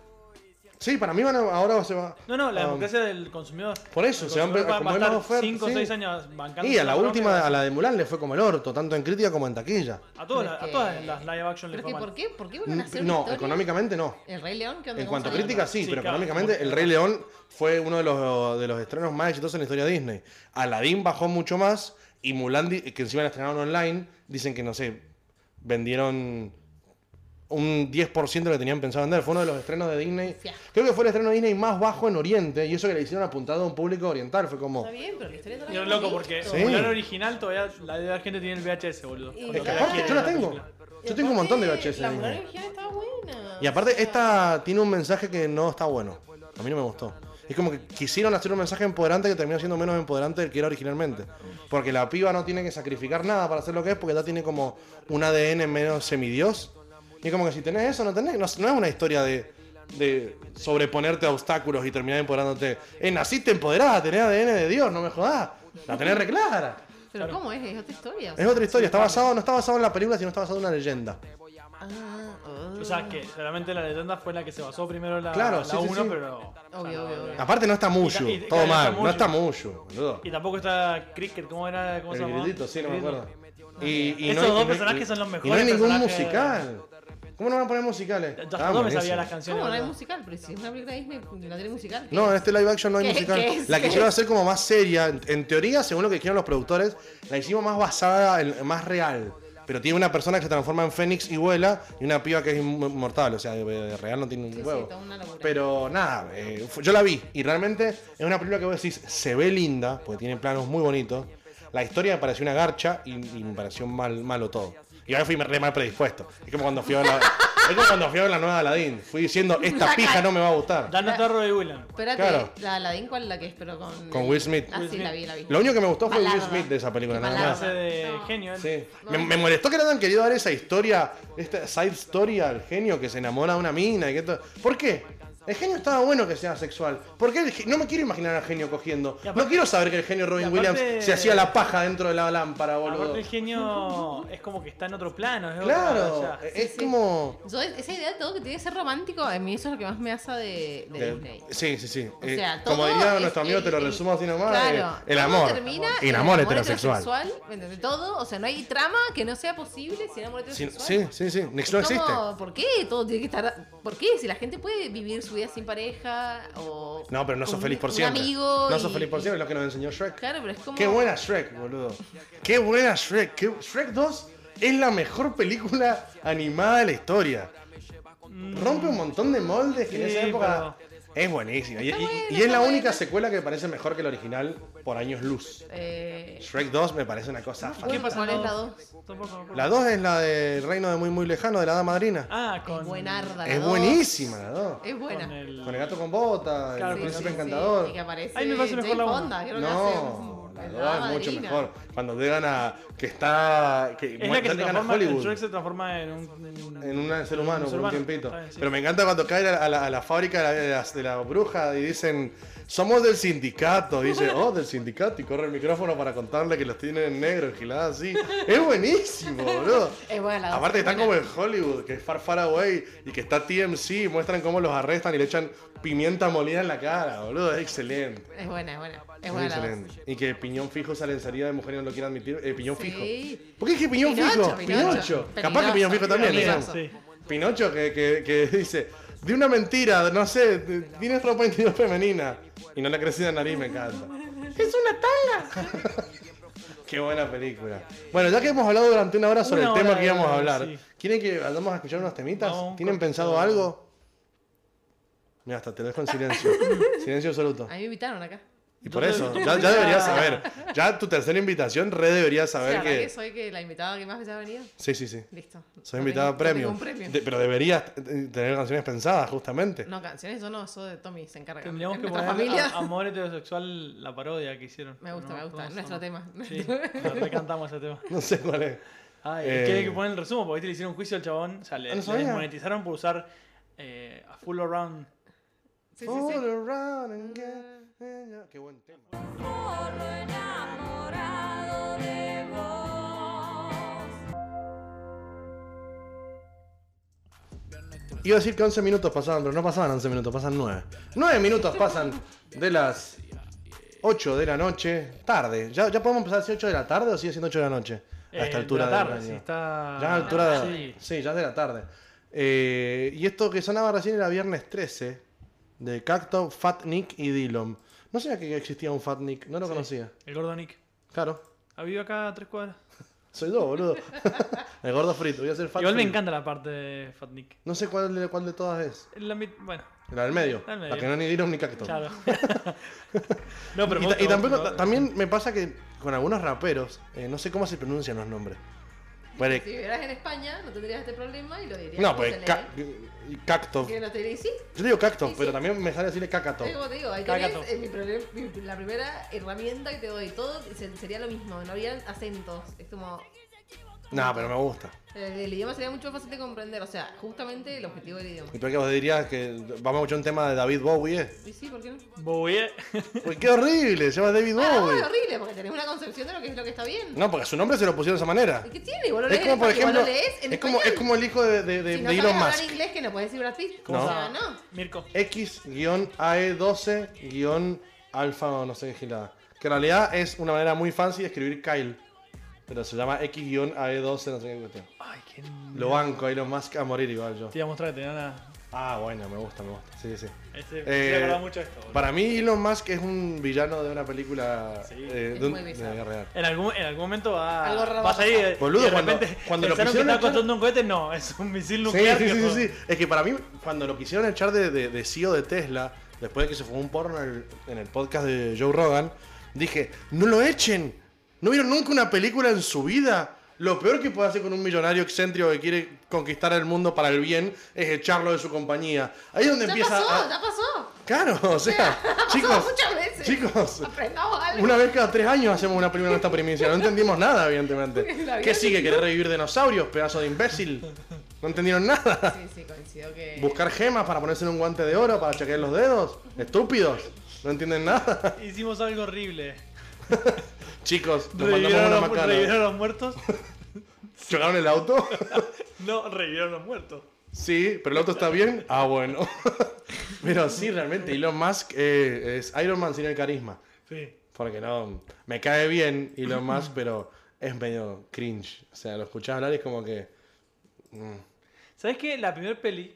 Speaker 1: Sí, para mí van a- ahora se va.
Speaker 2: No, no, la
Speaker 1: um,
Speaker 2: democracia del consumidor.
Speaker 1: por eso,
Speaker 2: El
Speaker 1: se van a-
Speaker 2: consumidor va,
Speaker 1: como
Speaker 2: va a
Speaker 1: hay
Speaker 2: estar
Speaker 1: más oferta,
Speaker 2: 5 o
Speaker 1: sí.
Speaker 2: 6 años bancando.
Speaker 1: Y a la
Speaker 2: bronca,
Speaker 1: última,
Speaker 2: va
Speaker 1: a la de Mulan le fue como el orto, tanto en crítica como en taquilla.
Speaker 2: A todas, las-
Speaker 3: Pero
Speaker 2: a
Speaker 3: es
Speaker 2: todas
Speaker 3: que-
Speaker 2: las live action le
Speaker 3: ¿Pero
Speaker 2: fue
Speaker 3: qué,
Speaker 2: mal.
Speaker 3: por qué? ¿Por qué van a hacer una
Speaker 1: Mm, No,
Speaker 3: historia?
Speaker 1: económicamente no.
Speaker 3: ¿El Rey León? ¿Qué onda?
Speaker 1: En
Speaker 3: ¿Cómo
Speaker 1: cuanto a
Speaker 3: salió?
Speaker 1: crítica, sí,
Speaker 2: Sí,
Speaker 1: pero
Speaker 2: claro.
Speaker 1: económicamente El Rey León fue uno de los, de los estrenos más exitosos en la historia de Disney. Aladdin bajó mucho más y Mulan, di- que encima la estrenaron online, dicen que, no sé, vendieron un 10% de lo que tenían pensado vender. Fue uno de los estrenos de Disney.
Speaker 3: Fiasco.
Speaker 1: Creo que fue el estreno de Disney más bajo en Oriente y eso que le hicieron apuntado a un público oriental. Fue como...
Speaker 3: Está bien, pero la historia
Speaker 2: Y es loco porque
Speaker 1: Sí.
Speaker 2: el Mulan original todavía la de la gente tiene el VHS, boludo.
Speaker 3: Y-
Speaker 2: Lo
Speaker 1: Es que
Speaker 2: la
Speaker 1: aparte,
Speaker 2: quiere
Speaker 1: yo la
Speaker 2: la
Speaker 1: tengo.
Speaker 2: película.
Speaker 1: Yo tengo un montón de
Speaker 3: baches
Speaker 1: VHS de
Speaker 3: La Mulan
Speaker 1: Disney.
Speaker 3: original estaba buena.
Speaker 1: Y aparte, esta tiene un mensaje que no está bueno. A mí no me gustó. Es como que quisieron hacer un mensaje empoderante que terminó siendo menos empoderante del que era originalmente. Porque la piba no tiene que sacrificar nada para hacer lo que es, porque ya tiene como un ADN menos semidios. Y es como que si tenés eso, no tenés. No, no es una historia de, de sobreponerte a obstáculos y terminar empoderándote. Eh, naciste empoderada, tenés ADN de Dios, no me jodás. La tenés reclara.
Speaker 3: Pero ¿cómo es? Es otra historia. o sea.
Speaker 1: Es otra historia, está basado, no está basado en la película, sino está basado en una leyenda.
Speaker 3: Ah, ah.
Speaker 2: O sea, que realmente la leyenda fue la que se basó primero la
Speaker 1: Claro,
Speaker 2: la
Speaker 1: sí, sí,
Speaker 2: 1,
Speaker 1: sí.
Speaker 2: pero.
Speaker 3: Obvio, obvio, obvio.
Speaker 1: Aparte no está Mushu,
Speaker 2: Y ta- y-
Speaker 1: todo
Speaker 2: claro, no
Speaker 1: mal, no está
Speaker 2: está
Speaker 1: Mushu, boludo.
Speaker 2: Y tampoco está Cricket, ¿cómo era? ¿Cómo se
Speaker 1: El
Speaker 2: llamaba?
Speaker 1: gritito, sí, no me
Speaker 2: Grillo.
Speaker 1: acuerdo. Y, y
Speaker 2: Esos
Speaker 1: hay-
Speaker 2: dos
Speaker 1: hay-
Speaker 2: personajes son los
Speaker 1: Y no hay
Speaker 2: mejores
Speaker 1: ningún
Speaker 2: personajes.
Speaker 1: musical. ¿Cómo no van a poner musicales?
Speaker 2: Yo
Speaker 1: Está
Speaker 2: hasta no
Speaker 1: Ah,
Speaker 2: me sabía
Speaker 1: buenísimo.
Speaker 2: las canciones.
Speaker 3: ¿Cómo no hay
Speaker 2: ¿verdad?
Speaker 3: musical? Pero si es una película Disney, pues, la tiene musical.
Speaker 1: No, en este live action no hay
Speaker 3: ¿Qué-
Speaker 1: musical.
Speaker 3: qué es?
Speaker 1: la quisieron hacer como más seria. En, en teoría, según lo que dijeron los productores, la hicimos más basada, en, más real. Pero tiene una persona que se transforma en Fénix y vuela y una piba que es inmo- inmortal. O sea, de, de real no tiene un
Speaker 3: Sí, sí,
Speaker 1: huevo.
Speaker 3: está una locura.
Speaker 1: Pero nada, eh, fu- yo la vi y realmente es una película que vos decís, se ve linda, porque tiene planos muy bonitos. La historia me pareció una garcha y, y me pareció mal, malo todo. Y ahora fui re mal predispuesto. Es como cuando fui a ver la, es como cuando fui a ver la nueva Aladdin. Fui diciendo, esta pija no me va a gustar.
Speaker 2: Danos a Robbie Williams.
Speaker 3: Espérate,
Speaker 1: Claro.
Speaker 3: la Aladdin, ¿cuál es la que es? Pero con.
Speaker 1: Con Will Smith.
Speaker 3: Ah,
Speaker 2: Will
Speaker 3: sí,
Speaker 2: Smith.
Speaker 3: la vi, la vi.
Speaker 1: Lo único que me gustó fue Will
Speaker 3: Balarda.
Speaker 1: Smith de esa película,
Speaker 3: Qué
Speaker 1: nada más.
Speaker 2: Hace de
Speaker 3: No.
Speaker 2: genio. él.
Speaker 1: Sí. Me, me molestó que le hayan querido dar esa historia, esta side story al genio que se enamora de una mina y que todo. ¿Por qué? El genio estaba bueno que sea sexual. ¿Por qué el ge- no me quiero imaginar al genio cogiendo?
Speaker 2: Y aparte-
Speaker 1: no quiero saber que el genio Robin
Speaker 2: y aparte-
Speaker 1: Williams se hacía la paja dentro de la lámpara, boludo.
Speaker 2: Aparte el genio es como que está en otro plano. es otra
Speaker 1: Claro, eh,
Speaker 2: batalla.
Speaker 1: es
Speaker 3: sí.
Speaker 1: como.
Speaker 3: Yo, esa idea de todo que tiene que ser romántico, a mí eso es lo que más me asa de, de Disney.
Speaker 1: Sí, sí, sí.
Speaker 3: O
Speaker 1: Eh,
Speaker 3: sea, todo
Speaker 1: como diría
Speaker 3: es-
Speaker 1: nuestro amigo,
Speaker 3: el-
Speaker 1: te lo
Speaker 3: el-
Speaker 1: resumo así nomás.
Speaker 3: Claro,
Speaker 1: eh, el
Speaker 3: todo
Speaker 1: amor.
Speaker 3: termina
Speaker 1: Y
Speaker 3: en
Speaker 1: el amor heterosexual.
Speaker 3: ¿me entendés? Todo, o sea, no hay trama que no sea posible sin amor
Speaker 1: Sí,
Speaker 3: heterosexual.
Speaker 1: sí, sí. sí. No
Speaker 3: Es
Speaker 1: existe.
Speaker 3: como, ¿Por qué todo tiene que estar.? ¿Por qué? Si la gente puede vivir su vida sin pareja o.
Speaker 1: No, pero no
Speaker 3: con
Speaker 1: sos feliz por
Speaker 3: un
Speaker 1: siempre.
Speaker 3: amigo
Speaker 1: no
Speaker 3: y-
Speaker 1: sos feliz por
Speaker 3: y-
Speaker 1: siempre, es lo que nos enseñó Shrek.
Speaker 3: Claro, pero es como.
Speaker 1: Qué buena Shrek, boludo. Qué buena Shrek. Qué- Shrek 2 es la mejor película animada de la historia. Rompe un montón de moldes que en
Speaker 2: Sí,
Speaker 1: esa época. Es buenísima. Y,
Speaker 3: Está
Speaker 1: y-
Speaker 3: buena,
Speaker 1: y es
Speaker 3: está
Speaker 1: la
Speaker 3: buena.
Speaker 1: única secuela que parece mejor que la original por años luz.
Speaker 3: Eh,
Speaker 1: Shrek 2 me parece una cosa
Speaker 2: ¿Qué
Speaker 1: fantástica.
Speaker 2: pasa?
Speaker 3: ¿Cuál es
Speaker 2: en
Speaker 3: la
Speaker 2: dos? Tampoco me acuerdo.
Speaker 1: ah, La 2 es la del reino de muy muy lejano de la hada madrina.
Speaker 2: Ah, con.
Speaker 3: es buenarda. la
Speaker 1: es
Speaker 3: dos.
Speaker 1: buenísima la 2.
Speaker 3: Es buena.
Speaker 2: Con el...
Speaker 1: Con el gato con bota,
Speaker 2: Claro,
Speaker 1: el
Speaker 2: con el
Speaker 1: príncipe
Speaker 2: gato con-
Speaker 1: encantador.
Speaker 3: Y que aparece.
Speaker 2: Ay, me parece mejor
Speaker 3: Jane
Speaker 2: la uno.
Speaker 3: Fonda, creo que
Speaker 1: No,
Speaker 3: hace,
Speaker 1: la
Speaker 3: mm,
Speaker 1: verdad es mucho
Speaker 3: madrina.
Speaker 1: mejor. Cuando llegan a. que está. que
Speaker 2: Es la que se
Speaker 1: llegan a
Speaker 2: transforma, el Shrek
Speaker 1: Hollywood. Eh,
Speaker 2: se transforma en un...
Speaker 1: En un ser humano
Speaker 2: Un
Speaker 1: por un
Speaker 2: ser humano.
Speaker 1: tiempito.
Speaker 2: Ah, sí.
Speaker 1: Pero me encanta cuando cae a la, a la fábrica de la, de las- de la bruja y dicen. Somos del sindicato, dice, oh, del sindicato, y corre el micrófono para contarle que los tienen en negro, en gilada así. Es buenísimo, boludo.
Speaker 3: Es buena la dos.
Speaker 1: Aparte que están
Speaker 3: es
Speaker 1: como en Hollywood, que es Far Far Away y que está TMC y muestran cómo los arrestan y le echan pimienta molida en la cara, boludo, es excelente.
Speaker 3: buena. Es buena, es buena. Es
Speaker 1: Muy
Speaker 3: buena la dos.
Speaker 1: excelente. Y que Piñón Fijo sale en salida de mujer y no lo quiere admitir. Eh, Piñón
Speaker 3: Sí.
Speaker 1: Fijo. ¿Por qué dije Piñón
Speaker 3: Pinocho,
Speaker 1: Fijo?
Speaker 3: Pinocho.
Speaker 1: Capaz que
Speaker 3: Peligroso,
Speaker 1: Piñón Fijo también.
Speaker 3: peligroso.
Speaker 1: digamos.
Speaker 2: Sí.
Speaker 1: Pinocho que, que, que dice, de una mentira, no sé, t- tienes ropa interior femenina. Y no le crece la nariz, me encanta. ¡Es una tanga! Qué buena película. Bueno, ya que hemos hablado durante una hora sobre
Speaker 2: Una
Speaker 1: el tema
Speaker 2: hora,
Speaker 1: que íbamos a
Speaker 2: eh,
Speaker 1: hablar,
Speaker 2: sí.
Speaker 1: ¿quieren que vayamos a escuchar unos temitas?
Speaker 2: Vamos,
Speaker 1: ¿Tienen
Speaker 2: cortito.
Speaker 1: pensado algo? Mira, hasta te lo dejo en silencio. silencio absoluto.
Speaker 3: A mí me invitaron acá.
Speaker 1: Y por
Speaker 2: Yo te-
Speaker 1: eso,
Speaker 2: yo
Speaker 1: ya,
Speaker 2: te
Speaker 1: ya
Speaker 2: invitaba-
Speaker 1: deberías saber. Ya tu tercera invitación, re deberías
Speaker 3: O sea,
Speaker 1: saber
Speaker 3: la verdad que
Speaker 1: que.
Speaker 3: soy que la invitada que más veces ha venido.
Speaker 1: Sí, sí, sí.
Speaker 3: Listo.
Speaker 1: Soy
Speaker 3: No
Speaker 1: invitada
Speaker 3: tengo-
Speaker 1: a
Speaker 3: no
Speaker 1: premio.
Speaker 3: tengo un premio.
Speaker 1: De- pero deberías eh, tener canciones pensadas, justamente.
Speaker 3: No, canciones yo no, eso de Tommy se encarga.
Speaker 2: Tendríamos
Speaker 3: En
Speaker 2: que poner
Speaker 3: nuestra familia.
Speaker 2: a- Amor Heterosexual, la parodia que hicieron.
Speaker 3: Me gusta,
Speaker 2: No,
Speaker 3: me gusta.
Speaker 2: todos
Speaker 3: Nuestro
Speaker 2: son-
Speaker 3: tema.
Speaker 2: Sí, ah, recantamos ese tema.
Speaker 1: No sé cuál es.
Speaker 2: Ay,
Speaker 1: Eh.
Speaker 2: ¿Quiere que ponen el resumen? Porque viste, le hicieron un juicio al chabón. O sea,
Speaker 1: Ah,
Speaker 2: le,
Speaker 1: no
Speaker 2: le
Speaker 1: sabía.
Speaker 2: desmonetizaron por usar eh, a full around.
Speaker 3: Sí, sí,
Speaker 1: All
Speaker 3: sí. Mm.
Speaker 1: around and get- Qué buen tema.
Speaker 4: Corro enamorado de vos.
Speaker 1: Iba a decir que 11 minutos pasaban, pero no pasaban 11 minutos, pasan 9. 9 minutos pasan de las 8 de la noche, tarde. ¿Ya, ya podemos empezar a decir 8 de la tarde o sigue siendo 8 de la noche? A
Speaker 2: Eh, de
Speaker 1: esta
Speaker 2: la
Speaker 1: altura del
Speaker 2: tarde,
Speaker 1: año.
Speaker 2: sí, está...
Speaker 1: Ya a la altura
Speaker 2: Ah, Sí.
Speaker 1: Sí, ya es de la tarde. Eh, y esto que sonaba recién era viernes 13 de Cacto, Fat Nick y Dillom. No sabía que existía un Fat Nick, no lo conocía.
Speaker 2: El gordo Nick.
Speaker 1: Claro,
Speaker 2: Ha vivido acá a tres cuadras.
Speaker 1: soy yo, boludo. El gordo frito, voy a hacer Fat
Speaker 2: Igual me
Speaker 1: Nick.
Speaker 2: encanta la parte de Fat Nick.
Speaker 1: No sé cuál de, cuál de todas es.
Speaker 2: La mit- Bueno,
Speaker 1: La del medio.
Speaker 2: La
Speaker 1: La,
Speaker 2: del medio.
Speaker 1: que no ni Dillom ni Cacto.
Speaker 2: claro. no,
Speaker 1: Y,
Speaker 2: pero me
Speaker 1: ta-
Speaker 2: gusta,
Speaker 1: y tampoco-
Speaker 2: me gusta.
Speaker 1: ta- también me pasa que con algunos raperos, eh, no sé cómo se pronuncian los nombres. Bueno,
Speaker 3: Si vivieras en España, no tendrías este problema y lo dirías.
Speaker 1: no,
Speaker 3: como
Speaker 1: pues
Speaker 3: se lee.
Speaker 1: ca- cactus.
Speaker 3: Que no te diría, sí.
Speaker 1: Yo digo cactus,
Speaker 3: Sí, sí.
Speaker 1: pero también me sale decirle cacato.
Speaker 3: Es como te digo, ahí
Speaker 2: Cacato.
Speaker 3: tenés, eh, mi primer- mi- la primera herramienta que te doy. Todo se- sería lo mismo, no habrían acentos. Es como.
Speaker 1: No, pero me gusta.
Speaker 3: El, el idioma sería mucho más fácil de comprender. O sea, justamente el objetivo del idioma.
Speaker 1: Y por qué vos dirías "Ah, que vamos a escuchar un tema de David Bowie, ¿eh?
Speaker 3: Y sí, ¿por qué no?
Speaker 2: Bowie.
Speaker 1: Pues qué horrible, se llama David
Speaker 3: Ah, no, es
Speaker 1: Bowie.
Speaker 3: horrible, porque tenés una concepción de lo que es lo que está bien.
Speaker 1: No, porque a su nombre se lo pusieron de esa manera.
Speaker 3: ¿Y qué tiene? Igual lo
Speaker 1: Es
Speaker 3: lees,
Speaker 1: como, por
Speaker 3: igual lo
Speaker 1: ejemplo,
Speaker 3: lees en
Speaker 1: es como, es
Speaker 3: español.
Speaker 1: como el hijo de, de, de-
Speaker 3: si no
Speaker 1: de
Speaker 3: sabes
Speaker 1: Elon
Speaker 3: hablar
Speaker 1: Musk.
Speaker 3: inglés, que no podés decir Brasil.
Speaker 1: No.
Speaker 3: O sea, no.
Speaker 2: Mirko.
Speaker 1: E X-AE12-alfa o no sé qué gilada. Que en realidad es una manera muy fancy de escribir Kyle. Pero se llama X-AE12, no sé qué cuestión.
Speaker 2: Ay, qué.
Speaker 1: Lo banco a Elon Musk a morir igual yo.
Speaker 2: Te iba a mostrar que tenía una.
Speaker 1: Ah, bueno, me gusta, me gusta. Sí, sí.
Speaker 2: Este,
Speaker 1: Eh,
Speaker 2: me acordaba mucho de esto. boludo.
Speaker 1: Para mí Elon Musk es un villano de una película
Speaker 2: Sí.
Speaker 1: eh,
Speaker 3: Es
Speaker 1: de, un-
Speaker 3: muy
Speaker 1: de
Speaker 3: bizarro.
Speaker 1: la vida real.
Speaker 2: En algún, en algún momento va,
Speaker 3: Algo raro
Speaker 2: vas
Speaker 3: va a
Speaker 2: ahí.
Speaker 3: pasar.
Speaker 2: eh,
Speaker 1: Boludo,
Speaker 2: y de
Speaker 1: cuando-
Speaker 2: repente
Speaker 1: cuando lo quisieron
Speaker 2: pensaron que estaba
Speaker 1: echar-
Speaker 2: construyendo un cohete, no, es un misil
Speaker 1: Sí,
Speaker 2: nuclear.
Speaker 1: sí,
Speaker 2: que
Speaker 1: sí,
Speaker 2: jode.
Speaker 1: sí, sí. Es que para mí, cuando lo quisieron echar de, de, de CEO de Tesla, después de que se fumó un porno en el, en el podcast de Joe Rogan, dije, no lo echen. No vieron nunca una película en su vida. Lo peor que puede hacer con un millonario excéntrico que quiere conquistar el mundo para el bien es echarlo de su compañía. Ahí es donde
Speaker 3: Ya
Speaker 1: empieza...
Speaker 3: pasó,
Speaker 1: a-
Speaker 3: ya pasó.
Speaker 1: Claro, o sea, chicos,
Speaker 3: Pasó muchas veces.
Speaker 1: chicos,
Speaker 3: Aprendamos algo.
Speaker 1: una vez cada tres años hacemos una película de esta primicia. No entendimos nada, evidentemente.
Speaker 3: La
Speaker 1: ¿Qué
Speaker 3: vida-
Speaker 1: sigue? ¿Querés revivir dinosaurios, pedazo de imbécil? No entendieron nada.
Speaker 3: Sí, sí, coincido que.
Speaker 1: Buscar gemas para ponerse en un guante de oro para chequear los dedos. Estúpidos. No entienden nada.
Speaker 2: Hicimos algo horrible.
Speaker 1: Chicos, nos mandamos una
Speaker 2: Revivieron a los, revivieron
Speaker 1: macana.
Speaker 2: a los muertos.
Speaker 1: ¿Chocaron el auto?
Speaker 2: No, revivieron a los muertos.
Speaker 1: Sí, pero el auto está bien. Ah, bueno. Pero sí, realmente, Elon Musk eh, es Iron Man sin el carisma.
Speaker 2: Sí.
Speaker 1: Porque no. Me cae bien Elon Musk, pero es medio cringe. O sea, lo escuchás hablar y es como que. mm,
Speaker 2: ¿Sabes qué? La primera peli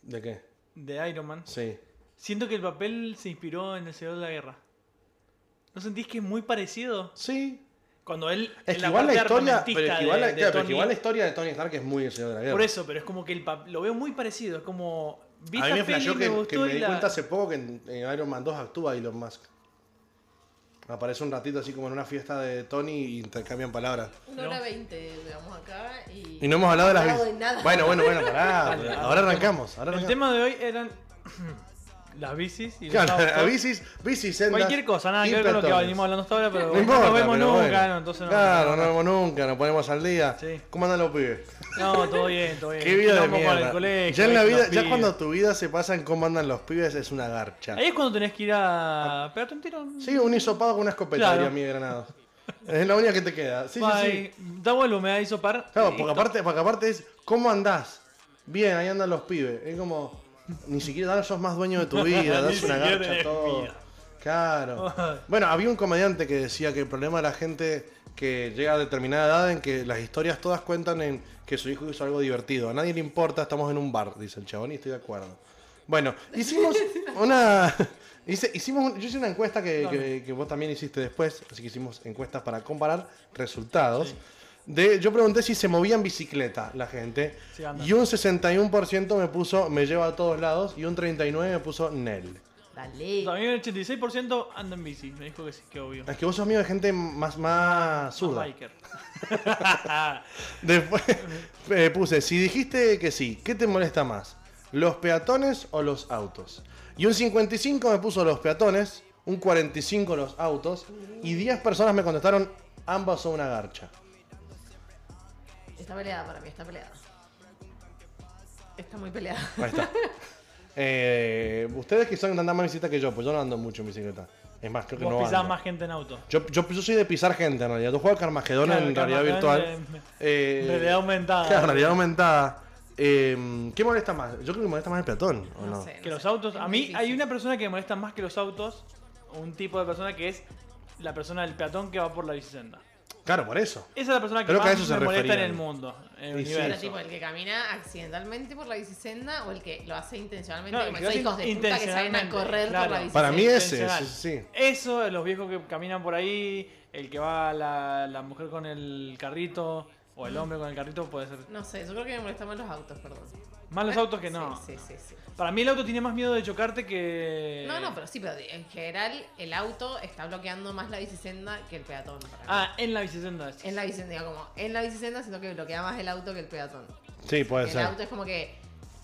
Speaker 1: ¿De qué?
Speaker 2: de Iron Man.
Speaker 1: Sí.
Speaker 2: Siento que el papel se inspiró en El Señor de la Guerra. ¿No sentís que es muy parecido?
Speaker 1: Sí.
Speaker 2: Cuando él.
Speaker 1: Es
Speaker 2: en
Speaker 1: que igual la
Speaker 2: parte
Speaker 1: historia. Pero
Speaker 2: armamentista
Speaker 1: es que igual,
Speaker 2: de-
Speaker 1: la, claro,
Speaker 2: de
Speaker 1: pero es que
Speaker 2: Tony-
Speaker 1: igual la historia de Tony Stark es muy el señor de la guerra.
Speaker 2: Por eso, pero es como que el pap- lo veo muy parecido. Es como. Vi
Speaker 1: a mí
Speaker 2: esta
Speaker 1: me
Speaker 2: peli,
Speaker 1: flashó que, que
Speaker 2: gustó
Speaker 1: me
Speaker 2: y
Speaker 1: di
Speaker 2: la-
Speaker 1: cuenta hace poco que en, en Iron Man 2 actúa Elon Musk. Aparece un ratito así como en una fiesta de Tony y intercambian palabras.
Speaker 3: Una hora veinte, digamos, acá. Y,
Speaker 1: Y no hemos hablado de las...
Speaker 3: No hablado
Speaker 1: vi-
Speaker 3: de nada.
Speaker 1: Bueno, bueno, bueno, pará.
Speaker 2: Vale,
Speaker 1: ahora arrancamos. Ahora
Speaker 2: El
Speaker 1: arrancamos.
Speaker 2: tema de hoy eran las bicis y los
Speaker 1: Claro,
Speaker 2: autos.
Speaker 1: a bicis, bicis, sendas,
Speaker 2: Cualquier cosa, nada que ver con lo que
Speaker 1: hipertones.
Speaker 2: venimos hablando hasta ahora, pero
Speaker 1: No
Speaker 2: no,
Speaker 1: importa,
Speaker 2: nos vemos
Speaker 1: pero
Speaker 2: nunca,
Speaker 1: bueno.
Speaker 2: no, entonces no.
Speaker 1: Claro, no nos vemos nunca, nos ponemos al día.
Speaker 2: Sí.
Speaker 1: ¿Cómo andan los pibes?
Speaker 2: No, todo bien, todo bien.
Speaker 1: Qué vida de
Speaker 2: Quilombo con el
Speaker 1: mierda.
Speaker 2: colegio,
Speaker 1: ya en la
Speaker 2: con los
Speaker 1: vida, ya
Speaker 2: pibes.
Speaker 1: cuando tu vida se pasa en cómo andan los pibes es una garcha.
Speaker 2: Ahí es cuando tenés que ir a pegarte un tiro.
Speaker 1: Ah. Sí, un hisopado con una escopeta, diría
Speaker 2: Claro.
Speaker 1: mi granado. Es la única que te queda. Sí, sí, sí.
Speaker 2: Bye. Da vuelvo, me da isopar.
Speaker 1: Claro, porque aparte, porque aparte es, ¿cómo andás? Bien, ahí andan los pibes. Es como, ni siquiera ahora sos más dueño de tu vida,
Speaker 2: Ni
Speaker 1: das una
Speaker 2: siquiera
Speaker 1: garcha a
Speaker 2: tenés
Speaker 1: todo.
Speaker 2: vida.
Speaker 1: Claro.
Speaker 2: Ay.
Speaker 1: Bueno, había un comediante que decía que el problema de la gente que llega a determinada edad en que las historias todas cuentan en que su hijo hizo algo divertido. A nadie le importa, estamos en un bar, dice el chabón, y estoy de acuerdo. Bueno, hicimos una. hice- hicimos un- yo hice una encuesta que, que- que vos también hiciste después, así que hicimos encuestas para comparar resultados. De, yo pregunté si se movía en bicicleta la gente.
Speaker 2: Sí, anda.
Speaker 1: y un 61% me puso me lleva a todos lados y un 39% me puso Nel.
Speaker 3: Dale.
Speaker 2: También el 86% anda en bici, me dijo que sí, que obvio.
Speaker 1: Es que vos sos amigo de gente más, más zurda.
Speaker 2: Biker.
Speaker 1: Después eh, puse, si dijiste que sí, ¿qué te molesta más? ¿Los peatones o los autos? Y un 55 me puso los peatones, un 45 los autos, y 10 personas me contestaron, ambas son una garcha.
Speaker 3: Está peleada para mí, está peleada. Está muy peleada.
Speaker 1: Ahí está. Eh, ustedes que son andan más en bicicleta que yo, pues yo no ando mucho en bicicleta. Es más, creo que
Speaker 2: Vos
Speaker 1: no
Speaker 2: pisás
Speaker 1: ando.
Speaker 2: más gente en auto.
Speaker 1: Yo, yo, yo soy de pisar gente en realidad. Yo juego al Carmageddon
Speaker 2: Claro,
Speaker 1: en
Speaker 2: el
Speaker 1: realidad
Speaker 2: Carmageddon
Speaker 1: virtual. Eh,
Speaker 2: Realidad aumentada.
Speaker 1: Claro, realidad aumentada. Eh, ¿Qué molesta más? Yo creo que molesta más el peatón, ¿o no?
Speaker 3: No sé.
Speaker 2: Que
Speaker 3: no
Speaker 2: los
Speaker 3: sé.
Speaker 2: autos.
Speaker 3: Es
Speaker 2: A
Speaker 3: muy
Speaker 2: mí hay
Speaker 3: difícil.
Speaker 2: una persona que me molesta más que los autos. Un tipo de persona que es la persona del peatón que va por la bicicenda.
Speaker 1: Claro, por eso.
Speaker 2: Esa es la persona que
Speaker 1: Creo que a
Speaker 2: más
Speaker 1: eso se
Speaker 2: me molesta en
Speaker 1: refería.
Speaker 2: el mundo. En el
Speaker 1: Y sí.
Speaker 3: Pero
Speaker 2: universo.
Speaker 3: tipo, el que camina accidentalmente por la bicisenda o el que lo hace intencionalmente,
Speaker 2: No, el
Speaker 3: como
Speaker 2: que lo
Speaker 3: esos
Speaker 2: hace
Speaker 3: hijos de puta que salen a
Speaker 2: intencionalmente,
Speaker 3: correr
Speaker 2: claro.
Speaker 3: por la bicisenda.
Speaker 1: Para mí ese,
Speaker 2: Intencional.
Speaker 1: sí, sí.
Speaker 2: Eso, los viejos que caminan por ahí, el que va la, la mujer con el carrito, O el hombre con el carrito puede ser.
Speaker 3: No sé, yo creo que me molestan más los autos, perdón.
Speaker 2: Más los autos que no.
Speaker 3: Eh, Sí, sí, sí. sí.
Speaker 2: Para mí el auto tiene más miedo de chocarte que.
Speaker 3: No, no, pero sí, pero en general el auto está bloqueando más la bicisenda que el peatón. para mí.
Speaker 2: Ah, en la bicicleta.
Speaker 3: En la bicisenda, como en la bicisenda, sino que bloquea más el auto que el peatón.
Speaker 1: Sí, puede
Speaker 3: el
Speaker 1: ser.
Speaker 3: auto es como que.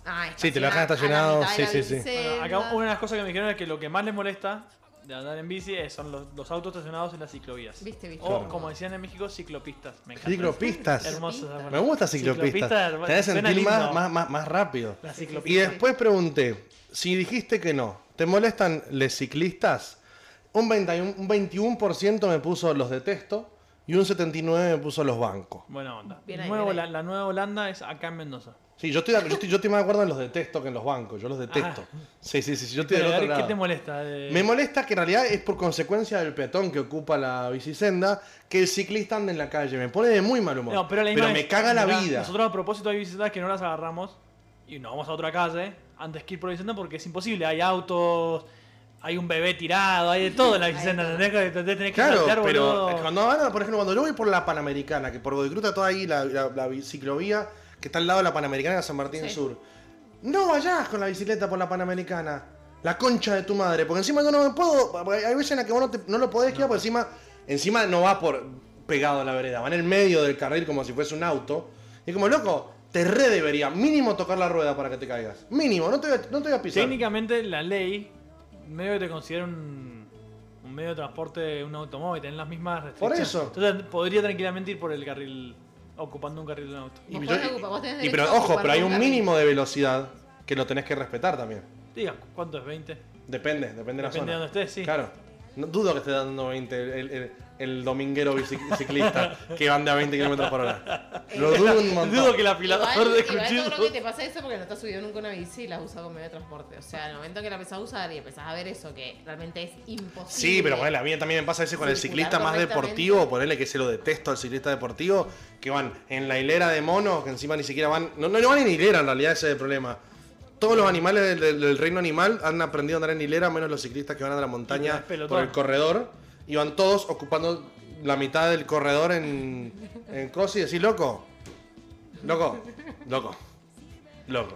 Speaker 3: Ah,
Speaker 1: Sí, te lo
Speaker 3: estaciona
Speaker 1: dejan estacionado,
Speaker 3: a la mitad de
Speaker 1: sí, sí,
Speaker 3: la
Speaker 1: sí.
Speaker 2: Bueno,
Speaker 3: bicisenda.
Speaker 2: acá una de las cosas que me dijeron es que lo que más les molesta de andar en bici es- son los, los autos estacionados en las ciclovías.
Speaker 3: Viste, viste.
Speaker 2: O,
Speaker 1: Claro.
Speaker 2: como decían en México, ciclopistas. Me encanta.
Speaker 1: Ciclopistas.
Speaker 2: Hermoso. esa
Speaker 1: Me
Speaker 2: palabra.
Speaker 1: gusta ciclopistas.
Speaker 2: Ciclopista,
Speaker 1: Te hace
Speaker 2: suena
Speaker 1: sentir más,
Speaker 2: lindo.
Speaker 1: más, más, más rápido.
Speaker 2: Las
Speaker 1: Y
Speaker 2: ciclopistas.
Speaker 1: después pregunté, si dijiste que no, ¿te molestan los ciclistas? Un, 21, un 21% me puso los detesto y un 79% me puso los bancos.
Speaker 2: Buena onda.
Speaker 3: Bien ahí,
Speaker 2: Nueva
Speaker 3: bien ahí.
Speaker 2: Hola- La nueva Holanda es acá en Mendoza.
Speaker 1: Sí, yo estoy, de- yo estoy, yo estoy más de acuerdo en los detesto que en los bancos. Yo los detesto. Sí, sí, sí, sí, yo estoy del
Speaker 2: Ah. Pero,
Speaker 1: otro
Speaker 2: ¿Qué te
Speaker 1: lado.
Speaker 2: molesta? de-
Speaker 1: Me molesta que en realidad es por consecuencia del peatón que ocupa la bicisenda que el ciclista anda en la calle. Me pone de muy mal humor.
Speaker 2: No, pero,
Speaker 1: pero
Speaker 2: la misma
Speaker 1: me
Speaker 2: vez,
Speaker 1: caga la
Speaker 2: mirá,
Speaker 1: vida.
Speaker 2: Nosotros a propósito hay bicicletas que no las agarramos y nos vamos a otra calle antes que ir por la bicicleta porque es imposible. Hay autos, hay un bebé tirado, hay de todo en la
Speaker 3: Hay
Speaker 2: bicicleta.
Speaker 3: todo.
Speaker 2: Tenés que, tenés que
Speaker 1: Claro,
Speaker 2: saltear,
Speaker 1: pero
Speaker 2: boludo.
Speaker 1: cuando van, por ejemplo, cuando yo voy por la Panamericana, que por Godicruta toda ahí la, la- la bi- ciclovía que está al lado de la Panamericana de San Martín
Speaker 3: Sí.
Speaker 1: Sur, no vayas con la bicicleta por la Panamericana, la concha de tu madre, porque encima yo no me puedo, porque hay veces en las que vos no, te- no lo podés esquivar, porque encima, encima no va por pegado a la vereda, va en el medio del carril como si fuese un auto, y como loco, te re debería mínimo tocar la rueda para que te caigas, mínimo, no te voy a, no te voy a pisar.
Speaker 2: Técnicamente la ley medio que te considera un, un medio de transporte, un automóvil, tenés las mismas restricciones.
Speaker 1: eso.
Speaker 2: Entonces podría tranquilamente ir por el carril, ocupando un carril de un auto.
Speaker 1: Y,
Speaker 3: Vos
Speaker 1: yo-
Speaker 3: podés ocupar- vos tenés
Speaker 1: y-
Speaker 3: derecho a
Speaker 1: pero ojo,
Speaker 3: ocupar
Speaker 1: pero hay
Speaker 3: todo
Speaker 1: un
Speaker 3: carril.
Speaker 1: mínimo de velocidad que lo tenés que respetar también.
Speaker 2: Diga, ¿cuánto es? ¿20?
Speaker 1: Depende, depende de la
Speaker 2: Depende
Speaker 1: zona.
Speaker 2: de donde estés, sí.
Speaker 1: Claro. No, dudo que esté dando 20 el, el- el- el dominguero bici- ciclista que anda a 20 kilómetros por hora. Lo dudo un montón.
Speaker 2: Dudo que el
Speaker 3: Igual,
Speaker 2: afilador de
Speaker 3: igual yo creo que
Speaker 2: cuchillos.
Speaker 3: te pasa eso porque no te has subido nunca a una bici y la has usado como medio de transporte. O sea, en el momento que la empezás a usar y empezás a ver eso, que realmente es imposible.
Speaker 1: Sí, pero bueno, a mí también me pasa ese con el
Speaker 3: Circular
Speaker 1: ciclista más
Speaker 3: correctamente.
Speaker 1: deportivo, ponerle que se lo detesto al ciclista deportivo, que van en la hilera de monos, que encima ni siquiera van. No, no, no van en hilera en realidad, ese es el problema. Todos los animales del, del- del reino animal han aprendido a andar en hilera, menos los ciclistas que van a la
Speaker 2: Y
Speaker 1: montaña
Speaker 2: el pelotón.
Speaker 1: por el corredor. Y van todos ocupando la mitad del corredor en, en cosas y decís, loco, loco, loco, loco,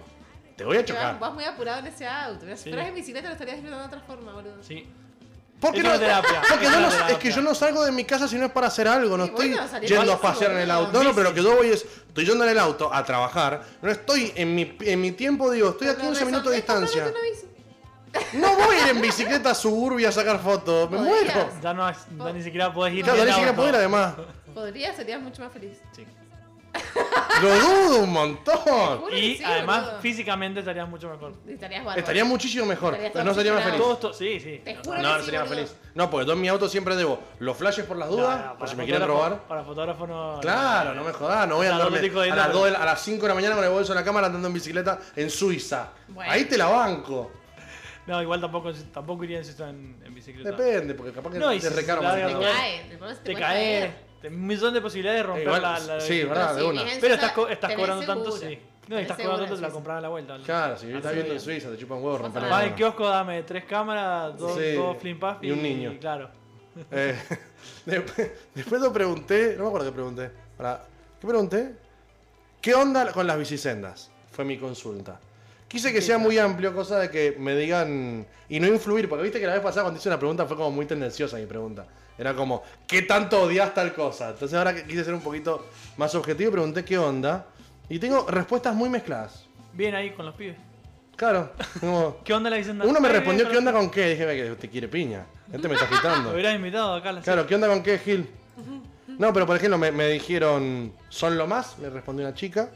Speaker 1: te voy a
Speaker 3: Que vas,
Speaker 1: chocar.
Speaker 3: vas muy apurado en ese auto. Pero
Speaker 2: Sí.
Speaker 3: si en bicicleta lo estarías disfrutando de otra forma, boludo.
Speaker 2: Sí.
Speaker 1: Porque
Speaker 2: Es una terapia,
Speaker 1: Porque
Speaker 2: es
Speaker 1: yo
Speaker 2: una
Speaker 1: no- es que
Speaker 2: terapia.
Speaker 1: yo no salgo de mi casa si no es para hacer algo, no
Speaker 3: Y
Speaker 1: estoy
Speaker 3: bueno, salí
Speaker 1: yendo a
Speaker 3: buenísimo,
Speaker 1: pasear en el
Speaker 3: boludo.
Speaker 1: auto. No, no, pero lo que yo voy es, estoy yendo en el auto a trabajar, no estoy en mi, en mi tiempo, digo, estoy a
Speaker 3: Pero
Speaker 1: 15 minutos de
Speaker 3: resolvés comprándote
Speaker 1: distancia.
Speaker 3: una bici.
Speaker 1: No voy a ir en bicicleta suburbia a sacar fotos, me
Speaker 3: Podrías.
Speaker 1: muero.
Speaker 2: Ya no, es- ya ni siquiera podés ir.
Speaker 1: Claro,
Speaker 2: en
Speaker 1: ni siquiera
Speaker 2: auto.
Speaker 1: poder además.
Speaker 3: Podrías, serías mucho más feliz.
Speaker 2: Sí.
Speaker 1: Lo dudo un
Speaker 3: Te
Speaker 1: montón.
Speaker 3: juro que
Speaker 2: Y
Speaker 3: sí,
Speaker 2: además
Speaker 3: boludo.
Speaker 2: físicamente estarías mucho mejor.
Speaker 3: Estarías bárbaro.
Speaker 1: Estaría muchísimo mejor,
Speaker 3: Estarías
Speaker 1: pero no sería más
Speaker 3: obsesionado.
Speaker 1: feliz.
Speaker 2: Todos, to- sí, sí.
Speaker 3: Te
Speaker 2: No,
Speaker 3: juro
Speaker 1: No,
Speaker 3: que
Speaker 1: no
Speaker 3: sí,
Speaker 1: sería más
Speaker 3: boludo.
Speaker 1: feliz. No, porque yo en mi auto siempre debo los flashes por las
Speaker 2: no,
Speaker 1: dudas,
Speaker 2: no,
Speaker 1: por
Speaker 2: para
Speaker 1: si me quieren
Speaker 2: fotógrafo-
Speaker 1: robar.
Speaker 2: Para fotógrafo no.
Speaker 1: Claro, no me jodas, no voy a
Speaker 2: Claro,
Speaker 1: andar
Speaker 2: no te jodí,
Speaker 1: a
Speaker 2: no,
Speaker 1: las,
Speaker 2: pero-
Speaker 1: 2 de la- a las 5 de la mañana con el bolso en la cámara andando en bicicleta en Suiza.
Speaker 3: Bueno.
Speaker 1: Ahí te la banco.
Speaker 2: No, igual tampoco, tampoco iría si están en bicicleta.
Speaker 1: Depende, porque capaz que
Speaker 2: No, y
Speaker 1: te
Speaker 2: si
Speaker 1: recaro
Speaker 2: la
Speaker 1: más.
Speaker 2: de-
Speaker 3: Te cae. el problema es que
Speaker 2: Te
Speaker 3: puede caer.
Speaker 2: caes. te- Un millón de posibilidades de romper
Speaker 1: Igual,
Speaker 2: la, la-
Speaker 1: sí,
Speaker 2: la-
Speaker 1: verdad. Ah,
Speaker 3: Pero
Speaker 1: de
Speaker 3: si
Speaker 1: una.
Speaker 3: vivís en
Speaker 2: Pero
Speaker 3: Suiza,
Speaker 2: estás, co- estás
Speaker 3: te ves
Speaker 2: cobrando tanto,
Speaker 3: segura.
Speaker 2: sí. No, y
Speaker 3: Te ves
Speaker 2: estás cobrando
Speaker 3: segura,
Speaker 2: tanto, te la
Speaker 3: sí, sí.
Speaker 2: compras a la vuelta.
Speaker 1: Claro, si estás
Speaker 2: Así
Speaker 1: viviendo en
Speaker 2: es.
Speaker 1: Suiza, te chupan huevo romper
Speaker 2: Vas
Speaker 1: la
Speaker 2: al kiosco, dame tres cámaras, dos,
Speaker 1: Sí,
Speaker 2: dos flim puff
Speaker 1: y un niño.
Speaker 2: claro.
Speaker 1: Eh, después, después lo pregunté, no me acuerdo qué pregunté. Pará, ¿Qué pregunté? ¿Qué onda con las bicisendas? Fue mi consulta. Quise que sea muy amplio, cosa de que me digan y no influir, porque viste que la vez pasada cuando hice una pregunta fue como muy tendenciosa mi pregunta. Era como, ¿qué tanto odias tal cosa? Entonces ahora que quise ser un poquito más objetivo, pregunté qué onda. Y tengo respuestas muy mezcladas.
Speaker 2: Bien ahí con los pibes.
Speaker 1: Claro. como-
Speaker 2: ¿Qué onda la dicen?
Speaker 1: uno me respondió, ¿qué onda con qué? Dije, "Ve que te quiere piña. Este me está agitando.
Speaker 2: Lo hubieras invitado acá a la
Speaker 1: Claro, ¿qué onda con qué, Gil? No, pero por ejemplo, me, me dijeron, son lo más, me respondió una chica.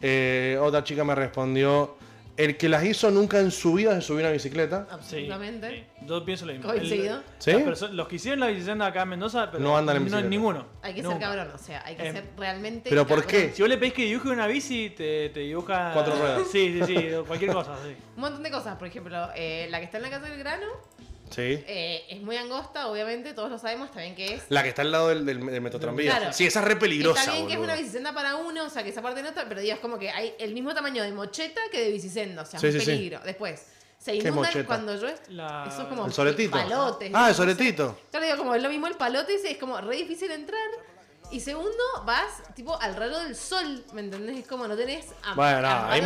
Speaker 1: Eh, otra chica me respondió, el que las hizo nunca en su vida se subió a una bicicleta.
Speaker 3: Absolutamente.
Speaker 2: sí. Yo pienso lo mismo.
Speaker 3: Coincido.
Speaker 2: El-
Speaker 1: ¿Sí?
Speaker 2: las perso- Los que hicieron la bicicleta acá en Mendoza, pero
Speaker 1: No andan en bicicleta.
Speaker 2: ninguno.
Speaker 3: Hay que
Speaker 2: Nunca.
Speaker 3: ser cabrón, o sea, hay que
Speaker 2: Eh,
Speaker 3: ser realmente.
Speaker 1: em, ¿Pero por
Speaker 3: cabrón.
Speaker 1: qué?
Speaker 2: Si vos le pedís que dibuje una bici, te, te dibuja.
Speaker 1: Cuatro ruedas.
Speaker 2: Sí, sí, sí, cualquier cosa, sí.
Speaker 3: Un montón de cosas, por ejemplo, eh, la que está en la casa del grano
Speaker 1: Sí.
Speaker 3: eh, es muy angosta, obviamente, todos lo sabemos también que es.
Speaker 1: La que está al lado del, del, del metrotranvía.
Speaker 3: Claro.
Speaker 1: Sí, esa es re peligrosa.
Speaker 3: está bien que es
Speaker 1: boludo.
Speaker 3: una bicicenda para uno, o sea, que esa parte no está, pero digo, es como que hay el mismo tamaño de mocheta que de bicicenda, o sea,
Speaker 1: Sí,
Speaker 3: es un
Speaker 1: sí, sí.
Speaker 3: peligro. Después, se
Speaker 1: es
Speaker 3: inundan
Speaker 1: mocheta?
Speaker 3: cuando yo.
Speaker 2: La-
Speaker 3: Eso es como
Speaker 1: El soletito.
Speaker 3: palotes.
Speaker 1: ah, el
Speaker 3: ¿no?
Speaker 1: soletito.
Speaker 3: Yo le digo, como es lo mismo el palote, ese es como re difícil entrar. Y segundo, vas tipo al raro del sol, ¿me entendés? Es como no tenés am-
Speaker 1: Bueno, no, ahí
Speaker 3: amparo de nada.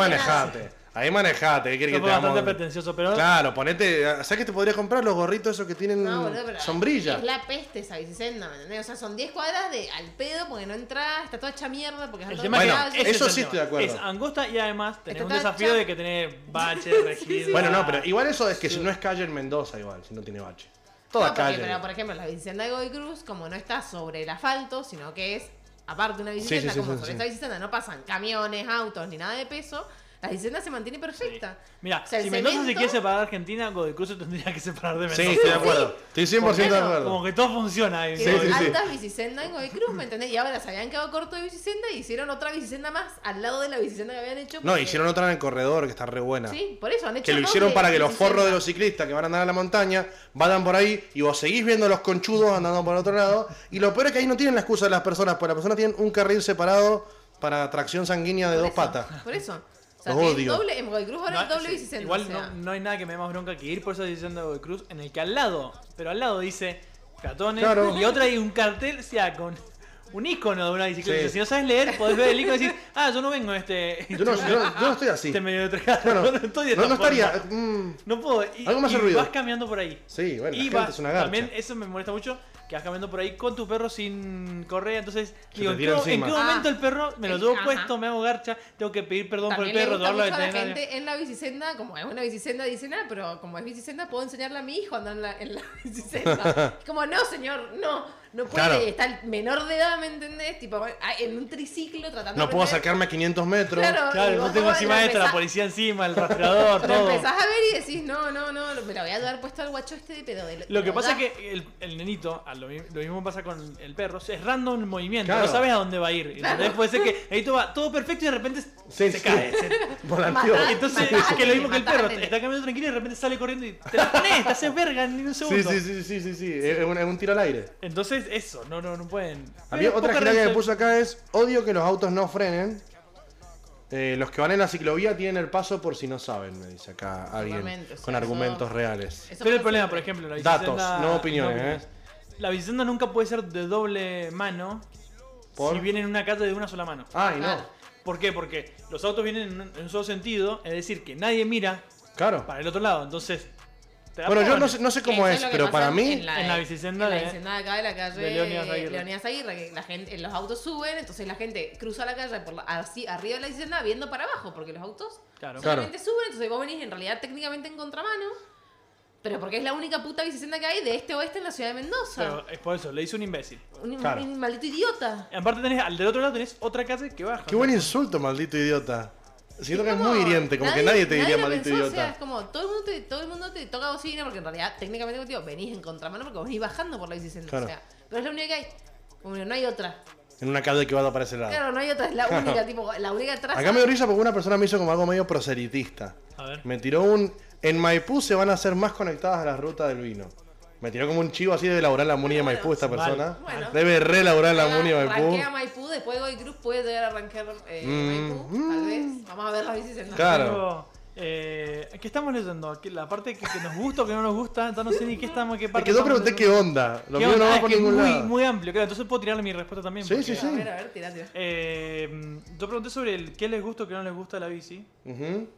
Speaker 1: manejate. Ahí manejate. ¿Qué querés
Speaker 2: Fue
Speaker 1: que te
Speaker 2: bastante
Speaker 1: hagamos?
Speaker 2: pretencioso, pero.
Speaker 1: Claro, ponete. ¿Sabes que te podrías comprar los gorritos esos que tienen
Speaker 3: No, boludo, pero
Speaker 1: sombrilla?
Speaker 3: Es la peste esa bicicenda, ¿me entendés? O sea, son 10 cuadras de al pedo porque no entras, está toda hecha mierda porque es
Speaker 2: El
Speaker 3: al
Speaker 2: tema
Speaker 3: otro
Speaker 1: Bueno,
Speaker 3: lado.
Speaker 2: es que ese
Speaker 1: eso
Speaker 2: es el
Speaker 1: sí
Speaker 2: tema.
Speaker 1: estoy de acuerdo.
Speaker 2: Es angosta y además tenés
Speaker 3: Está
Speaker 2: un
Speaker 3: toda
Speaker 2: desafío
Speaker 3: chapa.
Speaker 2: de que tenés baches, regida.
Speaker 1: Bueno, no, pero igual eso es que si no es calle en Mendoza, igual, si no tiene bache.
Speaker 3: No,
Speaker 1: Toda
Speaker 3: porque,
Speaker 1: calle.
Speaker 3: pero por ejemplo, la bicicenda de Godoy Cruz, como no está sobre el asfalto, sino que es aparte una bicicenda,
Speaker 1: sí, sí,
Speaker 3: como
Speaker 1: sí,
Speaker 3: sobre
Speaker 1: sí.
Speaker 3: esta bicicenda no pasan camiones, autos ni nada de peso, la bicicenda se mantiene perfecta.
Speaker 2: Mira,
Speaker 3: O sea, el
Speaker 2: si Mendoza se
Speaker 3: cemento-
Speaker 2: quiere separar de Argentina, Godoy Cruz se tendría que separar de Mendoza.
Speaker 1: sí, estoy de acuerdo. Estoy 100% de
Speaker 3: Bueno,
Speaker 1: acuerdo.
Speaker 2: Como que todo funciona ahí.
Speaker 3: Que
Speaker 1: Sí,
Speaker 2: ¿no?
Speaker 1: sí, sí.
Speaker 3: altas bicisendas en Godoy Cruz, ¿me entendés? Y ahora se habían quedado corto de bicicenda y hicieron otra bicicenda más al lado de la bicicenda que habían hecho.
Speaker 1: No,
Speaker 3: porque-
Speaker 1: hicieron otra en el corredor que está re buena.
Speaker 3: Sí, por eso han hecho
Speaker 1: Que lo
Speaker 3: doble
Speaker 1: hicieron para que los
Speaker 3: bicicenda.
Speaker 1: forros de los ciclistas que van a andar a la montaña vayan por ahí y vos seguís viendo a los conchudos andando por otro lado. Y lo peor es que ahí no tienen la excusa de las personas, porque las personas tienen un carril separado para tracción sanguínea de
Speaker 3: Por
Speaker 1: dos
Speaker 3: eso,
Speaker 1: patas.
Speaker 3: Por eso. O sea,
Speaker 1: Los
Speaker 3: tienen
Speaker 1: odio.
Speaker 3: doble, en Godoy Cruz ahora
Speaker 2: No,
Speaker 3: es doble
Speaker 2: sí,
Speaker 3: bicicenda.
Speaker 2: Igual
Speaker 3: o sea.
Speaker 2: no, no hay nada que me dé más bronca que ir por esa decisión de Godoy Cruz, en el que al lado, pero al lado dice catones,
Speaker 1: Claro.
Speaker 2: y otra hay un cartel, sea con un icono de una bicicleta.
Speaker 1: Sí.
Speaker 2: Si no sabes leer, podés ver el icono y decir, ah, yo no vengo este.
Speaker 1: Yo no, yo no- yo no estoy así.
Speaker 2: Este medio de tres
Speaker 1: Bueno,
Speaker 2: no estoy de
Speaker 1: no,
Speaker 2: esta
Speaker 1: no estaría.
Speaker 2: forma.
Speaker 1: mm,
Speaker 2: No puedo. Y,
Speaker 1: Algo me hace
Speaker 2: y
Speaker 1: ruido.
Speaker 2: vas caminando por ahí.
Speaker 1: sí, bueno, la
Speaker 2: y
Speaker 1: gente
Speaker 2: vas,
Speaker 1: es una garcha.
Speaker 2: también eso me molesta mucho, que vas caminando por ahí con tu perro sin correa. Entonces, digo,
Speaker 1: te
Speaker 2: ¿en qué,
Speaker 1: tira
Speaker 2: en qué
Speaker 1: encima.
Speaker 2: momento
Speaker 3: Ah,
Speaker 2: el perro me lo
Speaker 3: sí,
Speaker 2: llevo
Speaker 3: ajá.
Speaker 2: puesto, me hago garcha, tengo que pedir perdón por
Speaker 3: También
Speaker 2: el
Speaker 3: le
Speaker 2: perro,
Speaker 3: gusta
Speaker 2: llevarlo
Speaker 3: mucho
Speaker 2: al
Speaker 3: a la
Speaker 2: veterinario?
Speaker 3: gente en la bicicenda, como es una bicicenda, dicen, ah, pero como es bicicenda, puedo enseñarle a mi hijo a andar en la, en la bicicenda. Es como, no, señor, no, no puede,
Speaker 1: Claro.
Speaker 3: está el menor de edad, ¿me entendés? Tipo, ah, en un triciclo tratando
Speaker 1: No
Speaker 3: de
Speaker 1: puedo
Speaker 3: aprender.
Speaker 1: acercarme a 500 metros.
Speaker 3: Claro.
Speaker 2: Claro,
Speaker 3: Y
Speaker 2: yo
Speaker 3: vos
Speaker 2: tengo
Speaker 3: lo
Speaker 2: encima esto, la
Speaker 3: empezás-
Speaker 2: policía encima, el rastreador,
Speaker 3: Lo
Speaker 2: todo.
Speaker 3: empezás a ver y decís, no, no, no, me lo voy a haber puesto al guacho este de pedo. de-
Speaker 2: Lo que
Speaker 3: de
Speaker 2: pasa es
Speaker 3: verdad.
Speaker 2: que el, el nenito, a lo, mi- lo mismo pasa con el perro, es random el movimiento,
Speaker 1: Claro.
Speaker 2: no sabes a dónde va a ir. Entonces
Speaker 3: Claro.
Speaker 2: puede ser que el nenito va todo perfecto y de repente
Speaker 1: Sí,
Speaker 2: se
Speaker 1: sí.
Speaker 2: cae. se-
Speaker 1: Volanteó.
Speaker 3: Matar.
Speaker 2: Entonces,
Speaker 3: Ah, Matá al
Speaker 2: que lo mismo
Speaker 3: nene,
Speaker 2: que el
Speaker 3: matá
Speaker 2: perro,
Speaker 3: al nene.
Speaker 2: está caminando tranquilo y de repente sale corriendo y te la pones, te haces verga en un
Speaker 1: Sí,
Speaker 2: segundo.
Speaker 1: sí, sí, sí, sí, sí. Es un, es un tiro al aire.
Speaker 2: Entonces, eso, no, no, no pueden.
Speaker 1: A mí
Speaker 2: Eh,
Speaker 1: otra
Speaker 2: poca
Speaker 1: gilada que me
Speaker 2: revisión.
Speaker 1: puso acá es odio que los autos no frenen. Eh, los que van en la ciclovía tienen el paso por si no saben, me dice acá alguien.
Speaker 3: Totalmente, o sea,
Speaker 1: con
Speaker 3: eso-
Speaker 1: argumentos reales.
Speaker 3: Eso
Speaker 2: Pero el
Speaker 3: pasa
Speaker 2: problema, por
Speaker 3: siempre.
Speaker 2: ejemplo, la
Speaker 1: Datos,
Speaker 2: bicicenda-
Speaker 1: no opiniones, ¿eh?
Speaker 2: La bicicenda nunca puede ser de doble mano
Speaker 1: ¿Por?
Speaker 2: si viene en una calle de una sola mano.
Speaker 1: Ay,
Speaker 3: Claro.
Speaker 1: no.
Speaker 2: ¿Por qué? Porque los autos vienen en un, en un solo sentido, es decir, que nadie mira
Speaker 1: Claro.
Speaker 2: para el otro lado. Entonces, te da
Speaker 1: Bueno, yo
Speaker 2: porrones.
Speaker 1: no sé, no sé cómo
Speaker 3: Eso
Speaker 1: es,
Speaker 3: lo que
Speaker 1: pero
Speaker 3: pasa
Speaker 1: para
Speaker 3: en-
Speaker 1: mí.
Speaker 3: en la,
Speaker 2: En la bicicenda
Speaker 3: en la
Speaker 2: de-
Speaker 3: bicicenda de acá de la calle
Speaker 2: de Leonidas Aguirre.
Speaker 3: Leonidas Aguirre, que la gente, los autos suben, entonces la gente cruza la calle por la- así arriba de la bicicenda viendo para abajo, porque los autos
Speaker 2: Claro.
Speaker 3: solamente suben, entonces vos venís en realidad técnicamente en contramano, pero porque es la única puta bicicenda que hay de este oeste en la ciudad de Mendoza.
Speaker 2: Pero es por eso, le hizo un imbécil.
Speaker 3: un,
Speaker 1: claro.
Speaker 3: un maldito idiota.
Speaker 2: Y aparte tenés, al del otro lado tenés otra calle que baja.
Speaker 1: Qué buen insulto, maldito idiota. Siento que es
Speaker 3: como
Speaker 1: muy hiriente, como que nadie te diría
Speaker 3: lo
Speaker 1: maldito
Speaker 3: pensó,
Speaker 1: idiota.
Speaker 3: O sea, es como todo el mundo te, todo el mundo te toca bocina porque en realidad técnicamente como te digo, venís en contramano porque venís bajando por la bicicenda.
Speaker 1: Claro.
Speaker 3: O sea, pero es la única que hay. Como no hay otra.
Speaker 1: En una calle que va para ese lado.
Speaker 3: Claro, no hay otra, es la única, tipo, la única traza.
Speaker 1: Ah. Acá me dio risa porque una persona me hizo como algo medio proselitista.
Speaker 2: A ver.
Speaker 1: Me tiró un. En Maipú se van a hacer más conectadas a las rutas del vino. Me tiró como un chivo así de elaborar la muni de Maipú esta
Speaker 2: Bueno,
Speaker 1: persona.
Speaker 3: bueno.
Speaker 1: Debe reelaborar la
Speaker 3: Ahora
Speaker 1: muni de Maipú. Mm.
Speaker 3: ranquea Maipú, después Godoy Cruz puede llegar a arrancar eh, Maipú, tal vez. Vamos a ver las bicicletas.
Speaker 1: Claro.
Speaker 2: Pero, eh, ¿Qué estamos leyendo? ¿Qué- La parte que, que nos gusta o que no nos gusta, ya no sé ni qué estamos, qué
Speaker 1: Es
Speaker 2: parte.
Speaker 1: que yo
Speaker 2: estamos
Speaker 1: pregunté qué
Speaker 2: leyendo.
Speaker 1: onda. Lo
Speaker 2: ¿Qué
Speaker 1: mío no
Speaker 2: onda? Ah,
Speaker 1: va
Speaker 2: Es
Speaker 1: por
Speaker 2: que es
Speaker 1: ningún
Speaker 2: muy,
Speaker 1: lado.
Speaker 2: muy amplio, claro. Entonces puedo tirarle mi respuesta también.
Speaker 1: Sí,
Speaker 2: porque,
Speaker 1: sí, sí.
Speaker 3: A ver, a ver, tirá, tirá.
Speaker 2: eh, yo pregunté sobre el qué les gusta o qué no les gusta de la bici.
Speaker 1: Ujú.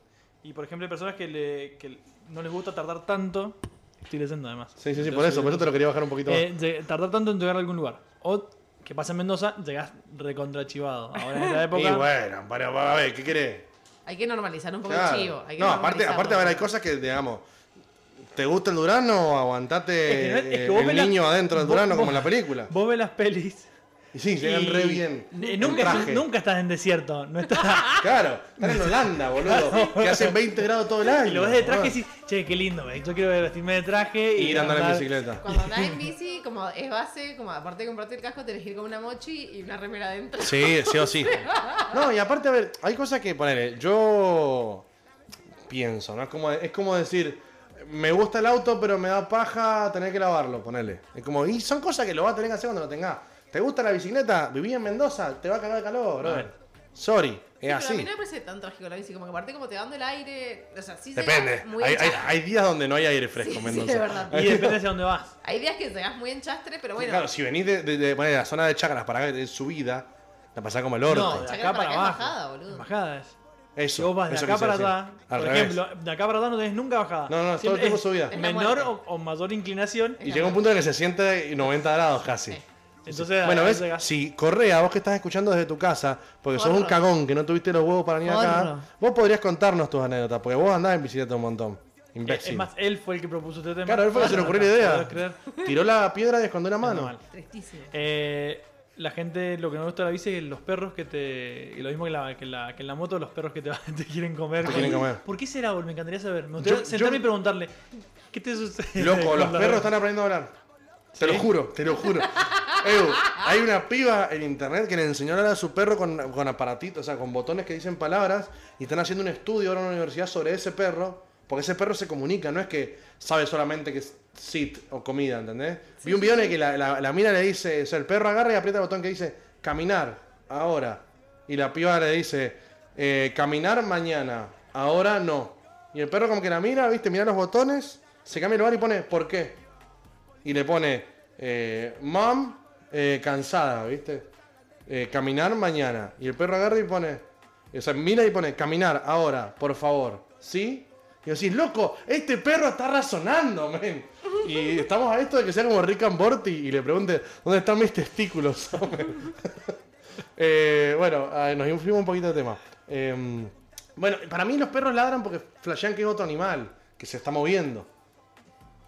Speaker 2: Y por ejemplo, hay personas que, le, que no les gusta tardar tanto. Estoy leyendo además.
Speaker 1: Sí, sí, sí, por eso. Por eso te lo quería bajar un poquito más.
Speaker 2: Eh, lle- tardar tanto en llegar a algún lugar. O que pasa en Mendoza, llegás recontrachivado. Ahora en esta época.
Speaker 1: Y bueno, para, para- a ver, ¿qué querés?
Speaker 3: Hay que normalizar un poco
Speaker 1: Claro.
Speaker 3: el chivo. Hay que
Speaker 1: No, aparte,
Speaker 3: normalizarlo.
Speaker 1: aparte, a ver, hay cosas que, digamos, ¿te gusta el Durano? Aguantate
Speaker 2: Es que no- es que
Speaker 1: eh,
Speaker 2: vos
Speaker 1: el
Speaker 2: ves la-
Speaker 1: niño adentro del
Speaker 2: vos-
Speaker 1: Durano,
Speaker 2: vos-
Speaker 1: como en la película.
Speaker 2: Vos ves las pelis.
Speaker 1: Y sí, llegan
Speaker 2: y-
Speaker 1: re bien.
Speaker 2: eh,
Speaker 1: en
Speaker 2: nunca,
Speaker 1: traje.
Speaker 2: nunca estás en desierto. No estás.
Speaker 1: Claro, están en Holanda, boludo. que hacen 20 grados todo el año.
Speaker 2: y lo ves de traje y
Speaker 1: sí.
Speaker 2: decís, che, qué lindo, eh, Yo quiero vestirme de traje y.
Speaker 1: Y ir a andar en
Speaker 2: andar-
Speaker 1: bicicleta.
Speaker 3: Cuando andás en bici, como es base, como aparte de comprarte el casco, tenés que ir con una mochi y una remera adentro.
Speaker 1: Sí, sí o sí. No, y aparte, a ver, hay cosas que poner. Yo pienso, ¿no? Es como, es como decir, me gusta el auto, pero me da paja tener que lavarlo, ponele. Es como, y son cosas que lo vas a tener que hacer cuando lo tengas. ¿Te gusta la bicicleta? ¿Vivís en Mendoza? ¿Te va a cagar de calor,
Speaker 2: A
Speaker 1: bro?
Speaker 2: ver,
Speaker 1: Sorry,
Speaker 3: Sí,
Speaker 1: es
Speaker 3: pero a mí
Speaker 1: así.
Speaker 3: no me parece tan trágico la bici, como que aparte como te dando el aire. O sea, sí llegas
Speaker 1: Depende.
Speaker 3: muy
Speaker 1: Hay, hay-
Speaker 3: hinchada.
Speaker 1: hay días donde no hay aire fresco
Speaker 3: Sí,
Speaker 1: en
Speaker 3: sí,
Speaker 1: Mendoza.
Speaker 3: es verdad.
Speaker 2: Y depende hacia dónde vas.
Speaker 3: Hay días que llegas muy enchastre, pero bueno.
Speaker 1: Claro, si venís de, de- de- bueno, de la zona de Chacras para acá, de subida, la pasás como el
Speaker 2: No,
Speaker 1: orto.
Speaker 2: de
Speaker 3: Chacar
Speaker 2: acá
Speaker 3: para
Speaker 2: para
Speaker 3: acá es
Speaker 2: abajo.
Speaker 3: bajada, boludo.
Speaker 2: Bajada es. Si
Speaker 1: eso.
Speaker 2: vos vas de
Speaker 1: eso
Speaker 2: acá
Speaker 1: quise
Speaker 2: para
Speaker 1: decir.
Speaker 2: acá,
Speaker 1: Al
Speaker 2: por
Speaker 1: revés.
Speaker 2: ejemplo, de acá para acá no tenés nunca bajada.
Speaker 1: No, no, todo el
Speaker 2: Siempre
Speaker 1: tiempo
Speaker 2: es
Speaker 1: subida.
Speaker 3: Es la
Speaker 2: Menor o,
Speaker 3: muerte.
Speaker 2: o mayor inclinación.
Speaker 1: Y llega un punto en que se siente 90 grados casi.
Speaker 3: Sí.
Speaker 2: Entonces,
Speaker 1: Bueno,
Speaker 2: ahí
Speaker 1: ves,
Speaker 2: llegás.
Speaker 1: si Correa, vos que estás escuchando desde tu casa, porque sos un
Speaker 3: Forro.
Speaker 1: cagón que no tuviste los huevos para venir acá,
Speaker 3: Forro.
Speaker 1: vos podrías contarnos tus anécdotas, porque vos andás en bicicleta un montón.
Speaker 2: Eh,
Speaker 1: Imbécil.
Speaker 2: Es más, él fue el que propuso este tema.
Speaker 1: Claro, a él fue el que se le ocurrió la idea. Ah,
Speaker 2: ¿Podés creer?
Speaker 1: Tiró la piedra y escondió la
Speaker 2: Está
Speaker 1: mano.
Speaker 2: mal.
Speaker 3: Tristísimo.
Speaker 2: Eh, la gente, lo que no me gusta de la bici es los perros que te. y Lo mismo que, la, que, la, que en la moto, los perros que te, van- te quieren comer.
Speaker 1: Te quieren comer.
Speaker 2: ¿Por qué será, bol? Me encantaría saber. Me gustaría
Speaker 1: Yo-
Speaker 2: sentarme
Speaker 1: yo-
Speaker 2: y preguntarle. ¿Qué te sucede?
Speaker 1: Loco, los
Speaker 2: cuando-
Speaker 1: perros están aprendiendo a hablar. Te lo
Speaker 2: ¿Sí?
Speaker 1: juro, te lo juro. Ew, hay una piba en internet que le enseñó a hablar a su perro con, con aparatitos, o sea, con botones que dicen palabras, y están haciendo un estudio ahora en una universidad sobre ese perro, porque ese perro se comunica, no es que sabe solamente que es sit o comida, ¿entendés? Vi un video en el que la, la, la mina le dice, o sea, el perro agarra y aprieta el botón que dice caminar, ahora. Y la piba le dice, eh, caminar mañana, ahora no. Y el perro como que la mira, viste, mira los botones, se cambia el lugar y pone, ¿por qué? y le pone eh, mom eh, cansada, ¿viste? Eh, caminar mañana. Y el perro agarra y pone, o sea, mira y pone caminar ahora, por favor, ¿sí? Y decís, loco, este perro está razonando, men. Y estamos a esto de que sea como Rick and Morty y le pregunte, ¿dónde están mis testículos? men? Eh, bueno, ah, nos influimos un poquito de tema. Eh, bueno, para mí los perros ladran porque flashean que es otro animal, que se está moviendo.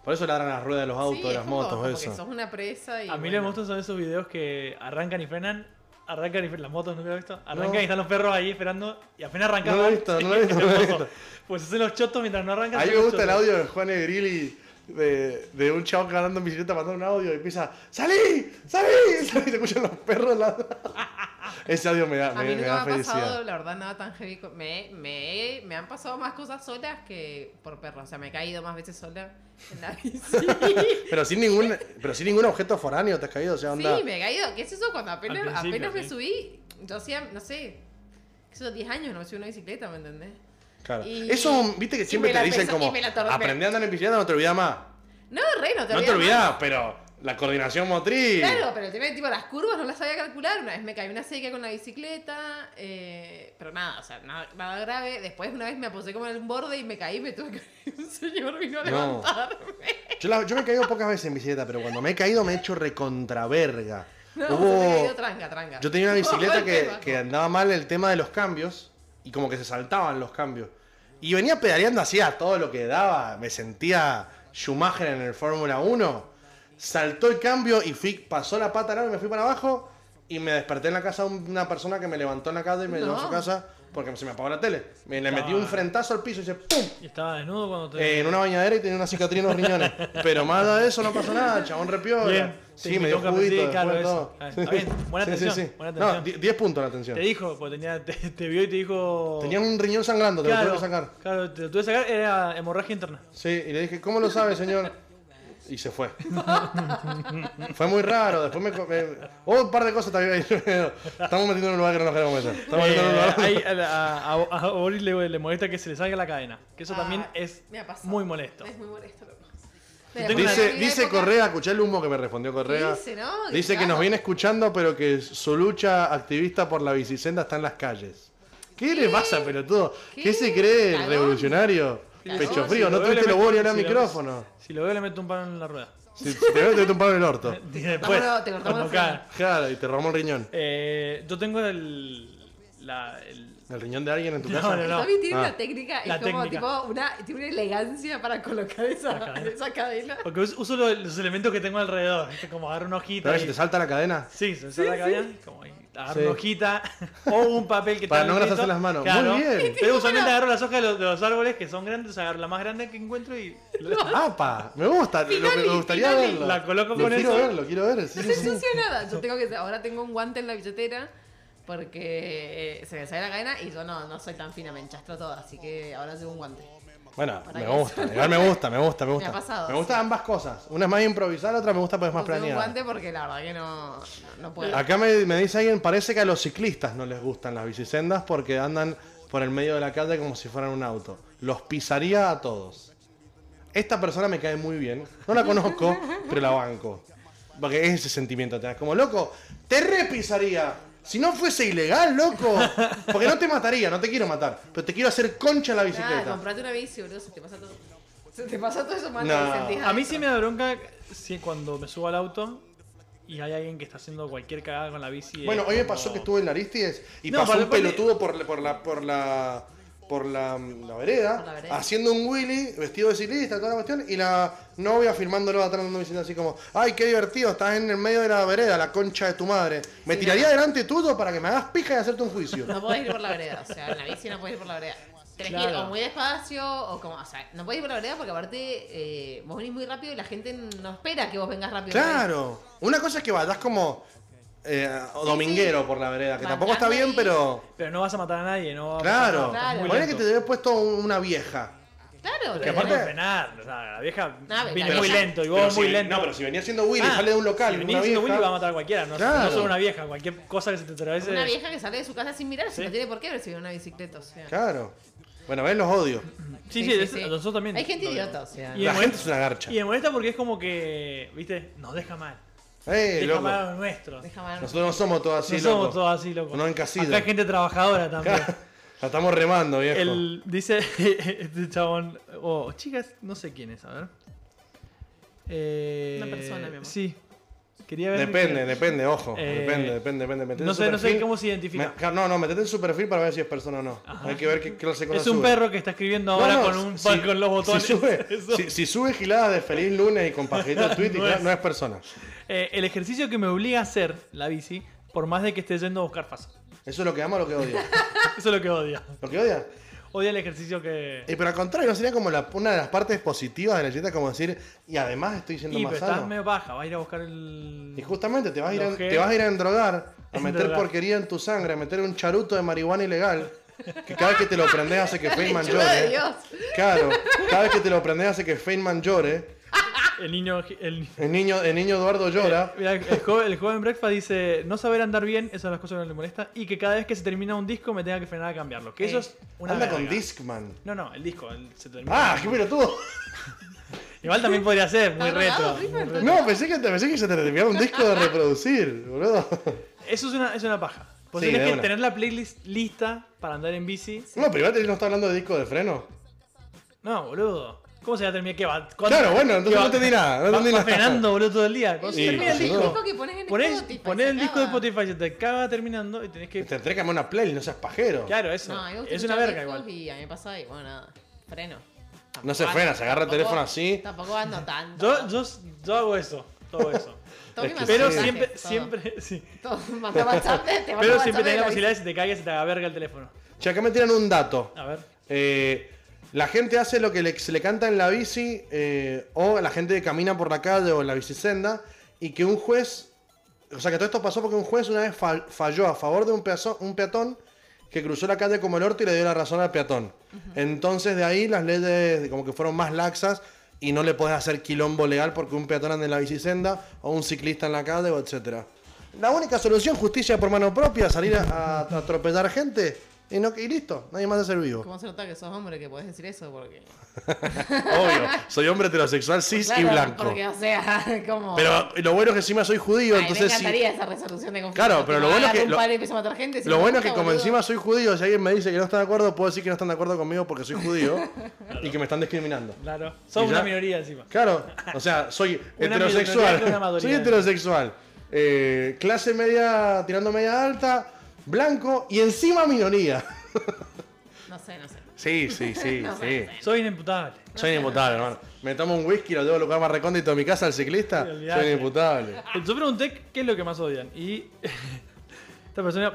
Speaker 1: Por eso ladran las ruedas de los autos,
Speaker 3: Sí,
Speaker 1: de
Speaker 3: es
Speaker 1: las
Speaker 3: como-
Speaker 1: motos,
Speaker 3: como
Speaker 1: eso.
Speaker 3: que sos una presa y.
Speaker 2: A mí lo que me
Speaker 3: bueno.
Speaker 2: gustan son esos videos que arrancan y frenan. Arrancan y frenan. Las motos, nunca lo he visto. Arrancan
Speaker 1: No.
Speaker 2: y están los perros ahí esperando. Y apenas arrancan.
Speaker 1: No lo he
Speaker 2: van.
Speaker 1: visto, no lo he visto, no lo he
Speaker 2: Hermoso.
Speaker 1: visto.
Speaker 2: Pues hacen los chotos mientras no arrancan.
Speaker 1: A mí
Speaker 2: hacen
Speaker 1: me
Speaker 2: los
Speaker 1: gusta el
Speaker 2: chotos.
Speaker 1: audio de Juan Negrilli de, de un chavo que andando en bicicleta mandando un audio y empieza ¡Salí! ¡Salí! ¡Salí! Y te escuchan los perros ladrando. Ese audio me da,
Speaker 3: A
Speaker 1: me,
Speaker 3: mí
Speaker 1: me
Speaker 3: nunca
Speaker 1: da
Speaker 3: me ha pasado,
Speaker 1: felicidad.
Speaker 3: la verdad, nada tan heavy. co- Me, me, me han pasado más cosas solas que por perros. O sea, me he caído más veces sola en la bici. sí,
Speaker 1: Pero sin ningún, pero sin ningún objeto foráneo te has caído, o sea, onda.
Speaker 3: me he caído. ¿Qué es eso? Cuando
Speaker 2: Al
Speaker 3: apenas,
Speaker 2: principio,
Speaker 3: apenas me
Speaker 2: sí.
Speaker 3: subí, yo hacía, no sé, qué sé yo, 10 años no me subí a una bicicleta, ¿me entendés?
Speaker 1: Claro.
Speaker 3: y-
Speaker 1: Eso, viste que
Speaker 3: y
Speaker 1: siempre
Speaker 3: me
Speaker 1: te
Speaker 3: la
Speaker 1: dicen
Speaker 3: pensó-
Speaker 1: como
Speaker 3: y me la tor-
Speaker 1: aprendí a andar en bicicleta, no te olvidás más.
Speaker 3: No, re, no te
Speaker 1: no te
Speaker 3: olvidas más.
Speaker 1: olvidás, pero la coordinación motriz.
Speaker 3: Claro, pero el tema de tipo las curvas no las sabía calcular. Una vez me caí una seca con la bicicleta, eh, pero nada, o sea, nada, nada grave. Después una vez me aposé como en un borde y me caí, me tuve que un señor vino a
Speaker 1: No.
Speaker 3: levantarme.
Speaker 1: Yo, la- yo me he caído pocas veces en bicicleta, pero cuando me he caído me he hecho recontraverga.
Speaker 3: No,
Speaker 1: Hubo-
Speaker 3: se me cayó tranca, tranca.
Speaker 1: Yo tenía una bicicleta que,
Speaker 3: Bajo.
Speaker 1: que andaba mal el tema de los cambios y como que se saltaban los cambios. Y venía pedaleando así a todo lo que daba. Me sentía Schumacher en el Fórmula 1. Saltó el cambio y fui, pasó la pata larga y me fui para abajo. Y me desperté en la casa de una persona que me levantó en la casa y me llevó a su
Speaker 3: No.
Speaker 1: casa porque se me apagó la tele. Me le metí un
Speaker 2: Ah.
Speaker 1: frentazo al piso y se ¡pum!
Speaker 2: Y estaba desnudo cuando te.
Speaker 1: Eh, en una bañadera y tenía una cicatriz en los riñones. Pero más allá de eso no pasó nada, el chabón repiola.
Speaker 2: Bien.
Speaker 1: Sí,
Speaker 2: Te
Speaker 1: me dio
Speaker 2: invitó un cafecito,
Speaker 1: juguito.
Speaker 2: claro,
Speaker 1: después
Speaker 2: eso.
Speaker 1: todo.
Speaker 2: Ah, está bien. Buena atención, buena
Speaker 1: No,
Speaker 2: atención.
Speaker 1: 10 puntos la atención.
Speaker 2: Te dijo, porque tenía, te, te vio y te dijo.
Speaker 1: Tenía un riñón sangrando, te lo
Speaker 2: claro,
Speaker 1: tuve que sacar.
Speaker 2: Claro, te lo tuve que sacar, era hemorragia interna.
Speaker 1: Sí, y le dije, ¿cómo lo sabe, señor? Y se fue. fue muy raro. Después me. co- me- oh, un par de cosas también. ahí. Estamos metiendo en un lugar que no nos queremos meter. Estamos metiendo en un
Speaker 2: Eh,
Speaker 1: lugar.
Speaker 2: hay- a, a, a Boris le, le molesta que se le salga la cadena. Que eso
Speaker 3: Ah,
Speaker 2: también es
Speaker 3: me ha pasado.
Speaker 2: muy molesto.
Speaker 3: Es muy molesto, loco.
Speaker 2: Yo tengo una-
Speaker 1: Dice,
Speaker 3: Una
Speaker 1: dice
Speaker 3: época-
Speaker 1: Correa, escuché el humo que me respondió Correa.
Speaker 3: Dice, ¿no? Que
Speaker 1: Dice que nos
Speaker 3: cagazo.
Speaker 1: viene escuchando, pero que su lucha activista por la bicicenda está en las calles. ¿Qué, le pasa, pelotudo? ¿Qué,
Speaker 3: ¿Qué?
Speaker 1: se cree el
Speaker 3: Cagón.
Speaker 1: revolucionario?
Speaker 3: Cagón.
Speaker 1: Pecho
Speaker 3: Si
Speaker 1: frío,
Speaker 2: lo
Speaker 1: no
Speaker 2: veo,
Speaker 1: tuviste
Speaker 2: le
Speaker 1: los huevos ni
Speaker 2: meto-
Speaker 1: hablar al
Speaker 2: si lo-
Speaker 1: micrófono.
Speaker 2: Si lo veo, le meto un palo en la rueda.
Speaker 1: Si si te veo, te meto un palo en el orto.
Speaker 2: Y después,
Speaker 3: no, te cortamos
Speaker 2: cuando
Speaker 3: la
Speaker 2: cae.
Speaker 3: frente.
Speaker 1: Claro, y te romó el riñón.
Speaker 2: Eh, yo tengo el. La, el-
Speaker 1: ¿El riñón de alguien en tu
Speaker 2: No,
Speaker 1: casa?
Speaker 2: no, no.
Speaker 3: Tommy tiene
Speaker 1: Ah.
Speaker 3: una técnica, es
Speaker 2: La
Speaker 3: como
Speaker 2: técnica.
Speaker 3: tipo una, tiene una elegancia para colocar esa
Speaker 2: La cadena.
Speaker 3: cadena. Esa cadena.
Speaker 2: porque us- uso lo- los elementos que tengo alrededor. ¿viste? Como agarrar una hojita.
Speaker 1: A ver si
Speaker 2: y-
Speaker 1: te salta la cadena.
Speaker 2: Sí, se me sale la cadena. Como ahí, agarro
Speaker 1: Sí.
Speaker 2: una hojita o un papel que
Speaker 1: Para
Speaker 2: está
Speaker 1: no
Speaker 2: en el
Speaker 1: engrasarse
Speaker 2: piso.
Speaker 1: las manos. Muy bien.
Speaker 2: Pero usualmente agarro las hojas de los, de los árboles que son grandes, agarro la más grande que encuentro y
Speaker 1: ¡Apa! Me gusta, lo-
Speaker 3: Finali,
Speaker 1: me gustaría
Speaker 3: finali.
Speaker 1: verlo.
Speaker 2: La coloco
Speaker 1: Lo
Speaker 2: con
Speaker 1: quiero
Speaker 2: eso.
Speaker 1: verlo, quiero ver. sí,
Speaker 3: No
Speaker 1: sí,
Speaker 3: se
Speaker 1: sí.
Speaker 3: ensucia nada. Yo tengo que, ahora tengo un guante en la billetera Porque eh, se me sale la cadena y yo no, no soy tan fina, me enchastro todo, así que ahora llevo un guante.
Speaker 1: Bueno,
Speaker 3: Para
Speaker 1: me
Speaker 3: que-
Speaker 1: gusta, igual me gusta, me gusta, me gusta.
Speaker 3: ha pasado,
Speaker 1: me gustan
Speaker 3: sí.
Speaker 1: ambas cosas. Una es más improvisada, la otra me gusta porque es más
Speaker 3: No llevo un
Speaker 1: planeada.
Speaker 3: guante porque la verdad que no, no, no puedo.
Speaker 1: Acá me, me dice alguien, parece que a los ciclistas no les gustan las bicisendas porque andan por el medio de la calle como si fueran un auto. Los pisaría a todos. Esta persona me cae muy bien. No la conozco, pero la banco. Porque es ese sentimiento te das. Como, loco, te repisaría. Si no fuese ilegal, loco. Porque no te mataría, no te quiero matar. Pero te quiero hacer concha la
Speaker 3: Nada,
Speaker 1: bicicleta.
Speaker 3: comprate una bici, boludo, se te pasa todo. Se te pasa todo eso mal.
Speaker 1: No.
Speaker 3: te sentís
Speaker 2: A mí sí
Speaker 3: adentro.
Speaker 2: me da bronca si cuando me subo al auto y hay alguien que está haciendo cualquier cagada con la bici.
Speaker 1: Bueno,
Speaker 2: es
Speaker 1: hoy me
Speaker 2: como-
Speaker 1: pasó que estuve en la Aristides y
Speaker 2: No,
Speaker 1: pasó
Speaker 2: para-
Speaker 1: un pelotudo por, la- por la por la por la, mm, la vereda,
Speaker 3: Por la vereda.
Speaker 1: haciendo un Willy vestido de ciclista, toda la cuestión, y la novia filmándolo atrás andando diciendo así como, ay, qué divertido, estás en el medio de la vereda, la concha de tu madre. Me
Speaker 3: Sí,
Speaker 1: tiraría
Speaker 3: no.
Speaker 1: delante tuyo para que me hagas pija y hacerte un juicio.
Speaker 3: No podés ir por la vereda, o sea, en la bici no podés ir por la vereda. Tenés que ir
Speaker 2: Claro.
Speaker 3: o muy despacio o como, o sea, no podés ir por la vereda porque aparte eh, vos venís muy rápido y la gente no espera que vos vengas rápido.
Speaker 1: claro. Una cosa es que vayas como eh, dominguero por la vereda, que tampoco está
Speaker 3: Bancando
Speaker 1: bien,
Speaker 3: ahí.
Speaker 1: pero...
Speaker 2: Pero no vas a matar a nadie, no va a pasar
Speaker 1: Claro.
Speaker 2: nada, estás muy
Speaker 1: Ponele que
Speaker 2: lento.
Speaker 1: te debes puesto una vieja.
Speaker 3: Claro,
Speaker 2: Que
Speaker 1: Pero
Speaker 2: aparte
Speaker 1: aparte-
Speaker 2: de frenar, o sea, la vieja
Speaker 3: pero la
Speaker 2: viene
Speaker 3: vieja-
Speaker 2: muy lento y
Speaker 1: Pero
Speaker 2: vos
Speaker 1: si
Speaker 2: muy
Speaker 1: ven-
Speaker 2: lento.
Speaker 1: No, pero si venía siendo Willy,
Speaker 2: Ah,
Speaker 1: sale de un local.
Speaker 2: Si venís
Speaker 1: una
Speaker 2: siendo
Speaker 1: vieja-
Speaker 2: Willy va a matar a cualquiera, no,
Speaker 1: Claro.
Speaker 2: no solo una vieja, cualquier cosa que se te atraviese.
Speaker 3: una vieja que sale de su casa sin mirar, si
Speaker 2: Sí.
Speaker 3: no tiene por qué haber subido una bicicleta, o sea.
Speaker 1: Claro. Bueno, ven los odios.
Speaker 2: Sí, sí, es- a nosotros también.
Speaker 3: Hay gente
Speaker 2: lo vemos.
Speaker 3: idiota, o sea.
Speaker 1: La
Speaker 2: Y el
Speaker 1: gente
Speaker 2: momento-
Speaker 1: es una garcha.
Speaker 2: Y me molesta porque es como que, viste, nos deja mal.
Speaker 1: Eh,
Speaker 2: deja
Speaker 1: loco.
Speaker 2: mal a los nuestros.
Speaker 3: Deja mal.
Speaker 1: Nosotros no somos todos así,
Speaker 2: no
Speaker 1: loco.
Speaker 2: somos todos así, loco.
Speaker 1: No encasidos.
Speaker 2: Acá hay gente trabajadora también.
Speaker 1: La estamos remando, viejo.
Speaker 2: El, dice este chabón, o chicas, no sé quién es, a ver. Eh,
Speaker 3: Una persona, mi amor.
Speaker 2: Sí. Quería ver.
Speaker 1: Depende,
Speaker 2: que-
Speaker 1: depende, ojo.
Speaker 2: Eh,
Speaker 1: depende, depende, depende. Metete
Speaker 2: No
Speaker 1: en su
Speaker 2: sé, no sé
Speaker 1: perfil.
Speaker 2: cómo se identifica.
Speaker 1: Me- no, no, metete en su perfil para ver si es persona o no. Hay que ver qué clase de cosas
Speaker 2: Es un
Speaker 1: sube.
Speaker 2: perro que está escribiendo
Speaker 1: No,
Speaker 2: ahora
Speaker 1: no,
Speaker 2: con un
Speaker 1: si-
Speaker 2: par con los botones.
Speaker 1: Si sube,
Speaker 2: Eso.
Speaker 1: si, si sube giladas de feliz lunes y con pajaritos de tweet, y
Speaker 2: No
Speaker 1: no,
Speaker 2: es.
Speaker 1: no es persona.
Speaker 2: Eh, el ejercicio que me obliga a hacer la bici, por más de que esté yendo a buscar fácil.
Speaker 1: Eso es lo que ama o lo que odia.
Speaker 2: Eso es lo que odia.
Speaker 1: ¿Lo que odia?
Speaker 2: Odia el ejercicio que.
Speaker 1: Y pero al contrario, ¿no sería como la- una de las partes positivas de la dieta como decir, y además estoy siendo
Speaker 2: Y pero
Speaker 1: más
Speaker 2: estás
Speaker 1: sano?
Speaker 2: medio baja, va a ir a buscar el.
Speaker 1: Y justamente te vas, a ir a,
Speaker 2: Lo que-
Speaker 1: te vas a ir a endrogar, a
Speaker 2: En
Speaker 1: meter
Speaker 2: drogar.
Speaker 1: porquería en tu sangre, a meter un charuto de marihuana ilegal, que cada vez que te lo prendes hace que Feynman
Speaker 3: Lechuga de
Speaker 1: llore.
Speaker 3: Dios.
Speaker 1: Claro, cada vez que te lo prendes hace que Feynman llore.
Speaker 2: El niño. El...
Speaker 1: El niño, el niño Eduardo llora.
Speaker 2: Mirá, el, joven, el joven Breakfast dice: No saber andar bien, esas son las cosas que no le molesta. Y que cada vez que se termina un disco me tenga que frenar a cambiarlo. Que eso
Speaker 3: Eh,
Speaker 2: es una.
Speaker 1: Anda
Speaker 2: verga.
Speaker 1: con Discman.
Speaker 2: No, no, el disco. el- se termina.
Speaker 1: ¡Ah, qué pelotudo!
Speaker 2: Igual también podría ser, muy
Speaker 3: ¿Está drogado,
Speaker 2: reto.
Speaker 3: Rickman?
Speaker 1: No, pensé que, pensé que se te terminaba un disco de reproducir, boludo.
Speaker 2: Eso es una, es una paja. Vos
Speaker 1: Sí,
Speaker 2: tenés
Speaker 1: de
Speaker 2: que
Speaker 1: una.
Speaker 2: tener la playlist lista para andar en bici.
Speaker 1: No, pero igual no está hablando de disco de freno.
Speaker 2: No, boludo. ¿Cómo se va a terminar? ¿Qué va? ¿Cuándo-
Speaker 1: Claro, bueno,
Speaker 2: qué
Speaker 1: entonces
Speaker 2: va-
Speaker 1: no entendí nada. No
Speaker 2: va-
Speaker 1: entendí
Speaker 2: va
Speaker 1: nada.
Speaker 2: frenando, boludo, todo el día. ¿Cómo se
Speaker 1: Sí,
Speaker 2: termina el
Speaker 1: boludo.
Speaker 2: disco?
Speaker 3: disco que pones en el
Speaker 2: Ponés,
Speaker 3: Spotify,
Speaker 2: ponés
Speaker 3: se
Speaker 2: el disco de
Speaker 3: acaba.
Speaker 2: Spotify, se te acaba terminando y tenés que...
Speaker 1: Te entrega una play, no seas pajero.
Speaker 2: Claro, eso.
Speaker 3: No, a mí me gusta
Speaker 2: es una
Speaker 3: escuchar
Speaker 2: verga
Speaker 3: discos
Speaker 2: igual.
Speaker 3: Y a mí me pasa y bueno, nada. Freno.
Speaker 1: No se
Speaker 3: Tampoco
Speaker 1: frena,
Speaker 3: ando-
Speaker 1: se agarra el
Speaker 3: tampoco-
Speaker 1: teléfono así.
Speaker 3: Tampoco ando tanto.
Speaker 2: Yo, yo, yo hago eso. Yo hago eso.
Speaker 3: Tengo que
Speaker 1: Es que
Speaker 3: mandar
Speaker 2: Pero
Speaker 1: sí.
Speaker 3: mensajes,
Speaker 2: siempre,
Speaker 3: todo.
Speaker 2: siempre, sí.
Speaker 3: Todo, manda WhatsApp, te manda
Speaker 2: Pero siempre
Speaker 3: WhatsApp de
Speaker 2: tenés
Speaker 3: la
Speaker 2: la posibilidad de si te caigas se te haga verga el teléfono.
Speaker 1: Che, acá me tiran un dato.
Speaker 2: A ver.
Speaker 1: Eh, la gente hace lo que le, se le canta en la bici, eh, o la gente que camina por la calle o en la bicisenda, y que un juez. O sea, que todo esto pasó porque un juez una vez fa- falló a favor de un, peazo- un peatón que cruzó la calle como el orto y le dio la razón al peatón. Entonces, de ahí las leyes de- como que fueron más laxas y no le podés hacer quilombo legal porque un peatón anda en la bicisenda o un ciclista en la calle o etcétera. La única solución, justicia por mano propia, salir a, a- a atropellar gente y, no, y listo, nadie más de ser vivo.
Speaker 3: ¿Cómo se nota que sos hombre que podés decir eso? Porque. pues
Speaker 1: Obvio, soy hombre heterosexual, cis y
Speaker 3: Claro,
Speaker 1: blanco.
Speaker 3: Porque, o sea, como.
Speaker 1: Pero lo bueno es que encima soy judío,
Speaker 3: Ay,
Speaker 1: entonces
Speaker 3: me
Speaker 1: sí.
Speaker 3: encantaría esa resolución de conflicto.
Speaker 1: Claro, pero
Speaker 3: que
Speaker 1: lo
Speaker 3: me
Speaker 1: bueno es
Speaker 3: agarre
Speaker 1: que-
Speaker 3: un
Speaker 1: lo-
Speaker 3: palo y empiece a matar gente, si
Speaker 1: Lo
Speaker 3: me
Speaker 1: bueno es
Speaker 3: gusta,
Speaker 1: que como
Speaker 3: boludo.
Speaker 1: encima soy judío, si alguien me dice que no está de acuerdo, puedo decir que no están de acuerdo conmigo porque soy judío y que me están discriminando.
Speaker 2: Claro. Somos
Speaker 1: ¿Y ya?
Speaker 2: una minoría encima.
Speaker 1: Claro, o sea, soy
Speaker 2: Una
Speaker 1: heterosexual.
Speaker 2: minoría, una mayoría.
Speaker 1: soy heterosexual. eh, clase media, tirando media alta, blanco y encima minoría.
Speaker 3: No sé, no sé.
Speaker 1: Sí, sí, sí,
Speaker 3: No
Speaker 1: sí.
Speaker 3: sé.
Speaker 2: Soy inimputable.
Speaker 1: Soy inimputable, hermano. Me tomo un whisky, lo llevo al lugar más recóndito de mi casa al ciclista.
Speaker 2: Sí, olvidate.
Speaker 1: Soy inimputable.
Speaker 2: Yo pregunté qué es lo que más odian. Y esta persona,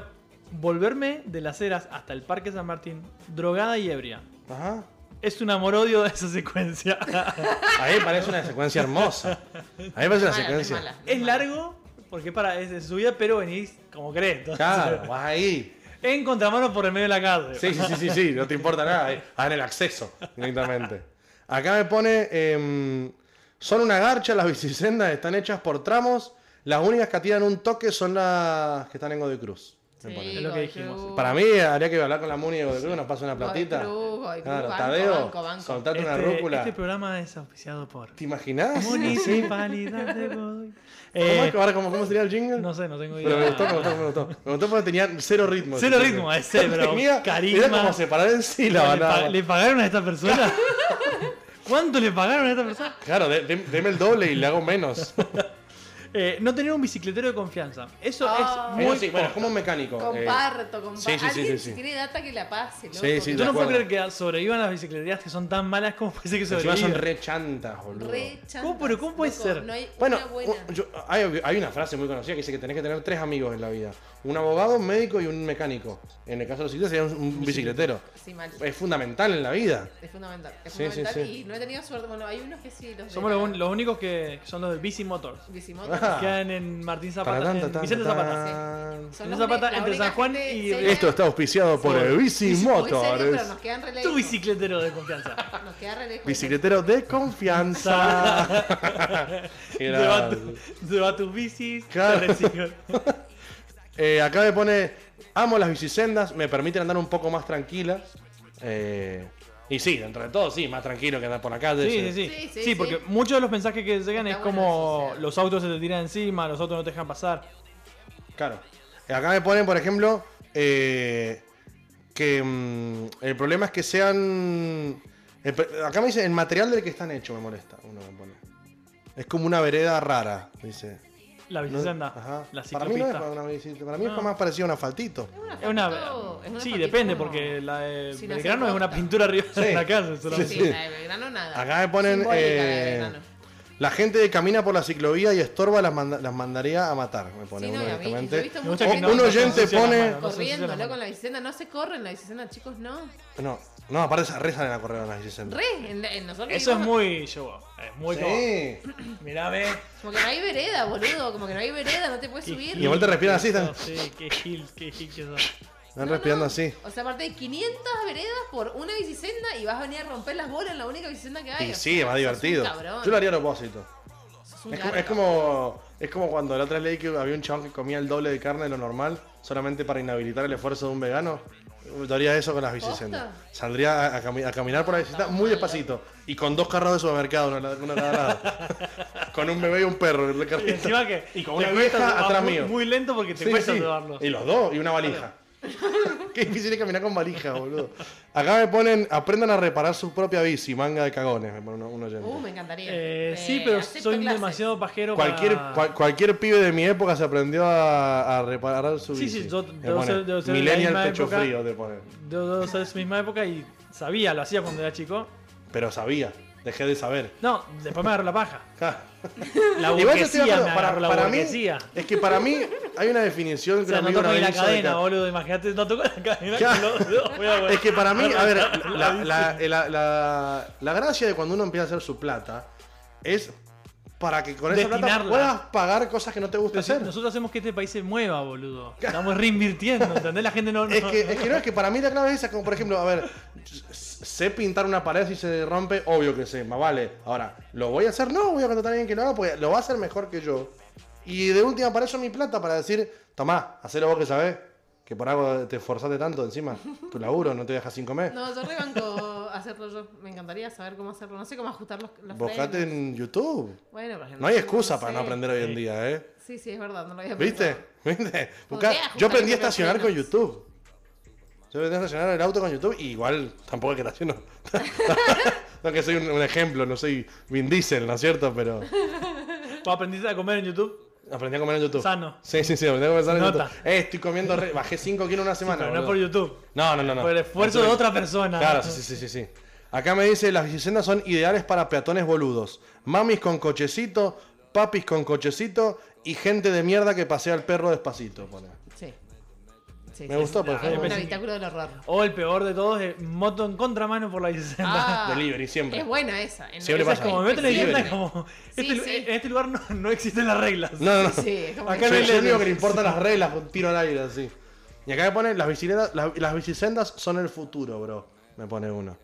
Speaker 2: volverme de las eras hasta el Parque San Martín, drogada y ebria.
Speaker 1: Ajá.
Speaker 2: Es un amor-odio de esa secuencia.
Speaker 1: A mí me parece una secuencia hermosa. A mí me parece una
Speaker 3: Mala,
Speaker 1: secuencia.
Speaker 3: mala,
Speaker 2: es
Speaker 3: mala.
Speaker 2: largo, Porque para, es de subida, pero venís como querés. entonces,
Speaker 1: Claro, vas ahí.
Speaker 2: En contramano por el medio de la calle.
Speaker 1: Sí, sí, sí, sí, sí, no te importa nada. eh. Hagan el acceso directamente. Acá me pone. em, son una garcha, las bicisendas están hechas por tramos. Las únicas que tiran un toque son las que están en Godoy Cruz. me
Speaker 3: Sí,
Speaker 1: pone.
Speaker 2: Es lo que dijimos.
Speaker 3: Godoy Cruz.
Speaker 1: Para mí, habría que hablar con la Muni de Godoy Cruz, nos pasa una
Speaker 3: Godoy
Speaker 1: platita.
Speaker 3: Cruz, Godoy Cruz,
Speaker 1: Claro,
Speaker 3: banco,
Speaker 1: Tadeo,
Speaker 3: banco, banco.
Speaker 1: soltate una
Speaker 2: Este-
Speaker 1: rúcula.
Speaker 2: Este programa es auspiciado por
Speaker 1: ¿Te imaginás?
Speaker 2: Municipalidad de Godoy.
Speaker 1: ¿Cómo,
Speaker 2: Eh,
Speaker 1: es que ahora, cómo, cómo sería el jingle?
Speaker 2: no sé, no tengo idea.
Speaker 1: Pero me gustó, me gustó, me gustó. Me gustó porque tenía cero ritmo.
Speaker 2: Cero
Speaker 1: ese
Speaker 2: ritmo,
Speaker 1: jingle.
Speaker 2: ese, pero
Speaker 1: Tenía,
Speaker 2: carisma.
Speaker 1: Era como separar en sílaba.
Speaker 2: ¿Le,
Speaker 1: nada
Speaker 2: pa-
Speaker 1: más.
Speaker 2: le pagaron a esta persona? ¿Cuánto le pagaron a esta persona?
Speaker 1: Claro, de- de- deme el doble y le hago menos.
Speaker 2: Eh, no tener un bicicletero de confianza. Eso
Speaker 3: Ah.
Speaker 2: es muy.
Speaker 1: Eso sí, bueno, es como un mecánico. eh,
Speaker 3: Comparto, comparto.
Speaker 1: sí, sí, sí,
Speaker 3: Alguien
Speaker 1: sí, sí.
Speaker 3: si tiene data que la pase, loco.
Speaker 1: Sí, sí,
Speaker 2: Yo
Speaker 3: que
Speaker 1: de
Speaker 2: no puedo
Speaker 1: acuerdo.
Speaker 2: creer que sobrevivan las bicicleterías que son tan malas como parece que
Speaker 1: Encima son
Speaker 2: sobreviven.
Speaker 1: re chantas, boludo.
Speaker 3: re chantas,
Speaker 2: ¿Cómo, pero cómo puede
Speaker 3: loco,
Speaker 2: ser?
Speaker 3: No hay
Speaker 1: Bueno,
Speaker 3: una buena.
Speaker 1: u- yo- hay, hay una frase muy conocida que dice que tenés que tener tres amigos en la vida: un abogado, un médico y un mecánico. En el caso de los ciclistas sería un, un bicicletero.
Speaker 3: Sí, mal.
Speaker 1: Es fundamental en la vida.
Speaker 3: Es fundamental. Es
Speaker 1: eh. Sí,
Speaker 3: fundamental.
Speaker 1: sí, sí.
Speaker 3: Y no he tenido suerte. Bueno, hay unos que sí los de
Speaker 2: Somos
Speaker 3: la-
Speaker 2: los, un- los únicos que que son los de Bici Motors.
Speaker 3: Bicimotos.
Speaker 1: Ah,
Speaker 2: Quedan en Martín Zapata.
Speaker 1: Tan, tan,
Speaker 2: en
Speaker 1: tan,
Speaker 2: Vicente
Speaker 1: tan.
Speaker 2: Zapata.
Speaker 3: Son
Speaker 2: Esa
Speaker 3: los
Speaker 2: pata
Speaker 3: únicos- la
Speaker 2: entre
Speaker 3: única
Speaker 2: San Juan
Speaker 3: gente
Speaker 2: y-
Speaker 3: seria-
Speaker 1: Esto está auspiciado por el
Speaker 2: Sí.
Speaker 3: Y si- muy seria,
Speaker 1: Bicimotores.
Speaker 3: pero nos quedan re
Speaker 2: Tu
Speaker 3: lejos.
Speaker 2: bicicletero de confianza.
Speaker 3: Nos queda re lejos.
Speaker 1: Bicicletero de confianza. Qué
Speaker 2: Lleva,
Speaker 1: grande.
Speaker 2: tu- lleva tus bicis. te
Speaker 1: Claro.
Speaker 2: reciben.
Speaker 1: Eh, acá me pone, amo las bicisendas, me permiten andar un poco más tranquila. Eh, y sí, dentro de todo, sí, más tranquilo que andar por la calle.
Speaker 2: Sí, sí, sí.
Speaker 3: Sí,
Speaker 2: Sí,
Speaker 3: sí,
Speaker 2: porque
Speaker 3: sí.
Speaker 2: muchos de los mensajes que llegan
Speaker 3: Está
Speaker 2: es
Speaker 3: bueno
Speaker 2: como
Speaker 3: eso, sí.
Speaker 2: los autos se te tiran encima, los autos no te dejan pasar.
Speaker 1: Claro. Acá me ponen, por ejemplo, eh, que mm, el problema es que sean... el pr- acá me dice, el material del que están hechos me molesta. Uno me pone. Es como una vereda rara, dice.
Speaker 2: La
Speaker 1: No-
Speaker 2: bicicenda,
Speaker 1: Ajá.
Speaker 2: la
Speaker 1: para mí no es
Speaker 2: ciclopista.
Speaker 1: para una bicicleta, para mí es
Speaker 2: No.
Speaker 1: más parecido a un asfaltito.
Speaker 2: Es una-
Speaker 3: foto- es una
Speaker 2: sí,
Speaker 3: fotito
Speaker 2: depende,
Speaker 3: como-
Speaker 2: porque la de
Speaker 3: sin hacer
Speaker 2: Belgrano es una
Speaker 3: nota.
Speaker 2: pintura arriba de
Speaker 1: Sí.
Speaker 2: la casa.
Speaker 3: Sí,
Speaker 2: solamente.
Speaker 1: Sí,
Speaker 3: sí,
Speaker 1: sí.
Speaker 3: la de Belgrano nada.
Speaker 1: Acá me ponen.
Speaker 3: Simbólica la de
Speaker 1: eh,
Speaker 3: Belgrano.
Speaker 1: la gente que camina por la ciclovía y estorba las, manda- las mandaría a matar, me pone
Speaker 3: Sí, no,
Speaker 1: uno
Speaker 3: y a mí- yo he
Speaker 1: directamente.
Speaker 3: visto
Speaker 2: Me
Speaker 3: mucha
Speaker 2: gusta que
Speaker 3: gente
Speaker 1: un
Speaker 2: no se
Speaker 1: oyente
Speaker 2: ensucian las
Speaker 1: pone-
Speaker 2: manos, no se ensucian
Speaker 3: corriendo,
Speaker 2: las
Speaker 3: loco,
Speaker 2: manos.
Speaker 3: con la bicicleta. No se corre en la bicicleta, chicos, no.
Speaker 1: No, no, aparte se rezan en la correa de las bicisendas.
Speaker 3: Re, en, en nosotros.
Speaker 2: Eso es
Speaker 3: íbamos-
Speaker 2: muy yo. Es muy como.
Speaker 1: Sí.
Speaker 2: Mirame.
Speaker 3: Como que no hay vereda, boludo. Como que no hay vereda, no te puedes
Speaker 2: qué
Speaker 3: subir.
Speaker 2: gil
Speaker 1: Y igual te respiran
Speaker 2: que
Speaker 1: así,
Speaker 2: sos,
Speaker 1: están-
Speaker 2: Sí, qué gil, qué gil que sos.
Speaker 1: Están
Speaker 3: No,
Speaker 1: respirando
Speaker 3: no.
Speaker 1: así.
Speaker 3: O sea, aparte de 500 veredas por una bicicenda y vas a venir a romper las bolas en la única bicicenda que hay.
Speaker 1: Y
Speaker 3: O
Speaker 1: sí,
Speaker 3: sea,
Speaker 1: es más
Speaker 3: sos un
Speaker 1: divertido.
Speaker 3: cabrón,
Speaker 1: Yo lo haría a propósito.
Speaker 3: sos un
Speaker 1: Es como,
Speaker 3: garca.
Speaker 1: es como. es como cuando la otra vez leí que había un chabón que comía el doble de carne de lo normal solamente para inhabilitar el esfuerzo de un vegano. Yo haría eso con las bicisendas.
Speaker 3: ¿Posta?
Speaker 1: Saldría a, a cami- a caminar por la bicicleta
Speaker 3: Estamos
Speaker 1: muy
Speaker 3: mal,
Speaker 1: despacito. Y con dos carros de supermercado, uno, al lado- uno a cada lado. con un bebé y un perro en el
Speaker 2: Y
Speaker 1: carrito.
Speaker 2: encima que.
Speaker 1: Y con
Speaker 2: te
Speaker 1: una
Speaker 2: cuesta-
Speaker 1: vieja
Speaker 2: vas
Speaker 1: atrás
Speaker 2: muy-
Speaker 1: mío.
Speaker 2: Muy lento porque te
Speaker 1: Sí,
Speaker 2: cuesta
Speaker 1: sí.
Speaker 2: llevarlo.
Speaker 1: Y los dos, y una valija. Qué difícil es caminar con valija, boludo. Acá me ponen, aprendan a reparar su propia bici, manga de cagones, me pone un oyente.
Speaker 3: Uh, me encantaría.
Speaker 2: Eh,
Speaker 3: Eh,
Speaker 2: sí, pero
Speaker 3: acepto
Speaker 2: soy
Speaker 3: clases.
Speaker 2: demasiado pajero
Speaker 1: Cualquier,
Speaker 2: para...
Speaker 1: cual- cualquier pibe de mi época se aprendió a, a reparar su
Speaker 2: Sí,
Speaker 1: bici.
Speaker 2: sí, yo-
Speaker 1: Me
Speaker 2: debo
Speaker 1: pone,
Speaker 2: ser- debo ser de la
Speaker 1: Millennial
Speaker 2: misma
Speaker 1: pecho
Speaker 2: época".
Speaker 1: frío te pone.
Speaker 2: Yo, yo soy de esa misma época y sabía, lo hacía cuando era chico.
Speaker 1: Pero sabía, dejé de saber.
Speaker 2: No, después me agarró la paja.
Speaker 1: Ja.
Speaker 2: La
Speaker 1: Igual yo estoy
Speaker 2: burguesía
Speaker 1: de
Speaker 2: me
Speaker 1: acuerdo,
Speaker 2: agarró la
Speaker 1: para mí,
Speaker 2: burguesía.
Speaker 1: es que para mí hay una definición que
Speaker 2: O sea,
Speaker 1: un
Speaker 2: no
Speaker 1: amigo
Speaker 2: toco
Speaker 1: una vez
Speaker 2: ni la
Speaker 1: hizo de
Speaker 2: cadena,
Speaker 1: ca-
Speaker 2: boludo. Imagínate, no toco la cadena.
Speaker 1: Ya.
Speaker 2: con los dedos, voy a agarrar.
Speaker 1: Es que para mí, a ver, la, la- la- la- la gracia de cuando uno empieza a hacer su plata es para que con esa plata
Speaker 2: Destinarla.
Speaker 1: puedas pagar cosas que no te gusta
Speaker 2: Pero si
Speaker 1: hacer.
Speaker 2: nosotros hacemos que este país se mueva, boludo. Estamos reinvirtiendo, ¿entendés? La gente no... no-
Speaker 1: Es que, es que no, es que para mí la clave es esa, como por ejemplo, a ver, sé pintar una pared si se rompe, obvio que sé, más vale. Ahora, ¿lo voy a hacer? No, voy a contratar a alguien que lo haga porque lo va a hacer mejor que yo. Y de última para eso mi plata, para decir, tomá, hacelo vos que sabés, que por algo te esforzaste tanto encima, tu laburo, no te dejas sin comer.
Speaker 3: No, yo rebanco hacerlo yo. Me encantaría saber cómo hacerlo. No sé cómo ajustar los, los
Speaker 1: Buscate
Speaker 3: frenos.
Speaker 1: en YouTube.
Speaker 3: Bueno, pero
Speaker 1: No hay excusa para
Speaker 3: sé.
Speaker 1: no aprender hoy en
Speaker 2: Sí.
Speaker 1: día, ¿eh?
Speaker 3: Sí, sí, es verdad, no lo había
Speaker 1: ¿Viste?
Speaker 3: pensado.
Speaker 1: ¿Viste?
Speaker 3: Podría
Speaker 1: Buscá-
Speaker 3: ajustar
Speaker 1: Yo aprendí a
Speaker 3: el freno.
Speaker 1: estacionar con YouTube. Yo aprendí a estacionar el auto con YouTube y igual tampoco es que estaciono. no que soy un, un ejemplo, no soy Vin Diesel, ¿no es cierto? Pero
Speaker 2: Vos ¿Aprendiste a comer en YouTube?
Speaker 1: aprendí a comer en YouTube.
Speaker 2: Sano.
Speaker 1: Sí, sí, sí, aprendí a comer sano en
Speaker 2: Nota.
Speaker 1: YouTube. Eh, estoy comiendo, re- bajé 5 kilos en una semana.
Speaker 2: Pero no
Speaker 1: boludo.
Speaker 2: por YouTube.
Speaker 1: no, no, no, no.
Speaker 2: Por el esfuerzo
Speaker 1: No,
Speaker 2: de
Speaker 1: sí.
Speaker 2: otra persona.
Speaker 1: Claro, sí, sí, sí, sí. Acá me dice, las bicisendas son ideales para peatones boludos. Mamis con cochecito, papis con cochecito y gente de mierda que pasea al perro despacito. pone.
Speaker 3: Sí. Sí,
Speaker 1: Me
Speaker 3: sí,
Speaker 1: gustó,
Speaker 3: sí.
Speaker 1: por favor.
Speaker 3: Un habitáculo del horror.
Speaker 2: O el peor de todos es moto en contramano por la 60.
Speaker 3: Ah,
Speaker 1: Delivery, siempre.
Speaker 3: Es buena esa. En
Speaker 1: Siempre
Speaker 2: Esa
Speaker 3: realidad
Speaker 2: es
Speaker 1: pasa.
Speaker 2: como, me meten en
Speaker 1: Sí,
Speaker 2: tienda
Speaker 1: sí.
Speaker 2: como,
Speaker 3: Sí,
Speaker 2: este, lu-
Speaker 3: sí.
Speaker 2: en este lugar no, no existen las reglas.
Speaker 1: No, no, no.
Speaker 3: Sí, es como
Speaker 2: Acá
Speaker 3: que-
Speaker 1: Soy-
Speaker 2: no hay
Speaker 1: soy el único
Speaker 2: leyes.
Speaker 1: que le importan las reglas, un tiro al aire así. Y acá me pone, las bicicletas, las, las bicisendas son el futuro, bro. Me pone uno.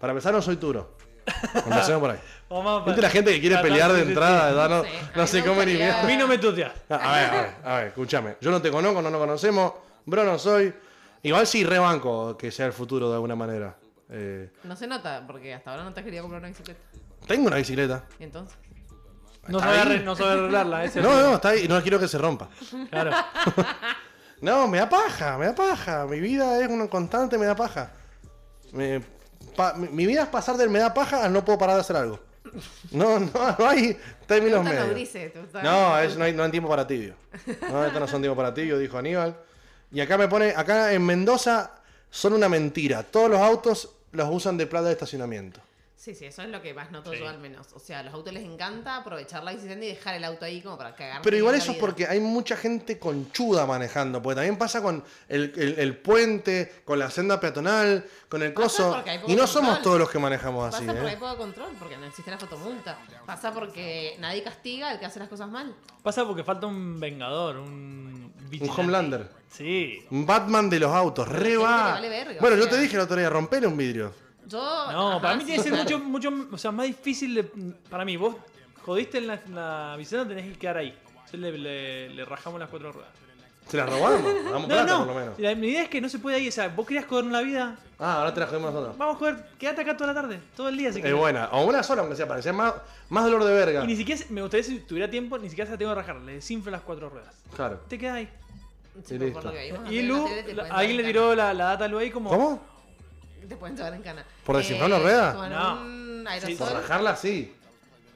Speaker 1: Para empezar, no soy duro. Empecemos por ahí.
Speaker 2: Vamos a-
Speaker 1: ¿Viste la gente que quiere
Speaker 2: Tratar
Speaker 1: pelear de
Speaker 2: sí,
Speaker 1: entrada? ¿verdad? No,
Speaker 3: Sí, a
Speaker 1: no
Speaker 3: mí
Speaker 1: sé
Speaker 3: me
Speaker 1: cómo ni
Speaker 3: gustaría-
Speaker 2: sí. A
Speaker 1: mierda.
Speaker 2: mí no me tuteas.
Speaker 1: A a ver, a ver, a ver, escúchame. Yo no te conozco, no nos conocemos. Bro, no soy. Igual sí, rebanco que sea el futuro de alguna manera. Eh,
Speaker 3: No se nota, porque hasta ahora no te has querido comprar una bicicleta.
Speaker 1: tengo una bicicleta.
Speaker 3: Y entonces.
Speaker 2: No
Speaker 1: ¿Está
Speaker 2: sabe,
Speaker 1: ahí?
Speaker 2: arre- no sabe arreglarla. Ese
Speaker 1: No, no, está ahí. No quiero que se rompa.
Speaker 2: Claro.
Speaker 1: No, me da paja, me da paja. Mi vida es una constante, me da paja. Me- pa- mi, mi vida es pasar del me da paja al no puedo parar de hacer algo. No, no, no hay
Speaker 3: Te
Speaker 1: términos
Speaker 3: gustan los
Speaker 1: medios.
Speaker 3: grises, te gustan-
Speaker 1: No, es- no, hay, no hay tiempo para tibio. No, estos no son tiempo para tibio, dijo Aníbal. Y acá me pone, acá en Mendoza son una mentira. Todos los autos los usan de plata de estacionamiento.
Speaker 3: Sí, sí, eso es lo que más noto yo al menos. O sea, a los autos les encanta aprovechar la bicicleta y dejar el auto ahí como para cagar.
Speaker 1: Pero igual eso es porque hay mucha gente conchuda manejando, porque también pasa con el, el- el puente, con la senda peatonal, con el
Speaker 3: Pasa
Speaker 1: coso.
Speaker 3: porque hay poco
Speaker 1: Y no somos
Speaker 3: control.
Speaker 1: todos los que manejamos
Speaker 3: Pasa
Speaker 1: así,
Speaker 3: porque hay
Speaker 1: ¿eh?
Speaker 3: poco control, porque no existe la fotomulta. Pasa porque nadie castiga al que hace las cosas mal.
Speaker 2: Pasa porque falta un vengador, un
Speaker 1: Un
Speaker 2: vigilante.
Speaker 1: Homelander.
Speaker 2: Sí,
Speaker 1: Un Batman de los autos, re
Speaker 3: Pero hay gente que
Speaker 1: va.
Speaker 3: vale verga,
Speaker 1: bueno,
Speaker 3: o
Speaker 1: yo
Speaker 3: sea.
Speaker 1: te dije el otro día, rompele un vidrio.
Speaker 3: Yo.
Speaker 2: No,
Speaker 3: ajá,
Speaker 2: para mí tiene que
Speaker 3: sí,
Speaker 2: ser mucho,
Speaker 3: claro.
Speaker 2: mucho, o sea, más difícil de- para mí. Vos jodiste en la, en la bicicleta, tenés que quedar ahí. Entonces le, le- le rajamos las cuatro ruedas.
Speaker 1: Se la robamos, le damos
Speaker 2: No,
Speaker 1: plata
Speaker 2: no,
Speaker 1: por lo menos.
Speaker 2: la, mi idea es que no se puede ir. O sea, vos querías joder la vida,
Speaker 1: Ah, ahora te la jodemos nosotros.
Speaker 2: vamos a joder, quédate acá toda la tarde, todo el día. Si
Speaker 1: Es
Speaker 2: querés.
Speaker 1: buena, o una sola, aunque sea, parecía más, más dolor de verga.
Speaker 2: Y ni siquiera, se- me gustaría si tuviera tiempo, ni siquiera se la tengo que rajar, le desinflo las cuatro ruedas.
Speaker 1: Claro.
Speaker 2: Te quedas ahí.
Speaker 3: Sí,
Speaker 1: Y
Speaker 3: por
Speaker 1: listo.
Speaker 3: lo que vimos
Speaker 2: Y
Speaker 3: en la
Speaker 2: Lu,
Speaker 3: tele te
Speaker 2: la-
Speaker 3: pueden
Speaker 2: alguien le
Speaker 3: llevar
Speaker 2: tiró
Speaker 3: en
Speaker 2: la, la data a Lu ahí como...
Speaker 1: ¿Cómo?
Speaker 3: cana. Te pueden llevar en cana. Eh,
Speaker 1: ¿Por desinflar la rueda?
Speaker 3: rueda? Con
Speaker 2: No.
Speaker 3: un
Speaker 2: Sí,
Speaker 1: Por
Speaker 3: aerosol.
Speaker 1: rajarla, sí.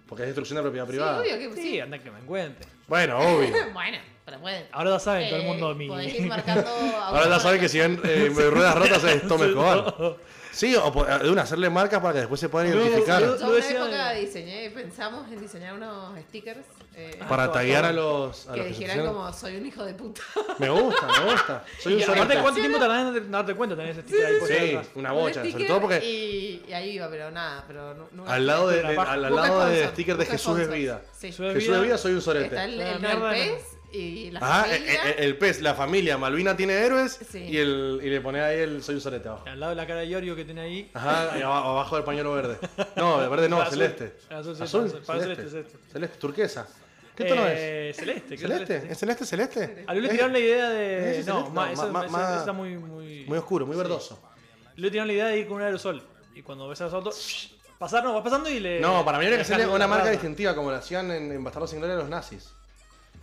Speaker 1: Porque es destrucción de propiedad
Speaker 3: Sí,
Speaker 1: privada.
Speaker 3: obvio que
Speaker 2: Sí,
Speaker 3: sí.
Speaker 2: anda que me encuentre.
Speaker 1: Bueno, obvio.
Speaker 3: Bueno, pero pueden.
Speaker 2: Ahora ya saben todo el mundo de
Speaker 3: Eh,
Speaker 2: mí.
Speaker 3: podés ir marcando
Speaker 1: Ahora ya
Speaker 3: autos
Speaker 1: saben que si ven eh, ruedas rotas es Tom Escobar.
Speaker 2: No.
Speaker 1: Sí, o po- eh, de una, hacerle marcas para que después se puedan
Speaker 2: Luego-
Speaker 1: identificar.
Speaker 2: luego-
Speaker 3: Yo
Speaker 2: Lo
Speaker 3: en una
Speaker 2: decía-
Speaker 3: época diseñé, pensamos en diseñar unos stickers eh,
Speaker 1: Para
Speaker 2: todo,
Speaker 1: taguear
Speaker 2: todo.
Speaker 1: a los. A
Speaker 3: que
Speaker 1: los que se
Speaker 3: dijeran
Speaker 1: hicieron.
Speaker 3: como soy un hijo de puta.
Speaker 1: Me gusta, me gusta. Soy
Speaker 2: Y
Speaker 1: un
Speaker 2: aparte,
Speaker 1: solista.
Speaker 2: ¿cuánto tiempo tardás en darte- darte cuenta? Tenés ese sticker ahí puesto
Speaker 1: Sí,
Speaker 2: atrás.
Speaker 1: una
Speaker 3: Un
Speaker 1: bocha. Sobre
Speaker 3: sticker
Speaker 1: todo porque
Speaker 3: Y, y ahí iba, pero nada, pero nu- nunca-
Speaker 1: al lado de,
Speaker 2: la
Speaker 1: de-
Speaker 2: paja.
Speaker 1: al, al
Speaker 3: nunca
Speaker 1: lado de
Speaker 3: sponsor,
Speaker 1: sticker de
Speaker 3: nunca
Speaker 1: Jesús es
Speaker 3: sponsor.
Speaker 1: vida.
Speaker 3: Sí.
Speaker 2: Sube
Speaker 1: Jesús es vida, soy un
Speaker 3: Está
Speaker 1: sorete.
Speaker 3: el,
Speaker 2: Una
Speaker 3: el,
Speaker 2: Ah, mierda,
Speaker 3: pez y la
Speaker 1: Ah, eh,
Speaker 3: familia.
Speaker 1: eh, el pez, la familia, Malvina tiene héroes
Speaker 3: Sí.
Speaker 1: y, el, y le pone ahí el soy un sorete abajo.
Speaker 2: Al lado de la cara de Iorio que tiene ahí.
Speaker 1: Ajá, y aba- abajo del pañuelo verde. No, el verde no,
Speaker 2: Ah, Azul.
Speaker 1: celeste.
Speaker 2: Azul, sí,
Speaker 1: Azul,
Speaker 2: azul, para
Speaker 1: celeste.
Speaker 2: celeste, celeste.
Speaker 1: Celeste, turquesa. ¿Qué tono es?
Speaker 2: eh, Celeste, creo
Speaker 1: ¿Celeste?
Speaker 2: sí.
Speaker 1: ¿Es celeste celeste?
Speaker 2: A Lulu le
Speaker 1: Es
Speaker 2: tiraron la idea de.
Speaker 1: ¿Es
Speaker 2: no,
Speaker 1: celeste?
Speaker 2: ma-
Speaker 1: No,
Speaker 2: eso-
Speaker 1: ma-
Speaker 2: eso-
Speaker 1: ma-
Speaker 2: eso está muy. Muy,
Speaker 1: Muy oscuro, muy
Speaker 2: sí.
Speaker 1: verdoso.
Speaker 2: Lulu le tiraron la idea de ir con un aerosol. Y cuando ves a los autos. Pasar, no, vas pasando y le.
Speaker 1: No, para mí habría que
Speaker 2: le
Speaker 1: hacerle
Speaker 2: dejas
Speaker 1: una
Speaker 2: la
Speaker 1: marca
Speaker 2: rata.
Speaker 1: distintiva como lo hacían en, en Bastardos sin Gloria los nazis.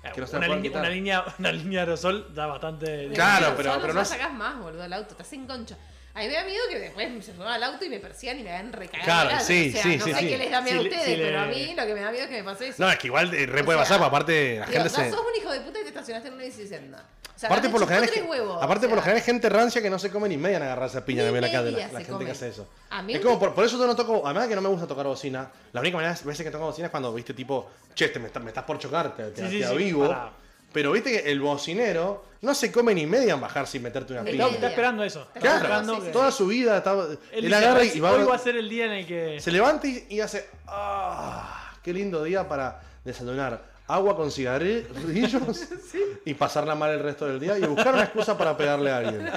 Speaker 2: Eh,
Speaker 1: que no se la
Speaker 2: una,
Speaker 1: puedan
Speaker 2: línea-
Speaker 1: quitar.
Speaker 2: una línea, una línea de aerosol da bastante.
Speaker 1: Claro. pero-
Speaker 3: pero,
Speaker 1: pero
Speaker 3: no,
Speaker 1: no
Speaker 3: no
Speaker 1: es-
Speaker 3: sacas más, boludo, el auto, estás en concha. A mí me da miedo que después se suban al auto y me persigan y me hagan recagar.
Speaker 1: Claro,
Speaker 3: pedradas.
Speaker 1: sí,
Speaker 3: o sea,
Speaker 1: sí,
Speaker 3: no
Speaker 1: sí,
Speaker 3: sé
Speaker 1: sí.
Speaker 3: qué les da miedo
Speaker 2: Si le-
Speaker 3: a ustedes,
Speaker 2: si le-
Speaker 3: pero a mí lo que me da miedo es que me pase eso.
Speaker 1: No, es que igual eh, re
Speaker 3: O
Speaker 1: puede
Speaker 3: sea,
Speaker 1: pasar, porque aparte la
Speaker 3: Digo,
Speaker 1: gente
Speaker 3: ya
Speaker 1: se.
Speaker 3: sos un hijo de puta y te estacionaste en una bicicenda. O sea,
Speaker 1: Aparte,
Speaker 3: ya te
Speaker 1: por lo
Speaker 3: chupó
Speaker 1: general, es
Speaker 3: tres
Speaker 1: que-
Speaker 3: huevos,
Speaker 1: aparte
Speaker 3: o
Speaker 1: por lo
Speaker 3: sea,
Speaker 1: general es gente rancia que no se come ni media en agarrarse a piña
Speaker 3: Ni
Speaker 1: también en la calle,
Speaker 3: media
Speaker 1: la, la
Speaker 3: se
Speaker 1: gente que
Speaker 3: come.
Speaker 1: hace eso.
Speaker 3: A mí
Speaker 1: Es
Speaker 3: un
Speaker 1: como,
Speaker 3: día-
Speaker 1: por, por eso yo no toco, además de que no me gusta tocar bocina, la única manera veces que toco bocina es cuando, viste, tipo, che, te, me, está- me estás por chocar, te, te-
Speaker 2: Sí, sí,
Speaker 1: te
Speaker 2: sí,
Speaker 1: avivo.
Speaker 2: pará.
Speaker 1: Pero viste que el bocinero no se come ni media en bajar sin meterte una
Speaker 3: Ni
Speaker 1: piña.
Speaker 2: No, está
Speaker 3: media.
Speaker 2: esperando eso. Está
Speaker 1: Claro,
Speaker 2: esperando
Speaker 3: sí, sí,
Speaker 2: que-
Speaker 1: toda su vida estaba.
Speaker 2: Él
Speaker 1: él
Speaker 2: dice,
Speaker 1: agarra
Speaker 2: "Hoy-
Speaker 1: y va,
Speaker 2: hoy va a ser el día en el que.
Speaker 1: Se levanta y, y hace. "Ah, ¡Qué lindo día para desayunar! Agua con cigarrillos y pasarla mal el resto del día y buscar una excusa para pegarle a alguien.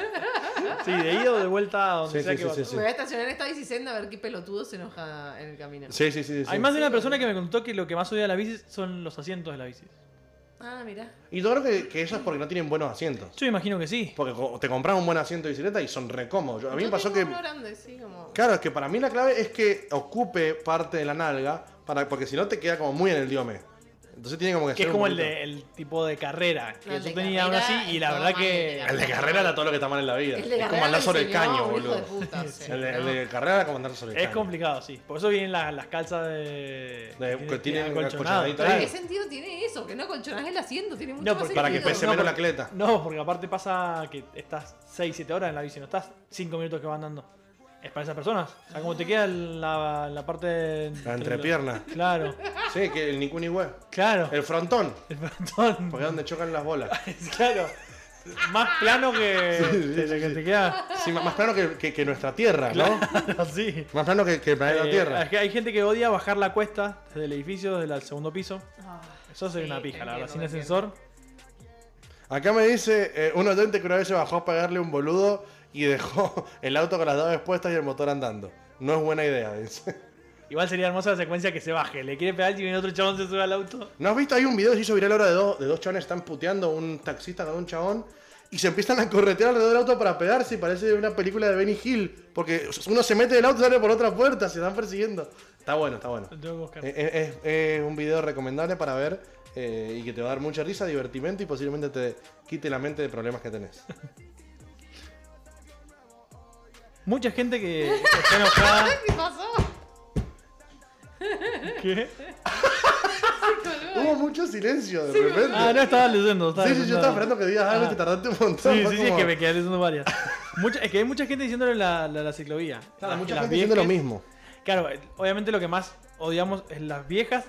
Speaker 2: Sí, de ida o de vuelta, donde
Speaker 1: Sí,
Speaker 2: sea
Speaker 1: sí,
Speaker 2: que
Speaker 1: sí,
Speaker 2: va.
Speaker 1: sí, sí.
Speaker 3: Me voy a estacionar en esta bicicenda a ver qué pelotudo se enoja en el camino.
Speaker 1: Sí, sí, sí. sí,
Speaker 2: Hay
Speaker 1: sí.
Speaker 2: más de una persona que me contó que lo que más odia de la bici son los asientos de la bici.
Speaker 3: Ah, mirá.
Speaker 1: Y yo creo que, que eso es porque no tienen buenos asientos.
Speaker 2: Yo imagino que sí.
Speaker 1: Porque co- te compras un buen asiento de bicicleta y son re cómodos. Yo- A mí
Speaker 3: Yo
Speaker 1: me pasó
Speaker 3: tengo
Speaker 1: que.
Speaker 3: uno grande, sí, como-
Speaker 1: Claro, es que para mí la clave es que ocupe parte de la nalga, para, porque si no te queda como muy en el diome. Entonces tiene como que
Speaker 2: Que
Speaker 1: ser
Speaker 2: es
Speaker 1: un
Speaker 2: como el,
Speaker 1: poquito-
Speaker 2: de- el tipo de carrera. Que
Speaker 3: No, el
Speaker 2: yo
Speaker 3: de
Speaker 2: tenía uno
Speaker 3: carrera
Speaker 2: así y
Speaker 3: es
Speaker 2: la
Speaker 3: todo
Speaker 2: verdad
Speaker 3: mal, el de
Speaker 2: que.
Speaker 3: carrera.
Speaker 1: El de carrera era todo lo que está mal en la vida.
Speaker 3: El de
Speaker 1: es como
Speaker 3: carrera
Speaker 1: andar
Speaker 3: lo
Speaker 1: sobre el
Speaker 3: diseñó
Speaker 1: caño,
Speaker 3: un hijo
Speaker 1: boludo.
Speaker 3: de puta, o sea,
Speaker 1: El de, el
Speaker 3: ¿no?
Speaker 1: de carrera era como andar sobre el
Speaker 2: Es
Speaker 1: caño.
Speaker 2: complicado, sí. Por eso vienen la- las calzas de.
Speaker 1: De- que tienen
Speaker 2: acolchonado,
Speaker 1: acolchonadito
Speaker 3: ¿Pero
Speaker 1: Claro. pues
Speaker 3: ¿Qué sentido tiene eso? Que no colchonás el asiento, tiene mucho
Speaker 2: No,
Speaker 3: más
Speaker 2: porque-
Speaker 1: Para que
Speaker 3: sentido.
Speaker 1: pese
Speaker 2: No,
Speaker 1: menos la
Speaker 2: porque-
Speaker 1: cleta.
Speaker 2: No, porque aparte pasa que estás 6, 7 horas en la bici, no estás 5 minutos que va andando. Es para esas personas. O sea, como te queda la, la parte. de-
Speaker 1: La entrepierna.
Speaker 2: Claro,
Speaker 1: Sí, que el ni cu ni hue.
Speaker 2: claro.
Speaker 1: El frontón.
Speaker 2: El frontón.
Speaker 1: Porque es donde chocan las bolas.
Speaker 2: Claro. Más plano que,
Speaker 1: Sí, sí,
Speaker 2: que- que
Speaker 1: sí.
Speaker 2: te queda.
Speaker 1: Sí, más más plano que, que- que nuestra tierra, ¿no?
Speaker 2: Claro, Ah, sí.
Speaker 1: Más plano que, que el planeta
Speaker 2: Eh,
Speaker 1: Tierra.
Speaker 2: es que hay gente que odia bajar la cuesta desde el edificio, desde el segundo piso. Eso soy
Speaker 3: Ah, Sí,
Speaker 2: una
Speaker 3: te
Speaker 2: pija, la verdad. Sin
Speaker 3: entiendo, te
Speaker 2: ascensor.
Speaker 1: Acá me dice eh, un oyente que una vez se bajó a pagarle un boludo y dejó el auto con las llaves puestas y el motor andando. No es buena idea, dice.
Speaker 2: Igual sería hermosa la secuencia que se baje. Le quiere pegar y viene otro chabón, se sube al auto.
Speaker 1: ¿No has visto? Hay un video que se hizo viral ahora de, dos- de dos chabones están puteando, un taxista con un chabón, y se empiezan a corretear alrededor del auto para pegarse y parece una película de Benny Hill, porque uno se mete del auto y sale por otra puerta, se están persiguiendo. Está bueno, está bueno.
Speaker 2: Lo tengo que buscar.
Speaker 1: Eh, eh, Es, es un video recomendable para ver eh, y que te va a dar mucha risa, divertimento y posiblemente te quite la mente de problemas que tenés.
Speaker 2: Mucha gente que está enojada.
Speaker 3: ¿Qué pasó?
Speaker 2: ¿Qué?
Speaker 1: Hubo mucho silencio de repente.
Speaker 2: Ah, no, estaba leyendo. Estaba
Speaker 1: sí, sí, yo
Speaker 2: leyendo.
Speaker 1: estaba esperando que digas algo
Speaker 2: Ah.
Speaker 1: y te tardaste un montón.
Speaker 2: Sí,
Speaker 1: fue
Speaker 2: sí, sí, es
Speaker 1: como-
Speaker 2: que me quedé leyendo varias. Mucha- es que hay mucha gente diciéndole la, la, la ciclovía.
Speaker 1: Claro,
Speaker 2: Las-
Speaker 1: mucha
Speaker 2: las
Speaker 1: gente diciendo lo
Speaker 2: viejas-
Speaker 1: mismo.
Speaker 2: Claro, eh, obviamente lo que más odiamos es las viejas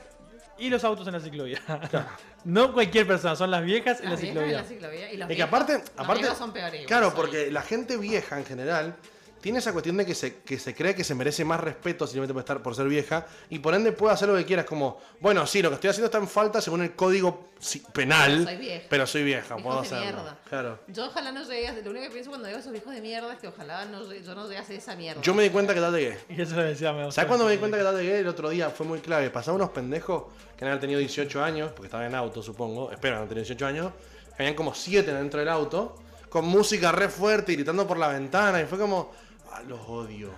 Speaker 2: y los autos en la ciclovía. no cualquier persona, son las viejas y la
Speaker 3: Las viejas en
Speaker 2: ciclovía.
Speaker 3: la ciclovía. Y
Speaker 1: Es
Speaker 3: los
Speaker 1: que
Speaker 3: viejos.
Speaker 1: aparte,
Speaker 3: Los
Speaker 1: aparte
Speaker 3: viejos son peores. igual,
Speaker 1: Claro,
Speaker 3: son-
Speaker 1: porque la gente vieja en general tiene esa cuestión de que se, que se cree que se merece más respeto simplemente por, estar, por ser vieja y por ende puede hacer lo que quieras. Como, bueno, sí, lo que estoy haciendo está en falta según el código si- penal,
Speaker 3: Soy vieja.
Speaker 1: pero soy vieja,
Speaker 3: Hijos
Speaker 1: puedo
Speaker 3: de
Speaker 1: hacerlo.
Speaker 3: mierda.
Speaker 1: Claro.
Speaker 3: Yo ojalá no llegue a... Lo único que pienso cuando digo esos viejos de mierda es que ojalá no, llegue- yo no llegase a esa mierda.
Speaker 1: Yo me di cuenta que edad llegué.
Speaker 2: Y eso lo decía me
Speaker 1: ¿Sabes cuando me di cuenta que edad llegué? El otro día fue muy clave. Pasaban unos pendejos que habían tenido 18 años, porque estaban en auto, supongo. Espero, no tenían 18 años. Habían como 7 dentro del auto, con música re fuerte, gritando por la ventana. Y fue como, ah, los odio.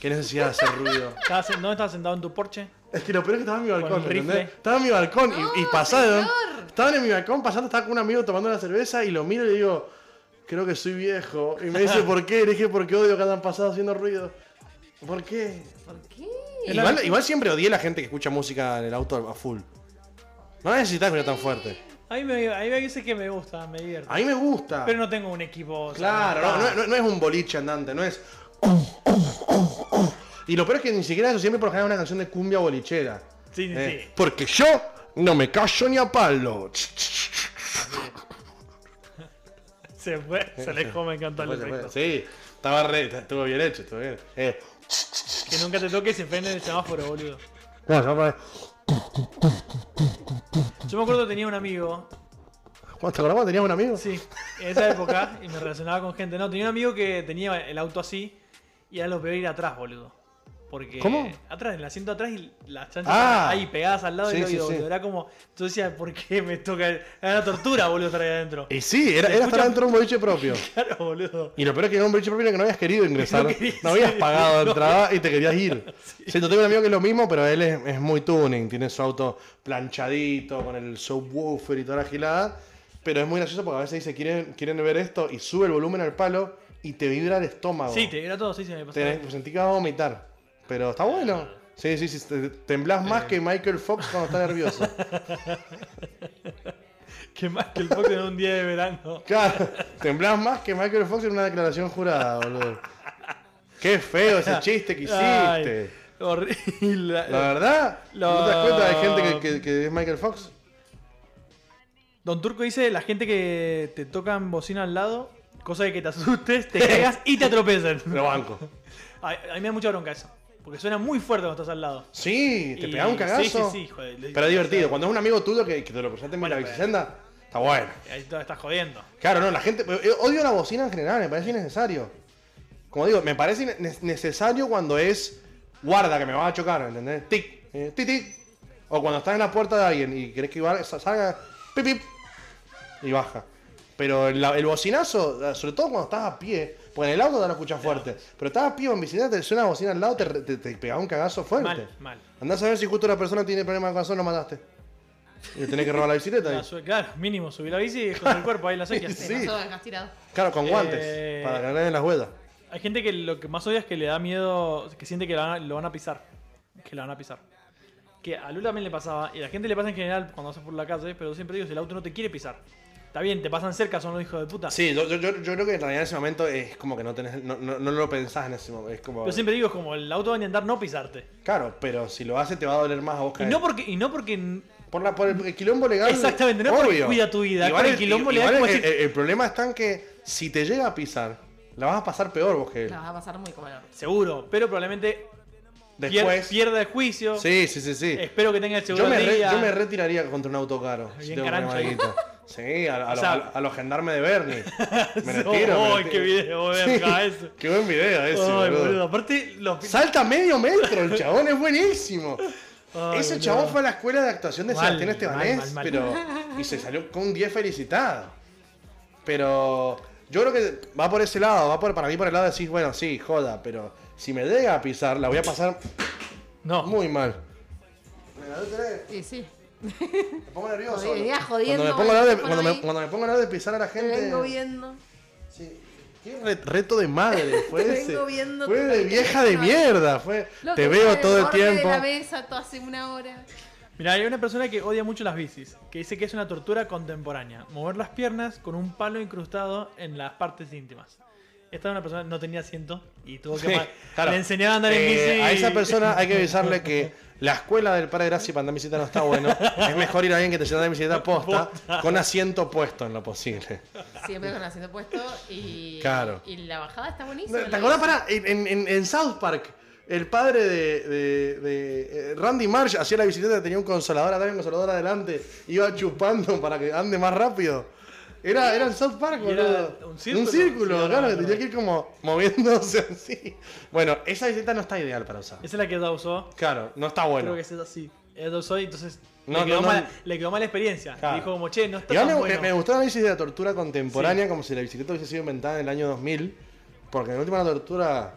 Speaker 1: Qué necesidad de hacer ruido.
Speaker 2: Estabas sen- ¿No estabas sentado en tu porche?
Speaker 1: Es que lo peor es que estaba en mi balcón,
Speaker 2: Con un
Speaker 1: ¿entendés?
Speaker 2: rifle.
Speaker 1: Estaba en mi balcón y, y
Speaker 3: No,
Speaker 1: pasaron.
Speaker 3: señor.
Speaker 1: Estaban en mi balcón pasando, estaba con un amigo tomando una cerveza y lo miro y le digo, creo que soy viejo. Y me dice, ¿por qué? Y le dije, porque odio que andan pasados haciendo ruido. ¿Por qué?
Speaker 3: ¿Por qué?
Speaker 2: Es la
Speaker 1: Igual,
Speaker 2: misma-
Speaker 1: igual siempre odié a la gente que escucha música en el auto a full. No necesitas mirar tan fuerte.
Speaker 2: A mí me, a mí me dice que me gusta, me divierte.
Speaker 1: A mí me gusta.
Speaker 2: Pero no tengo un equipo. o sea,
Speaker 1: Ah. claro, no,
Speaker 2: está.
Speaker 1: no- no- no es un boliche andante, no es... Y lo peor es que ni siquiera eso siempre por lo general es una canción de cumbia bolichera.
Speaker 2: Sí, sí,
Speaker 1: Eh,
Speaker 2: sí.
Speaker 1: Porque yo no me callo ni a palo.
Speaker 2: Se fue, se alejó, me encantó el efecto.
Speaker 1: Sí, estaba re, estuvo bien hecho, estuvo bien. Eh,
Speaker 2: Que nunca te toque y se prende el semáforo, boludo.
Speaker 1: no, se va a poner-
Speaker 2: Yo me acuerdo que tenía un amigo
Speaker 1: ¿Te acordás cuando tenías un amigo?
Speaker 2: Sí, en esa época, y me relacionaba con gente. No, tenía un amigo que tenía el auto así y era lo peor ir atrás, boludo. Porque
Speaker 1: ¿Cómo?
Speaker 2: atrás, en el asiento atrás y las chanchas
Speaker 1: Ah.
Speaker 2: ahí pegadas al lado
Speaker 1: Sí,
Speaker 2: del oído,
Speaker 1: sí, sí.
Speaker 2: boludo. Era como, tú decías, ¿por qué me toca? el-?" Era una tortura, boludo, estar ahí adentro.
Speaker 1: Y sí, era,
Speaker 2: Se
Speaker 1: era
Speaker 2: escucha-
Speaker 1: estar dentro de un boliche propio.
Speaker 2: Claro, boludo.
Speaker 1: Y lo peor es que era un boliche propio en el que no habías querido ingresar. No,
Speaker 2: No querías,
Speaker 1: habías
Speaker 2: sí.
Speaker 1: pagado entrada y te querías ir. Sí, yo tengo un amigo que es lo mismo, pero él es, es muy tuning. Tiene su auto planchadito, con el subwoofer y toda la gilada. Pero es muy gracioso porque a veces dice, ¿quieren, quieren ver esto? Y sube el volumen al palo y te vibra el estómago.
Speaker 2: Sí, te era todo, sí, se me pasó.
Speaker 1: Tenés- sentí que vas a vomitar. Pero está bueno. Sí, sí, sí. te- Temblás más que Michael Fox cuando está nervioso.
Speaker 2: Que más que el foco en un día de verano.
Speaker 1: Claro. Temblás más que Michael Fox en una declaración jurada, boludo. Qué feo ese chiste que hiciste. Ah.
Speaker 2: Ay, horrible.
Speaker 1: La verdad, ¿no te das
Speaker 2: Eh, Lo-
Speaker 1: cuenta de gente que, que- que es Michael Fox?
Speaker 2: Don Turco dice, la gente que te tocan bocina al lado, cosa de que te asustes, te caigas y te atropellen.
Speaker 1: Lo banco.
Speaker 2: A, a mí me da mucha bronca eso. Porque suena muy fuerte cuando estás al lado.
Speaker 1: Sí, te
Speaker 2: Y-
Speaker 1: pega un cagazo.
Speaker 2: Sí, sí, sí, joder. le-
Speaker 1: Pero es divertido. Cuando es un amigo tuyo que, que te lo presenten en la
Speaker 2: Bueno,
Speaker 1: bicicenda, está bueno.
Speaker 2: Ahí te estás jodiendo.
Speaker 1: Claro, no, la gente. eh, Odio la bocina en general, me parece innecesario. Como digo, me parece ne- necesario cuando es guarda que me vas a chocar, ¿entendés? Tic, eh, tic, tic. O cuando estás en la puerta de alguien y querés que va- sa- salga, pip, pip, y baja. Pero el, el bocinazo, eh, sobre todo cuando estás a pie, porque en el auto te lo escuchas fuerte, pero estás a pie o en bicicleta, te suena la bocina al lado, te, re- te, te pega un cagazo fuerte.
Speaker 2: Mal, mal.
Speaker 1: Andás a ver si justo la persona tiene problema de corazón, lo mataste. Y le tenés que robar la bicicleta.
Speaker 2: La
Speaker 1: ahí.
Speaker 2: su- claro, mínimo, subí la bici con el cuerpo ahí en la sequía.
Speaker 3: Sí,
Speaker 1: Sí.
Speaker 3: no se lo dejas tirado.
Speaker 1: Claro, con guantes,
Speaker 2: Eh,
Speaker 1: para que no le den las vueltas.
Speaker 2: Hay gente que lo que más odia es que le da miedo, que siente que la van a- lo van a pisar. Que la van a pisar. Que a Lula también le pasaba, y a la gente le pasa en general cuando haces por la calle, pero siempre digo, si el auto no te quiere pisar. Está bien, te pasan cerca, son los hijos de puta.
Speaker 1: Sí, yo, yo- yo- yo creo que en realidad en ese momento es como que no tenés, no, no- no lo pensás en ese momento. Es como.
Speaker 2: Yo siempre digo, es como el auto va a intentar no pisarte.
Speaker 1: Claro, pero si lo hace te va a doler más a vos
Speaker 2: Y
Speaker 1: caer.
Speaker 2: no porque, y no porque
Speaker 1: Por, la, por el quilombo legal.
Speaker 2: Exactamente, no es por cuida tu vida, por el quilombo legal,
Speaker 1: igual
Speaker 2: como
Speaker 1: el,
Speaker 2: decir-
Speaker 1: el- el problema está en que si te llega a pisar, la vas a pasar peor vos que él.
Speaker 3: La vas a pasar muy como el orto.
Speaker 2: Seguro, pero probablemente pier- Eh,
Speaker 1: Después.
Speaker 2: pierda el juicio.
Speaker 1: Sí, sí, sí, sí.
Speaker 2: Espero que tenga el seguro
Speaker 1: Yo me,
Speaker 2: al
Speaker 1: re-
Speaker 2: día.
Speaker 1: yo me retiraría contra un auto caro. si
Speaker 2: Bien
Speaker 1: tengo problema
Speaker 2: carancho.
Speaker 1: de guita. Sí, a, a los-
Speaker 2: sea-
Speaker 1: a los- a los gendarmes de Bernie. Me retiro.
Speaker 2: Oh,
Speaker 1: me
Speaker 2: ¡Ay,
Speaker 1: retiro.
Speaker 2: qué video, verga,
Speaker 1: Sí,
Speaker 2: eso!
Speaker 1: Qué buen video ese,
Speaker 2: Ay,
Speaker 1: boludo.
Speaker 2: boludo. Aparte, los.
Speaker 1: Salta medio metro, el chabón es buenísimo.
Speaker 2: Ay,
Speaker 1: Ese
Speaker 2: boludo.
Speaker 1: chabón fue a la escuela de actuación de
Speaker 2: Mal,
Speaker 1: Sebastián
Speaker 2: mal,
Speaker 1: Estebanés,
Speaker 2: mal, mal.
Speaker 1: pero. Y se salió con un 10 felicitado. Pero. Yo creo que va por ese lado, va por, para mí por el lado de decir, bueno, sí, joda, pero si me llega a pisar, la voy a pasar
Speaker 2: No.
Speaker 1: muy mal. Me la doy tres,
Speaker 3: Sí, sí.
Speaker 1: me pongo nervioso.
Speaker 3: Joder, venía
Speaker 1: Cuando
Speaker 3: jodiendo.
Speaker 1: me, pongo a hablar de, cuando, me,
Speaker 3: ahí,
Speaker 1: cuando me pongo a hablar de pisar a la
Speaker 3: te
Speaker 1: gente.
Speaker 3: vengo viendo.
Speaker 1: Sí. Qué re- reto de madre fue
Speaker 3: Te
Speaker 1: ese.
Speaker 3: vengo viendo,
Speaker 1: fue
Speaker 3: te
Speaker 1: de
Speaker 3: vengo
Speaker 1: vieja de
Speaker 3: viendo.
Speaker 1: mierda. Fue,
Speaker 3: Loco,
Speaker 1: te
Speaker 3: está en
Speaker 1: veo todo el
Speaker 3: borde
Speaker 1: tiempo.
Speaker 3: de la mesa todo hace una hora.
Speaker 2: Mirá, hay una persona que odia mucho las bicis, que dice que es una tortura contemporánea. Mover las piernas con un palo incrustado en las partes íntimas. Esta es una persona que no tenía asiento y tuvo que...
Speaker 1: Sí,
Speaker 2: ma-
Speaker 1: claro.
Speaker 2: Le enseñaba a andar en
Speaker 1: Eh,
Speaker 2: bici.
Speaker 1: A esa persona hay que avisarle que la escuela del Padre Gracia para andar en bicicleta no está bueno. Es mejor ir a alguien que te lleve a andar en bicicleta posta, con asiento puesto en lo posible.
Speaker 3: Siempre con asiento puesto y.
Speaker 1: Claro.
Speaker 3: Y la bajada está buenísima.
Speaker 1: ¿Te acordás? Pará, en, en- en South Park, el padre de, de- de, eh, Randy Marsh hacía la bicicleta, tenía un consolador atrás y un consolador adelante, iba chupando para que ande más rápido. Era, era el South Park,
Speaker 2: Y era
Speaker 1: boludo.
Speaker 2: un círculo. Sí, no,
Speaker 1: claro,
Speaker 2: no,
Speaker 1: que tenía
Speaker 2: no.
Speaker 1: que ir como moviéndose así. Bueno, esa bicicleta no está ideal para usar.
Speaker 2: Esa es la que ella usó.
Speaker 1: Claro, no está bueno.
Speaker 2: Creo que es así. Ella usó y entonces
Speaker 1: No,
Speaker 2: le, quedó
Speaker 1: no, no.
Speaker 2: mal, le quedó mala experiencia.
Speaker 1: Claro.
Speaker 2: Y dijo como, che, no está
Speaker 1: Igual
Speaker 2: tan
Speaker 1: me,
Speaker 2: bueno.
Speaker 1: me gustó el análisis de la tortura contemporánea, como si la bicicleta hubiese sido inventada en el año 2000, porque en última la tortura...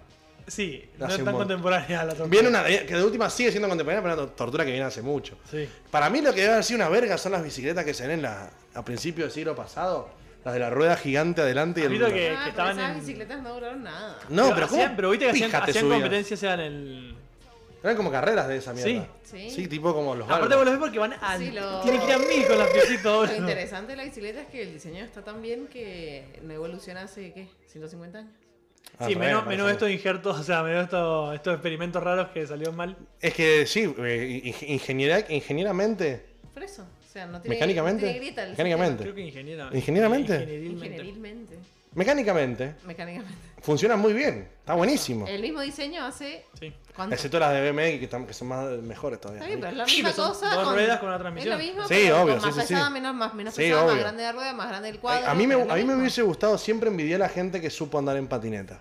Speaker 2: Sí, no
Speaker 1: Hace
Speaker 2: es
Speaker 1: un
Speaker 2: tan
Speaker 1: montón.
Speaker 2: contemporánea la tortura.
Speaker 1: Viene una, que de última sigue siendo contemporánea, pero una to- tortura que viene hace mucho.
Speaker 2: Sí.
Speaker 1: Para mí lo que debe haber sido una verga son las bicicletas que se ven en la, a principios del siglo pasado, las de la rueda gigante adelante y
Speaker 2: ¿Has
Speaker 1: el...
Speaker 2: visto que-
Speaker 3: Ah, pero
Speaker 2: estaban
Speaker 3: esas
Speaker 2: en-
Speaker 3: bicicletas no duraron nada.
Speaker 1: No, pero, ¿cómo
Speaker 2: hacían, pero viste que hacían,
Speaker 1: pija te
Speaker 2: hacían
Speaker 1: subías?
Speaker 2: competencias en el...
Speaker 1: Eran como carreras de esa mierda.
Speaker 3: Sí.
Speaker 1: tipo como los
Speaker 2: Aparte
Speaker 1: bárbaros.
Speaker 2: vos los ves porque van a...
Speaker 3: Sí, lo-
Speaker 2: Tienen que ir a mil con las bicis
Speaker 3: Lo
Speaker 2: ahora.
Speaker 3: interesante de la bicicleta es que el diseño está tan bien que no evoluciona hace, ¿qué? 150 años.
Speaker 1: Ah,
Speaker 2: Sí,
Speaker 1: re,
Speaker 2: menos,
Speaker 1: parece
Speaker 2: menos
Speaker 1: muy-
Speaker 2: estos injertos, o sea, menos estos, estos experimentos raros que salieron mal.
Speaker 1: Es que sí, eh, ing- ingeniera, ingenieramente...
Speaker 3: Por eso. O sea, no tiene,
Speaker 1: Mecánicamente,
Speaker 3: no tiene grieta el
Speaker 1: mecánicamente.
Speaker 2: Creo que ingeniera.
Speaker 1: ¿Ingenieramente?
Speaker 3: sistema.
Speaker 2: Ingenierilmente.
Speaker 3: Ingenierilmente.
Speaker 1: Mecánicamente,
Speaker 3: Mecánicamente.
Speaker 1: funciona muy bien, está buenísimo.
Speaker 3: El mismo diseño hace.
Speaker 2: Sí.
Speaker 3: ¿Cuánto?
Speaker 1: Excepto las de BMX que, están- que son más mejores todavía.
Speaker 3: Está bien, pero es la misma
Speaker 2: son
Speaker 3: cosa.
Speaker 2: dos ruedas con una
Speaker 3: la
Speaker 2: transmisión.
Speaker 3: Es lo mismo,
Speaker 1: Sí,
Speaker 3: pero con
Speaker 1: obvio,
Speaker 3: Más
Speaker 1: sí, sí, sí.
Speaker 3: pesada, menos, más, menos
Speaker 1: Sí,
Speaker 3: pesada, más
Speaker 1: obvio.
Speaker 3: grande la rueda, más grande el cuadro.
Speaker 1: A mí, me,
Speaker 3: pero es lo
Speaker 1: a mí me
Speaker 3: mismo.
Speaker 1: hubiese gustado, siempre envidié a la gente que supo andar en patineta.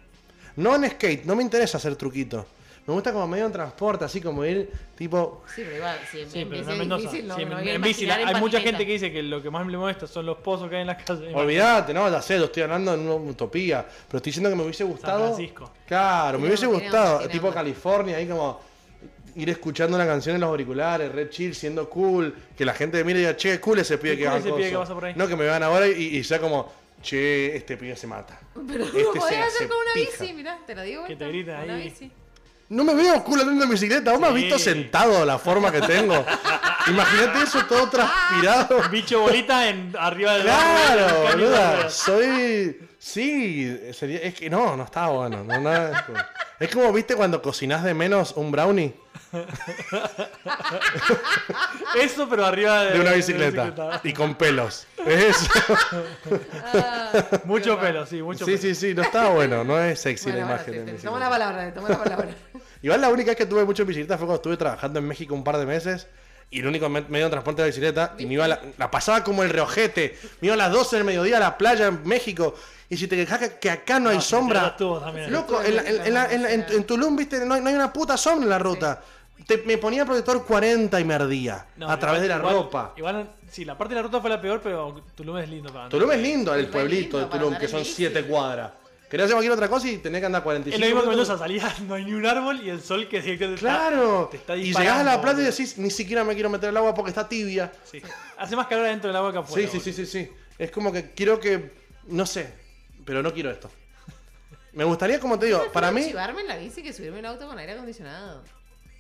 Speaker 1: No en skate, no me interesa hacer truquito. Me gusta como medio de transporte, así como ir tipo...
Speaker 3: Sí, pero igual, sí, en,
Speaker 2: Sí,
Speaker 3: en
Speaker 2: pero
Speaker 3: bici
Speaker 2: no en
Speaker 3: es
Speaker 2: Mendoza.
Speaker 3: difícil, no,
Speaker 2: Sí,
Speaker 3: me lo
Speaker 2: en,
Speaker 3: voy a
Speaker 2: en bici la-
Speaker 3: imaginar en
Speaker 2: hay mucha
Speaker 3: patineta.
Speaker 2: gente que dice que lo que más le molesta son los pozos que hay en las calles.
Speaker 1: Olvídate, no, ya sé, lo estoy hablando en una utopía, pero estoy diciendo que me hubiese gustado...
Speaker 2: Francisco.
Speaker 1: Claro, me
Speaker 3: Sí,
Speaker 1: hubiese
Speaker 3: no, tiene
Speaker 1: gustado,
Speaker 3: hambre, tiene
Speaker 1: tipo
Speaker 3: hambre.
Speaker 1: California, ahí como ir escuchando una canción en los auriculares, red chill, siendo cool, que la gente mire y diga, che, cool ese pibe
Speaker 2: Qué
Speaker 1: que
Speaker 2: cool
Speaker 1: va
Speaker 2: ese
Speaker 1: coso".
Speaker 2: pibe que pasa por ahí.
Speaker 1: No, que me vean ahora y, y ya como, che, este pibe se mata.
Speaker 3: Pero
Speaker 1: Este
Speaker 3: lo
Speaker 1: se
Speaker 3: podés
Speaker 1: hace
Speaker 3: hacer con una
Speaker 1: pija.
Speaker 3: bici, mirá, te lo digo.
Speaker 2: Que te
Speaker 3: Gustavo,
Speaker 2: gritan
Speaker 3: con Una
Speaker 2: ahí.
Speaker 3: bici.
Speaker 1: No me veo culo andando en bicicleta. Vos me has
Speaker 2: Sí.
Speaker 1: visto sentado la forma que tengo. Imagínate eso todo transpirado.
Speaker 2: Bicho bolita en, arriba del
Speaker 1: Claro,
Speaker 2: barro,
Speaker 1: boluda.
Speaker 2: mecánico.
Speaker 1: Soy. Sí, sería- es que no, no está bueno. no, no, es, como... es como, viste, cuando cocinás de menos un brownie.
Speaker 2: Eso, pero arriba de,
Speaker 1: De una
Speaker 2: de
Speaker 1: bicicleta. Y con pelos. Es eso.
Speaker 3: Ah, qué
Speaker 2: Mucho
Speaker 3: guay.
Speaker 2: pelo, sí, mucho
Speaker 1: Sí,
Speaker 2: pelo.
Speaker 1: sí, sí, no está bueno. No es sexy
Speaker 3: Bueno,
Speaker 1: la
Speaker 3: bueno,
Speaker 1: imagen.
Speaker 3: te-
Speaker 1: de
Speaker 3: te-
Speaker 1: mi bicicleta.
Speaker 3: toma la palabra, te toma la palabra.
Speaker 1: Igual la única vez que tuve mucho en bicicleta fue cuando estuve trabajando en México un par de meses. Y el único me- medio de transporte era la bicicleta. Y me iba a la, la pasaba como el reojete. Me iba a las 12 del mediodía a la playa en México. Y si te quejas que, que acá no hay
Speaker 2: No, si te
Speaker 1: sombra.
Speaker 2: quedas tú Ah, también.
Speaker 1: Loco, en, la- en- en la- en la- en- en Tulum, viste, no hay, no hay una puta sombra en la ruta. Te- me ponía protector 40 y me ardía.
Speaker 2: No,
Speaker 1: a través de la
Speaker 2: igual-
Speaker 1: ropa.
Speaker 2: Igual, sí, la parte de la ruta fue la peor, pero Tulum es lindo para andar.
Speaker 1: Tulum es lindo, el
Speaker 3: re
Speaker 1: pueblito
Speaker 3: lindo
Speaker 1: de
Speaker 3: para
Speaker 1: Tulum,
Speaker 3: andar
Speaker 1: que
Speaker 3: en
Speaker 1: son
Speaker 3: bici.
Speaker 1: 7 cuadras. Querías hacer cualquier otra cosa y tenés que andar 45
Speaker 2: Es lo mismo que
Speaker 1: minutos.
Speaker 2: Mendoza, salías, no hay ni un árbol y el sol que directamente
Speaker 1: Claro.
Speaker 2: Ah, te está
Speaker 1: y
Speaker 2: disparando,
Speaker 1: llegás a la playa y
Speaker 2: boludo.
Speaker 1: decís, ni siquiera me quiero meter al agua porque está tibia.
Speaker 2: Sí. Hace más calor adentro del agua que afuera.
Speaker 1: sí, sí, sí, sí, sí. Es como que quiero que. No sé, pero no quiero esto. Me gustaría, como te digo, para mí,
Speaker 3: Llevarme en la bici que subirme en el auto con aire acondicionado.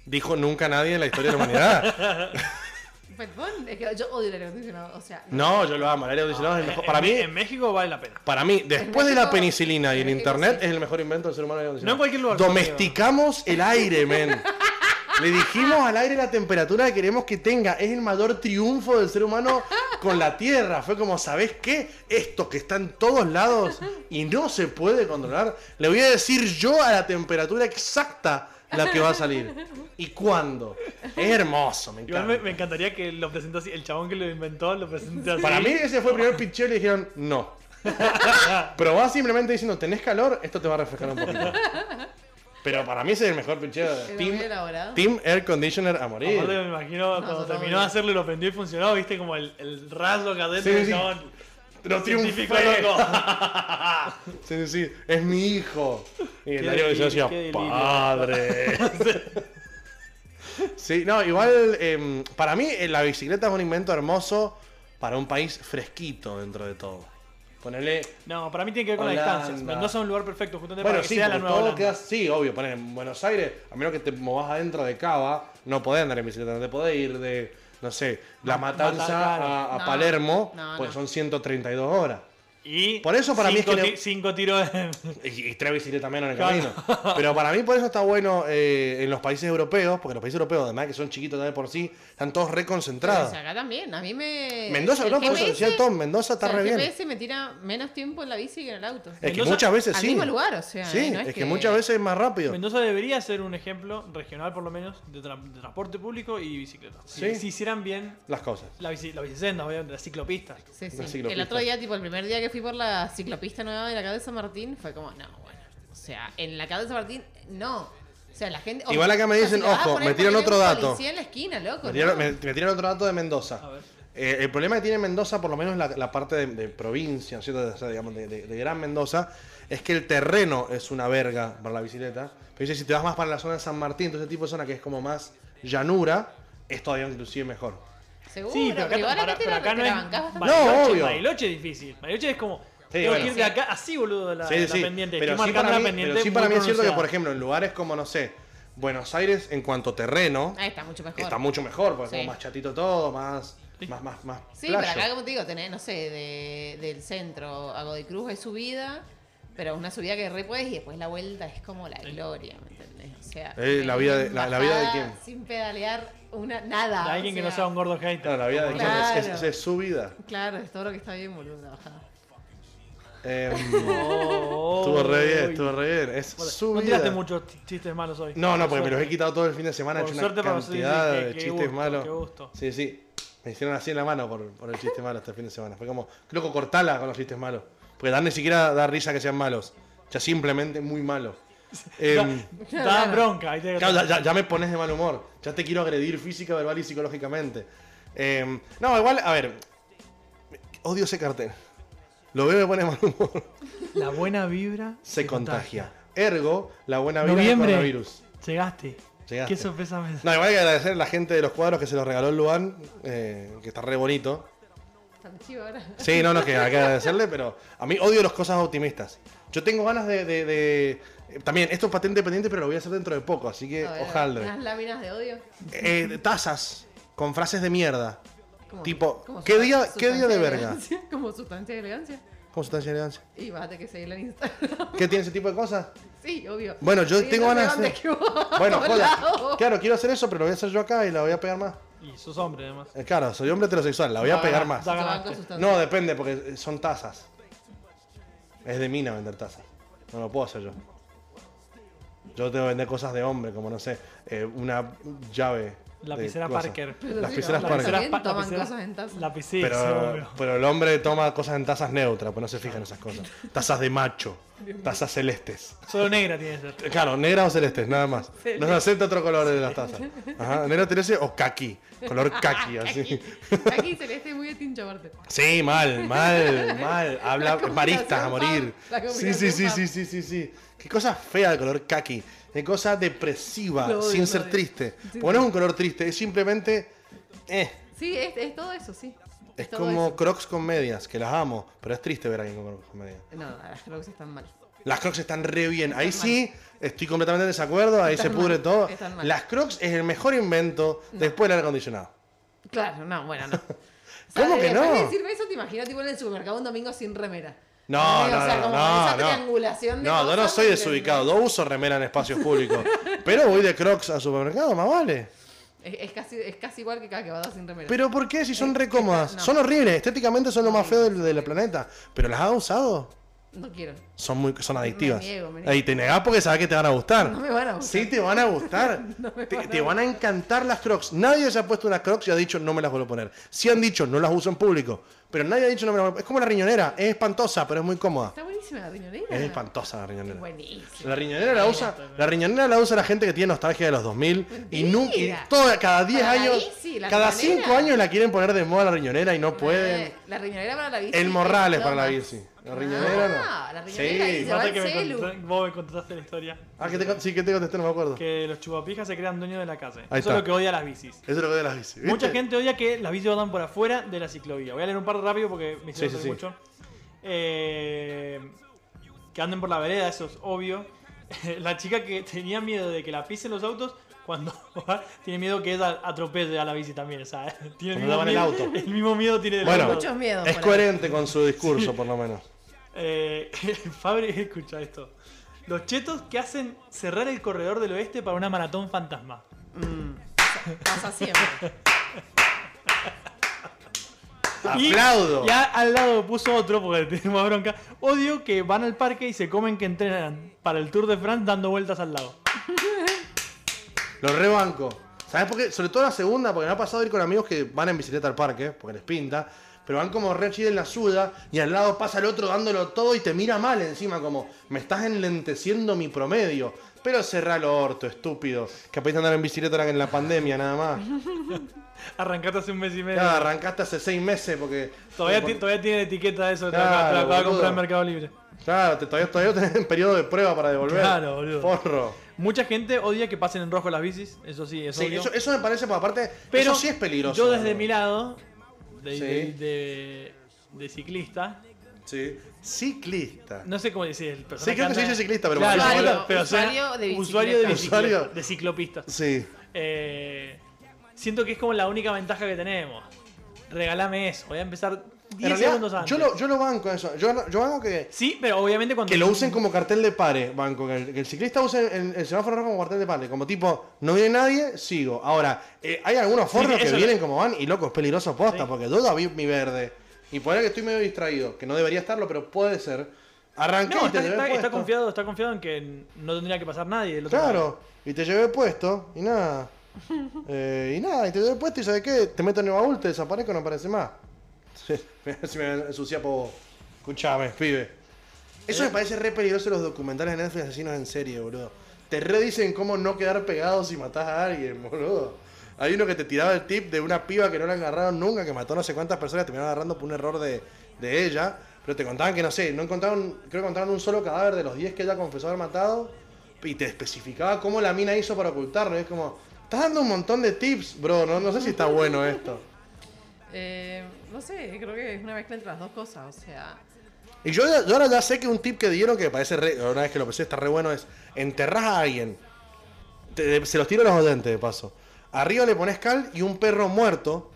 Speaker 1: dijo nunca nadie en la historia de la humanidad.
Speaker 3: Perdón, Pues, es que yo odio el aire acondicionado. O sea,
Speaker 1: No, yo lo amo, el aire acondicionado es el
Speaker 2: boludo.
Speaker 1: mejor.
Speaker 2: En-
Speaker 1: Para
Speaker 2: en-
Speaker 1: mí,
Speaker 2: En México vale la pena.
Speaker 1: para mí, después de la
Speaker 3: México-
Speaker 1: penicilina y el
Speaker 3: en México
Speaker 1: internet,
Speaker 3: sí.
Speaker 1: es el mejor invento del ser humano. el aire
Speaker 2: No en cualquier lugar,
Speaker 1: Domesticamos el aire, men. Le dijimos al aire la temperatura que queremos que tenga. Es el mayor triunfo del ser humano con la Tierra. Fue como, ¿sabes qué? Esto que está en todos lados y no se puede controlar. Le voy a decir yo a la temperatura exacta la que va a salir. ¿Y cuándo? Es hermoso, me
Speaker 2: Igual me, me
Speaker 1: encanta.
Speaker 2: encantaría que lo presentó así. El chabón que lo inventó lo presentó así.
Speaker 1: Para mí ese fue el primer picheo y le dijeron, no. Probá simplemente diciendo, ¿tenés calor? Esto te va a refrescar un poquito. Pero para mí ese es el mejor picheo.
Speaker 3: Es muy
Speaker 1: Team,
Speaker 3: elaborado.
Speaker 1: team Air Conditioner a morir.
Speaker 2: Aparte me imagino cuando
Speaker 3: no,
Speaker 2: terminó
Speaker 3: no.
Speaker 2: de hacerlo lo prendió y funcionó, viste como el, el rayo que adentro
Speaker 1: Sí,
Speaker 2: del
Speaker 1: sí.
Speaker 2: chabón.
Speaker 1: No
Speaker 2: Científico
Speaker 1: triunfé.
Speaker 2: loco.
Speaker 1: Sí, sí, sí, es mi hijo. Y
Speaker 2: Qué
Speaker 1: el Darío que yo
Speaker 2: delirio,
Speaker 1: decía,
Speaker 2: qué delirio.
Speaker 1: padre. sí, no, igual, em, para mí eh, la bicicleta es un invento hermoso para un país fresquito dentro de todo. Ponerle...
Speaker 2: No, para mí tiene que ver con las
Speaker 1: Holanda.
Speaker 2: distancias. Mendoza es un lugar perfecto, justamente
Speaker 1: Bueno,
Speaker 2: para que
Speaker 1: sí,
Speaker 2: sea la
Speaker 1: porque
Speaker 2: nueva
Speaker 1: todo
Speaker 2: Holanda.
Speaker 1: queda... Sí, obvio, poner en Buenos Aires, a menos que te movas adentro de Cava, no podés andar en bicicleta, no te podés ir de, no sé, La
Speaker 2: Mata-
Speaker 1: Matanza
Speaker 2: claro.
Speaker 1: a, a
Speaker 3: No,
Speaker 1: Palermo,
Speaker 3: no,
Speaker 1: pues
Speaker 3: no.
Speaker 1: son 132 horas.
Speaker 2: Y
Speaker 1: Por eso para mí es
Speaker 2: cinco
Speaker 1: que le-
Speaker 2: ti- cinco tiros de...
Speaker 1: Y, y tres bicicletas menos en el
Speaker 2: Claro.
Speaker 1: camino. Pero para mí por eso está bueno eh, en los países europeos, porque los países europeos, además que son chiquitos también por sí, están todos
Speaker 3: Pues
Speaker 1: reconcentrados.
Speaker 3: acá también, a mí me.
Speaker 1: Mendoza,
Speaker 3: el
Speaker 1: no, por eso
Speaker 3: GPS
Speaker 1: decía Tom, Mendoza
Speaker 3: o sea,
Speaker 1: está re
Speaker 3: el
Speaker 1: bien.
Speaker 3: GPS me tira menos tiempo en la bici que en el auto.
Speaker 1: Es que
Speaker 2: Mendoza,
Speaker 1: muchas veces
Speaker 3: al
Speaker 1: sí.
Speaker 3: mismo lugar, o sea,
Speaker 1: Sí,
Speaker 3: no es
Speaker 1: es que
Speaker 3: que-
Speaker 1: muchas veces es más rápido.
Speaker 2: Mendoza debería ser un ejemplo regional, por lo menos, de, tra- de transporte público y bicicleta. Si,
Speaker 1: Sí.
Speaker 2: si hicieran bien
Speaker 1: Las cosas.
Speaker 2: la bici- las bicisendas, obviamente, las ciclopistas.
Speaker 3: Sí,
Speaker 1: Una
Speaker 3: sí.
Speaker 1: ciclopista.
Speaker 3: El otro día, tipo, el primer día que fui por la ciclopista nueva de la calle de San Martín, fue como, no, bueno. O sea, en la calle de San Martín, no. O sea, la gente.
Speaker 1: Igual acá me
Speaker 3: o sea,
Speaker 1: dicen,
Speaker 3: si la vas a
Speaker 1: ojo,
Speaker 3: poner
Speaker 1: me tiran
Speaker 3: porque hay
Speaker 1: otro
Speaker 3: un
Speaker 1: dato.
Speaker 3: Policía en la esquina, loco.
Speaker 1: Me tiraron,
Speaker 3: ¿no?
Speaker 1: me- me tiraron otro dato de
Speaker 2: A
Speaker 1: Mendoza.
Speaker 2: ver.
Speaker 1: Eh, el problema que tiene Mendoza, por lo menos la, la parte de, de provincia, ¿cierto? O sea, digamos, de, de- de Gran Mendoza, es que el terreno es una verga para la bicicleta. Pero dice, si te vas más para la zona de San Martín, todo ese tipo de zona que es como más llanura, es todavía inclusive mejor.
Speaker 3: Seguro,
Speaker 2: Sí, pero acá,
Speaker 3: Uh, igual
Speaker 2: para-
Speaker 3: te
Speaker 2: pero
Speaker 3: la-
Speaker 2: acá
Speaker 3: te
Speaker 2: no
Speaker 3: la
Speaker 2: es.
Speaker 3: bancás bastante.
Speaker 2: Bariloche,
Speaker 1: No, obvio.
Speaker 2: Bariloche es difícil. Bariloche es como. tengo
Speaker 1: bueno.
Speaker 2: que ir de acá así, boludo, la,
Speaker 1: Sí,
Speaker 2: Ah, la
Speaker 1: sí.
Speaker 2: pendiente.
Speaker 1: Pero
Speaker 2: Estoy
Speaker 1: sí,
Speaker 2: marcando
Speaker 1: para
Speaker 2: la
Speaker 1: mí,
Speaker 2: pendiente.
Speaker 1: pero sí
Speaker 2: muy
Speaker 1: para mí es cierto que,
Speaker 2: pronunciada.
Speaker 1: por ejemplo, en lugares como, no sé, Buenos Aires, en cuanto a terreno,
Speaker 3: Ahí está mucho mejor.
Speaker 1: está mucho mejor, porque
Speaker 3: Sí.
Speaker 1: es como más chatito todo, más.
Speaker 2: Sí.
Speaker 1: Más, más, más.
Speaker 3: Sí,
Speaker 1: playo.
Speaker 3: pero acá, como te digo, tenés, no sé, de- del centro a Godoy Cruz hay subida, pero una subida que re puedes y después la vuelta es como la gloria, ¿me entendés? O sea,
Speaker 1: Eh, la vida de-
Speaker 3: sin
Speaker 1: la- la vida de
Speaker 3: bajada,
Speaker 1: quién.
Speaker 3: Sin pedalear una, nada.
Speaker 2: De alguien
Speaker 3: o
Speaker 2: que no
Speaker 3: sea,
Speaker 2: sea un gordo hater.
Speaker 1: Claro, la vida de
Speaker 3: Claro.
Speaker 1: Quiñones es, es- es su vida.
Speaker 3: Claro, es todo lo que está bien, boludo, la bajada.
Speaker 1: Em,
Speaker 2: Oh,
Speaker 1: estuvo re bien,
Speaker 2: uy.
Speaker 1: estuvo re bien. Es
Speaker 2: Bueno,
Speaker 1: su
Speaker 2: No
Speaker 1: vida.
Speaker 2: tiraste muchos ch- chistes malos hoy.
Speaker 1: No, no,
Speaker 2: Por
Speaker 1: porque me los he
Speaker 2: suerte.
Speaker 1: quitado todo el fin de semana. He
Speaker 2: Por
Speaker 1: hecho una
Speaker 2: suerte, para nosotros,
Speaker 1: cantidad
Speaker 2: dije,
Speaker 1: de
Speaker 2: qué
Speaker 1: chistes
Speaker 2: gusto,
Speaker 1: malos.
Speaker 2: qué gusto.
Speaker 1: Sí, sí. Me hicieron así en la mano por, por el chiste malo este fin de semana. Fue como, loco, cortala con los chistes malos. Porque Dan ni siquiera da risa que sean malos. Ya simplemente muy malos. Em,
Speaker 2: Da- da bronca. ahí te-
Speaker 1: Claro, ya, ya- ya me pones de mal humor. Ya te quiero agredir física, verbal y psicológicamente. Eh, no, igual, a ver. Odio ese cartel. Lo veo y me pone de mal humor.
Speaker 2: La buena vibra
Speaker 1: Se contagia. Ergo, la buena vida del
Speaker 2: Noviembre.
Speaker 1: coronavirus.
Speaker 2: Llegaste.
Speaker 1: Llegaste.
Speaker 2: Qué sorpresa me da.
Speaker 1: No, igual hay que agradecer a la gente de los cuadros que se los regaló Luan, eh, que está re bonito.
Speaker 3: Tan chido ahora.
Speaker 1: Sí, no, no, que hay que agradecerle, pero a mí odio las cosas optimistas. Yo tengo ganas de. de- de- eh, También, esto es patente pendiente, pero lo voy a hacer dentro de poco, así que
Speaker 3: A ver,
Speaker 1: ojalá.
Speaker 3: Unas láminas de odio.
Speaker 1: Eh, tazas con frases de mierda.
Speaker 3: Como-
Speaker 1: Tipo,
Speaker 3: como
Speaker 1: ¿qué
Speaker 3: sustan-
Speaker 1: día- qué día de
Speaker 3: sustancia
Speaker 1: verga?
Speaker 3: elegancia, Como sustancia de elegancia.
Speaker 1: ¿Cómo sustancia de elegancia?
Speaker 3: Y vas a tener que seguirla en Instagram.
Speaker 1: ¿Qué tiene ese tipo de cosas?
Speaker 3: Sí, obvio.
Speaker 1: Bueno, yo
Speaker 3: Seguirla
Speaker 1: tengo ganas de
Speaker 3: antes
Speaker 1: hacer-
Speaker 3: que vos,
Speaker 1: Bueno,
Speaker 3: a todos lados.
Speaker 1: joda. Claro, quiero hacer eso, pero lo voy a hacer yo acá y la voy a pegar más.
Speaker 2: Y sos hombre, además.
Speaker 1: Eh, Claro, soy hombre heterosexual, la voy a
Speaker 2: Ah,
Speaker 1: pegar más.
Speaker 2: da-
Speaker 3: Yo
Speaker 2: ganaste.
Speaker 3: banco sustancia.
Speaker 1: No, depende, porque son tazas. Es de mina vender tazas. No lo puedo hacer yo. Yo tengo que vender cosas de hombre, como no sé, eh, una llave. de
Speaker 2: Lapicera
Speaker 1: cosas.
Speaker 2: Parker.
Speaker 3: Pero
Speaker 1: Las
Speaker 3: sí,
Speaker 1: pizzeras
Speaker 3: no,
Speaker 1: Parker.
Speaker 3: también
Speaker 2: pa-
Speaker 3: toman
Speaker 2: lapicera-
Speaker 3: cosas en tazas.
Speaker 2: Lapicera,
Speaker 1: Pero,
Speaker 2: obvio.
Speaker 1: pero el hombre toma cosas en tazas neutras, pues no se fijan esas cosas. Tazas de macho, tazas celestes.
Speaker 2: Solo negra tiene que ser.
Speaker 1: Claro, negras o celestes, nada más. No se acepta otro color de las tazas. Ajá, negro celeste o kaki. Color kaki, así.
Speaker 3: Aquí celeste es muy de tincho aparte.
Speaker 1: Sí, mal, mal, mal. Habla
Speaker 3: combinación
Speaker 1: maristas a morir.
Speaker 3: fam, la
Speaker 1: Sí, sí, sí,
Speaker 3: combinación
Speaker 1: sí, sí, sí, sí. Qué cosa fea el color kaki. Qué cosa depresiva,
Speaker 3: Lo odio,
Speaker 1: sin
Speaker 3: lo
Speaker 1: ser
Speaker 3: odio.
Speaker 1: triste.
Speaker 3: Sí,
Speaker 1: Bueno, no es un color triste, es simplemente. Eh.
Speaker 3: Sí, es, es todo eso, sí.
Speaker 1: Es
Speaker 3: todo
Speaker 1: como
Speaker 3: eso.
Speaker 1: crocs con medias, que las amo, pero es triste ver a alguien con crocs con medias.
Speaker 3: No, no, las crocs están mal.
Speaker 1: Las Crocs están re bien. Ahí
Speaker 3: Están
Speaker 1: sí estoy completamente en desacuerdo. Ahí
Speaker 3: Están
Speaker 1: se pudre
Speaker 3: mal,
Speaker 1: todo.
Speaker 3: están mal.
Speaker 1: Las Crocs es el mejor invento después del aire acondicionado.
Speaker 3: Claro, no, eh, bueno, no. O
Speaker 1: ¿Cómo que
Speaker 3: después
Speaker 1: no?
Speaker 3: de decirme eso, te imagino tipo en el supermercado un domingo sin remera.
Speaker 1: No,
Speaker 3: Eh,
Speaker 1: no,
Speaker 3: o sea,
Speaker 1: no,
Speaker 3: como
Speaker 1: no,
Speaker 3: esa
Speaker 1: no.
Speaker 3: triangulación de
Speaker 1: No, yo no
Speaker 3: cosas,
Speaker 1: soy
Speaker 3: ¿entendés?
Speaker 1: desubicado. No uso remera en espacios públicos. pero voy de crocs al supermercado, más vale.
Speaker 3: Es, es casi, es casi igual que cada que vas sin remera.
Speaker 1: Pero ¿por qué? Si son
Speaker 3: Eh,
Speaker 1: re cómodas.
Speaker 3: no.
Speaker 1: Son horribles. Estéticamente son lo más feo del, del planeta. Pero las has usado.
Speaker 3: No quiero.
Speaker 1: Son muy son adictivas.
Speaker 3: niego, me niego.
Speaker 1: Y te negás porque sabes que te van a gustar.
Speaker 3: No me van a gustar.
Speaker 1: Sí, te van a gustar. te, te van a encantar las crocs. Nadie se ha puesto unas crocs y ha dicho no me las vuelvo a poner. Sí han dicho no las uso en público. Pero nadie ha dicho no me las vuelvo a poner. Es como la riñonera. Es espantosa, pero es muy cómoda.
Speaker 3: Está buenísima la riñonera.
Speaker 1: Es espantosa la riñonera.
Speaker 3: Buenísima.
Speaker 1: La riñonera la usa, la riñonera la usa la gente que tiene nostalgia de los 2000 y nunca y
Speaker 3: Mentira.
Speaker 1: toda- cada 10
Speaker 3: Para la
Speaker 1: años,
Speaker 3: bici, la
Speaker 1: cada
Speaker 3: riñonera.
Speaker 1: 5 años la quieren poner de moda la riñonera y no pueden.
Speaker 3: Eh, La riñonera para la bici.
Speaker 1: El Morrales
Speaker 3: es
Speaker 1: para la
Speaker 3: toma.
Speaker 1: bici. La riñonera
Speaker 3: Ah,
Speaker 1: no.
Speaker 3: la riñonera
Speaker 1: Sí.
Speaker 3: y se va
Speaker 2: Aparte
Speaker 3: al
Speaker 2: que me
Speaker 3: celu.
Speaker 2: contaste- vos me contaste la historia.
Speaker 1: Ah, que te, con- sí, que te contesté, no me acuerdo.
Speaker 2: Que los chupapijas se crean dueños de la calle. Eso
Speaker 1: Ahí está.
Speaker 2: es lo que odia las bicis.
Speaker 1: Eso es lo que de las bicis. ¿viste?
Speaker 2: Mucha gente odia que las bicis van por afuera de la ciclovía. Voy a leer un par rápido porque me hicieron
Speaker 1: Sí, sí,
Speaker 2: reír
Speaker 1: sí.
Speaker 2: mucho. Eh, que anden por la vereda, eso es obvio. la chica que tenía miedo de que la pisen los autos, cuando va, tiene miedo que ella atropelle a la bici también. O sea, tiene
Speaker 1: Cuando
Speaker 2: el mismo,
Speaker 1: daban el
Speaker 2: miedo-
Speaker 1: auto.
Speaker 2: el mismo miedo tiene de los
Speaker 1: Bueno,
Speaker 2: autos.
Speaker 3: Muchos miedos.
Speaker 1: es
Speaker 3: por ahí.
Speaker 1: coherente con su discurso, por lo menos.
Speaker 2: Eh, Fabri, escucha esto. Los chetos que hacen cerrar el corredor del oeste para una maratón fantasma.
Speaker 3: Pasa siempre.
Speaker 2: Y-
Speaker 1: Ah, Aplaudo.
Speaker 2: Y a- al lado puso otro, porque tenemos bronca. Odio que van al parque y se comen que entrenan para el Tour de France dando vueltas al lado.
Speaker 1: Lo rebanco. ¿Sabes por qué? Sobre todo la segunda, porque me ha pasado ir con amigos que van en bicicleta al parque, porque les pinta, pero van como re chill en la suda y al lado pasa el otro dándolo todo y te mira mal encima, como me estás enlenteciendo mi promedio. Pero cerrá el orto, estúpido. Que aprendiste a andar en bicicleta ahora que en la pandemia nada más.
Speaker 2: Arrancaste hace un mes y medio.
Speaker 1: Ya, arrancaste hace seis meses porque.
Speaker 2: Todavía, ti-
Speaker 1: porque-
Speaker 2: todavía tiene etiqueta de eso, te
Speaker 1: Claro,
Speaker 2: la- te la acabo de
Speaker 1: boludo.
Speaker 2: comprar en Mercado Libre.
Speaker 1: Claro, te- todavía, todavía tenés un periodo de prueba para devolver.
Speaker 2: Claro, boludo.
Speaker 1: Forro.
Speaker 2: Mucha gente odia que pasen en rojo las bicis, eso sí, eso
Speaker 1: Sí, eso, eso me parece, porque aparte,
Speaker 2: Pero
Speaker 1: eso sí es peligroso.
Speaker 2: Yo desde mi lado, de,
Speaker 1: Sí.
Speaker 2: de- de- de ciclista,
Speaker 1: Sí. Ciclista.
Speaker 2: no sé cómo decir el
Speaker 1: Sí, creo que se dice ciclista, pero
Speaker 2: Claro,
Speaker 3: usuario,
Speaker 2: boludo, pero suena-
Speaker 3: usuario de
Speaker 2: usuario de
Speaker 1: bicicleta.
Speaker 2: bicicleta,
Speaker 1: Usuario.
Speaker 2: de ciclopistas.
Speaker 1: Sí.
Speaker 2: Eh, siento que es como la única ventaja que tenemos. Regálame eso. Voy a empezar 10
Speaker 1: En realidad,
Speaker 2: segundos antes.
Speaker 1: Yo lo, yo lo banco eso. Yo, yo banco que,
Speaker 2: Sí, pero obviamente cuando.
Speaker 1: que lo usen como cartel de pare. Banco que el, que el ciclista use el, el semáforo rojo como cartel de pare. Como tipo, no viene nadie, sigo. Ahora, eh, hay algunos forros
Speaker 2: Sí,
Speaker 1: que
Speaker 2: eso
Speaker 1: vienen
Speaker 2: lo-
Speaker 1: como van y loco, es peligroso posta.
Speaker 2: Sí.
Speaker 1: Porque duda vi mi verde. Y por ahí que estoy medio distraído, que no debería estarlo, pero puede ser. Arranqué
Speaker 2: No,
Speaker 1: y te
Speaker 2: está,
Speaker 1: llevé
Speaker 2: está- está
Speaker 1: puesto.
Speaker 2: confiado, está confiado en que no tendría que pasar nadie. del otro lado.
Speaker 1: Claro, y te llevé puesto y nada. Eh, y nada, y te llevé puesto y ¿sabes qué? Te meto en el baúl, te desaparezco, no aparece más. Sí, si me ensucia por... Escuchame, pibe. Eso me parece re peligroso los documentales de Netflix asesinos en serie, boludo. Te re dicen cómo no quedar pegado si matás a alguien, boludo. Hay uno que te tiraba el tip de una piba que no la agarraron nunca, que mató no sé cuántas personas, terminaron agarrando por un error de, de ella. Pero te contaban que, no sé, no encontraron, creo que encontraron un solo cadáver de los 10 que ella confesó haber matado. Y te especificaba cómo la mina hizo para ocultarlo. Y es como, estás dando un montón de tips, bro. No, no sé si está bueno esto.
Speaker 3: Eh, no sé, creo que es una mezcla entre las dos cosas. O sea,
Speaker 1: Y yo, yo ahora ya sé que un tip que dieron que me parece re, una vez que lo pensé está re bueno es enterrás a alguien. Te- se los tiro a los oyentes de paso. Arriba le pones cal y un perro muerto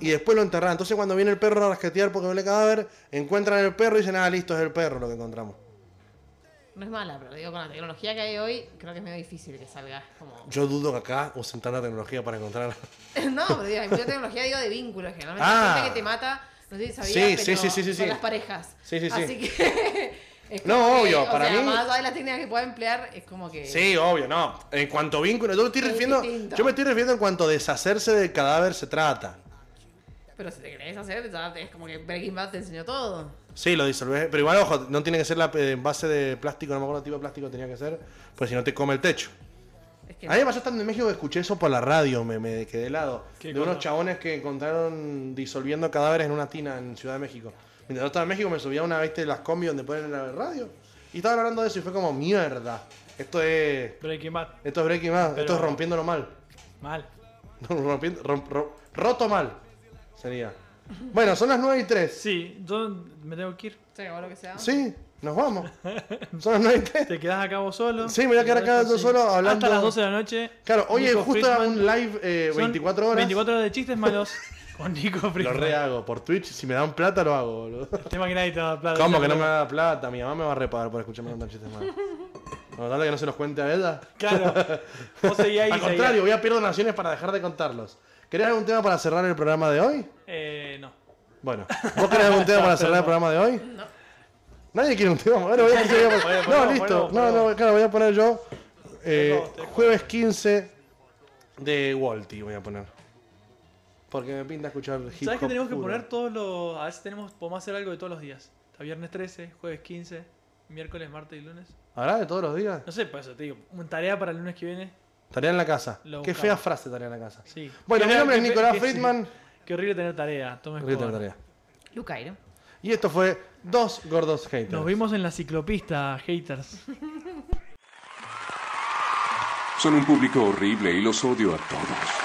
Speaker 1: y después lo enterrás. Entonces cuando viene el perro a rasquetear porque huele cadáver, encuentran el perro y dicen, ah, listo, es el perro lo que encontramos.
Speaker 3: no es mala, pero digo, con la tecnología que hay hoy, creo que es medio difícil que salgas como.
Speaker 1: Yo dudo que acá usen tanta tecnología para encontrar.
Speaker 3: no, pero digo, hay mucha tecnología, digo, de vínculos. Generalmente
Speaker 1: Ah.
Speaker 3: hay gente que te mata, no sé si sabías,
Speaker 1: Sí,
Speaker 3: pero
Speaker 1: sí, sí, sí, sí,
Speaker 3: son
Speaker 1: sí.
Speaker 3: las parejas.
Speaker 1: Sí, sí, sí.
Speaker 3: Así que. es
Speaker 1: No,
Speaker 3: como que,
Speaker 1: obvio,
Speaker 3: o
Speaker 1: para
Speaker 3: sea,
Speaker 1: mí-
Speaker 3: Más allá de las técnicas que pueda emplear, es como que.
Speaker 1: Sí, obvio, no. En cuanto a vínculo, yo, me estoy
Speaker 3: Es
Speaker 1: refiriendo,
Speaker 3: distinto.
Speaker 1: yo me estoy refiriendo en cuanto a deshacerse del cadáver se trata.
Speaker 3: Pero si te querés hacer, ya te- es como que Breaking Bad te enseñó todo.
Speaker 1: Sí, lo disolvés. Pero igual, ojo, no tiene que ser la eh, base de plástico, no me acuerdo qué tipo de plástico tenía que ser, pues si no te come el techo.
Speaker 3: Es que
Speaker 1: A mí me pasó estando en México que escuché eso por la radio, me, me quedé helado.
Speaker 2: ¿Qué
Speaker 1: De
Speaker 2: cosa?
Speaker 1: unos chabones que encontraron disolviendo cadáveres en una tina en Ciudad de México. Mientras yo estaba en México me subía a una vez de las combi donde ponen la radio. Y estaban hablando de eso y fue como, mierda, esto es...
Speaker 2: Breaking Bad,
Speaker 1: Esto es Breaking Bad,
Speaker 2: Pero-
Speaker 1: esto es rompiéndolo mal.
Speaker 2: mal.
Speaker 1: Rompiendo- rom- ro- roto mal, sería. Bueno, son las 9 y 3.
Speaker 2: Sí, yo me tengo que ir.
Speaker 3: Se acabó lo que sea.
Speaker 1: Sí, nos vamos. Son las 9 y 3.
Speaker 2: Te quedás acá vos solo.
Speaker 1: Sí, me voy a quedar acá yo
Speaker 2: Sí.
Speaker 1: solo hablando-
Speaker 2: Hasta las 12 de la noche.
Speaker 1: Claro, hoy
Speaker 2: Nico
Speaker 1: es justo
Speaker 2: Friedman.
Speaker 1: un live eh,
Speaker 2: Son
Speaker 1: 24 horas.
Speaker 2: 24 horas de chistes malos. Con Nico
Speaker 1: Lo
Speaker 2: Friedman.
Speaker 1: rehago. Por Twitch, si me dan plata, lo hago, boludo.
Speaker 2: Te imaginas que te da plata.
Speaker 1: ¿Cómo que no me da plata? Mi mamá me va a repagar por escucharme contar chistes malos. Con tal de que no se los cuente a ella.
Speaker 2: Claro. Vos
Speaker 1: Al
Speaker 2: seguís ahí. seguí ahí.
Speaker 1: contrario, voy a pierdo naciones para dejar de contarlos. ¿Querés algún tema para cerrar el programa de hoy?
Speaker 2: Eh, no.
Speaker 1: Bueno, ¿vos querés algún tema para cerrar el programa de hoy? No. ¿Nadie quiere un tema? Bueno, voy a poner- voy a poner-
Speaker 2: Bueno,
Speaker 1: No,
Speaker 2: bueno,
Speaker 1: listo.
Speaker 2: bueno,
Speaker 1: no, no, claro, voy a poner yo. eh,
Speaker 2: Tengo- tengo-
Speaker 1: jueves 15 de Walty voy a poner. Porque me pinta escuchar hip
Speaker 2: ¿Sabes que
Speaker 1: hop
Speaker 2: tenemos que
Speaker 1: puro.
Speaker 2: poner todos los. A veces tenemos, podemos hacer algo de todos los días. Está viernes 13, jueves 15, miércoles, martes y lunes.
Speaker 1: ¿Habrá de todos los días?
Speaker 2: No sé, por eso te digo. Una tarea para el lunes que viene.
Speaker 1: Tarea en la casa.
Speaker 2: Lo
Speaker 1: Qué
Speaker 2: buscamos.
Speaker 1: fea frase tarea en la casa.
Speaker 2: Sí.
Speaker 1: Bueno, mi
Speaker 2: Qué-
Speaker 1: nombre es
Speaker 2: qué-
Speaker 1: Nicolás
Speaker 2: qué-
Speaker 1: Friedman.
Speaker 2: Qué horrible tener tarea. Tome
Speaker 1: Ríete la
Speaker 2: Escobar.
Speaker 1: tarea.
Speaker 3: Lucairo.
Speaker 1: Y esto fue Dos Gordos Haters.
Speaker 2: Nos vimos en la ciclopista, haters.
Speaker 5: Son un público horrible y los odio a todos.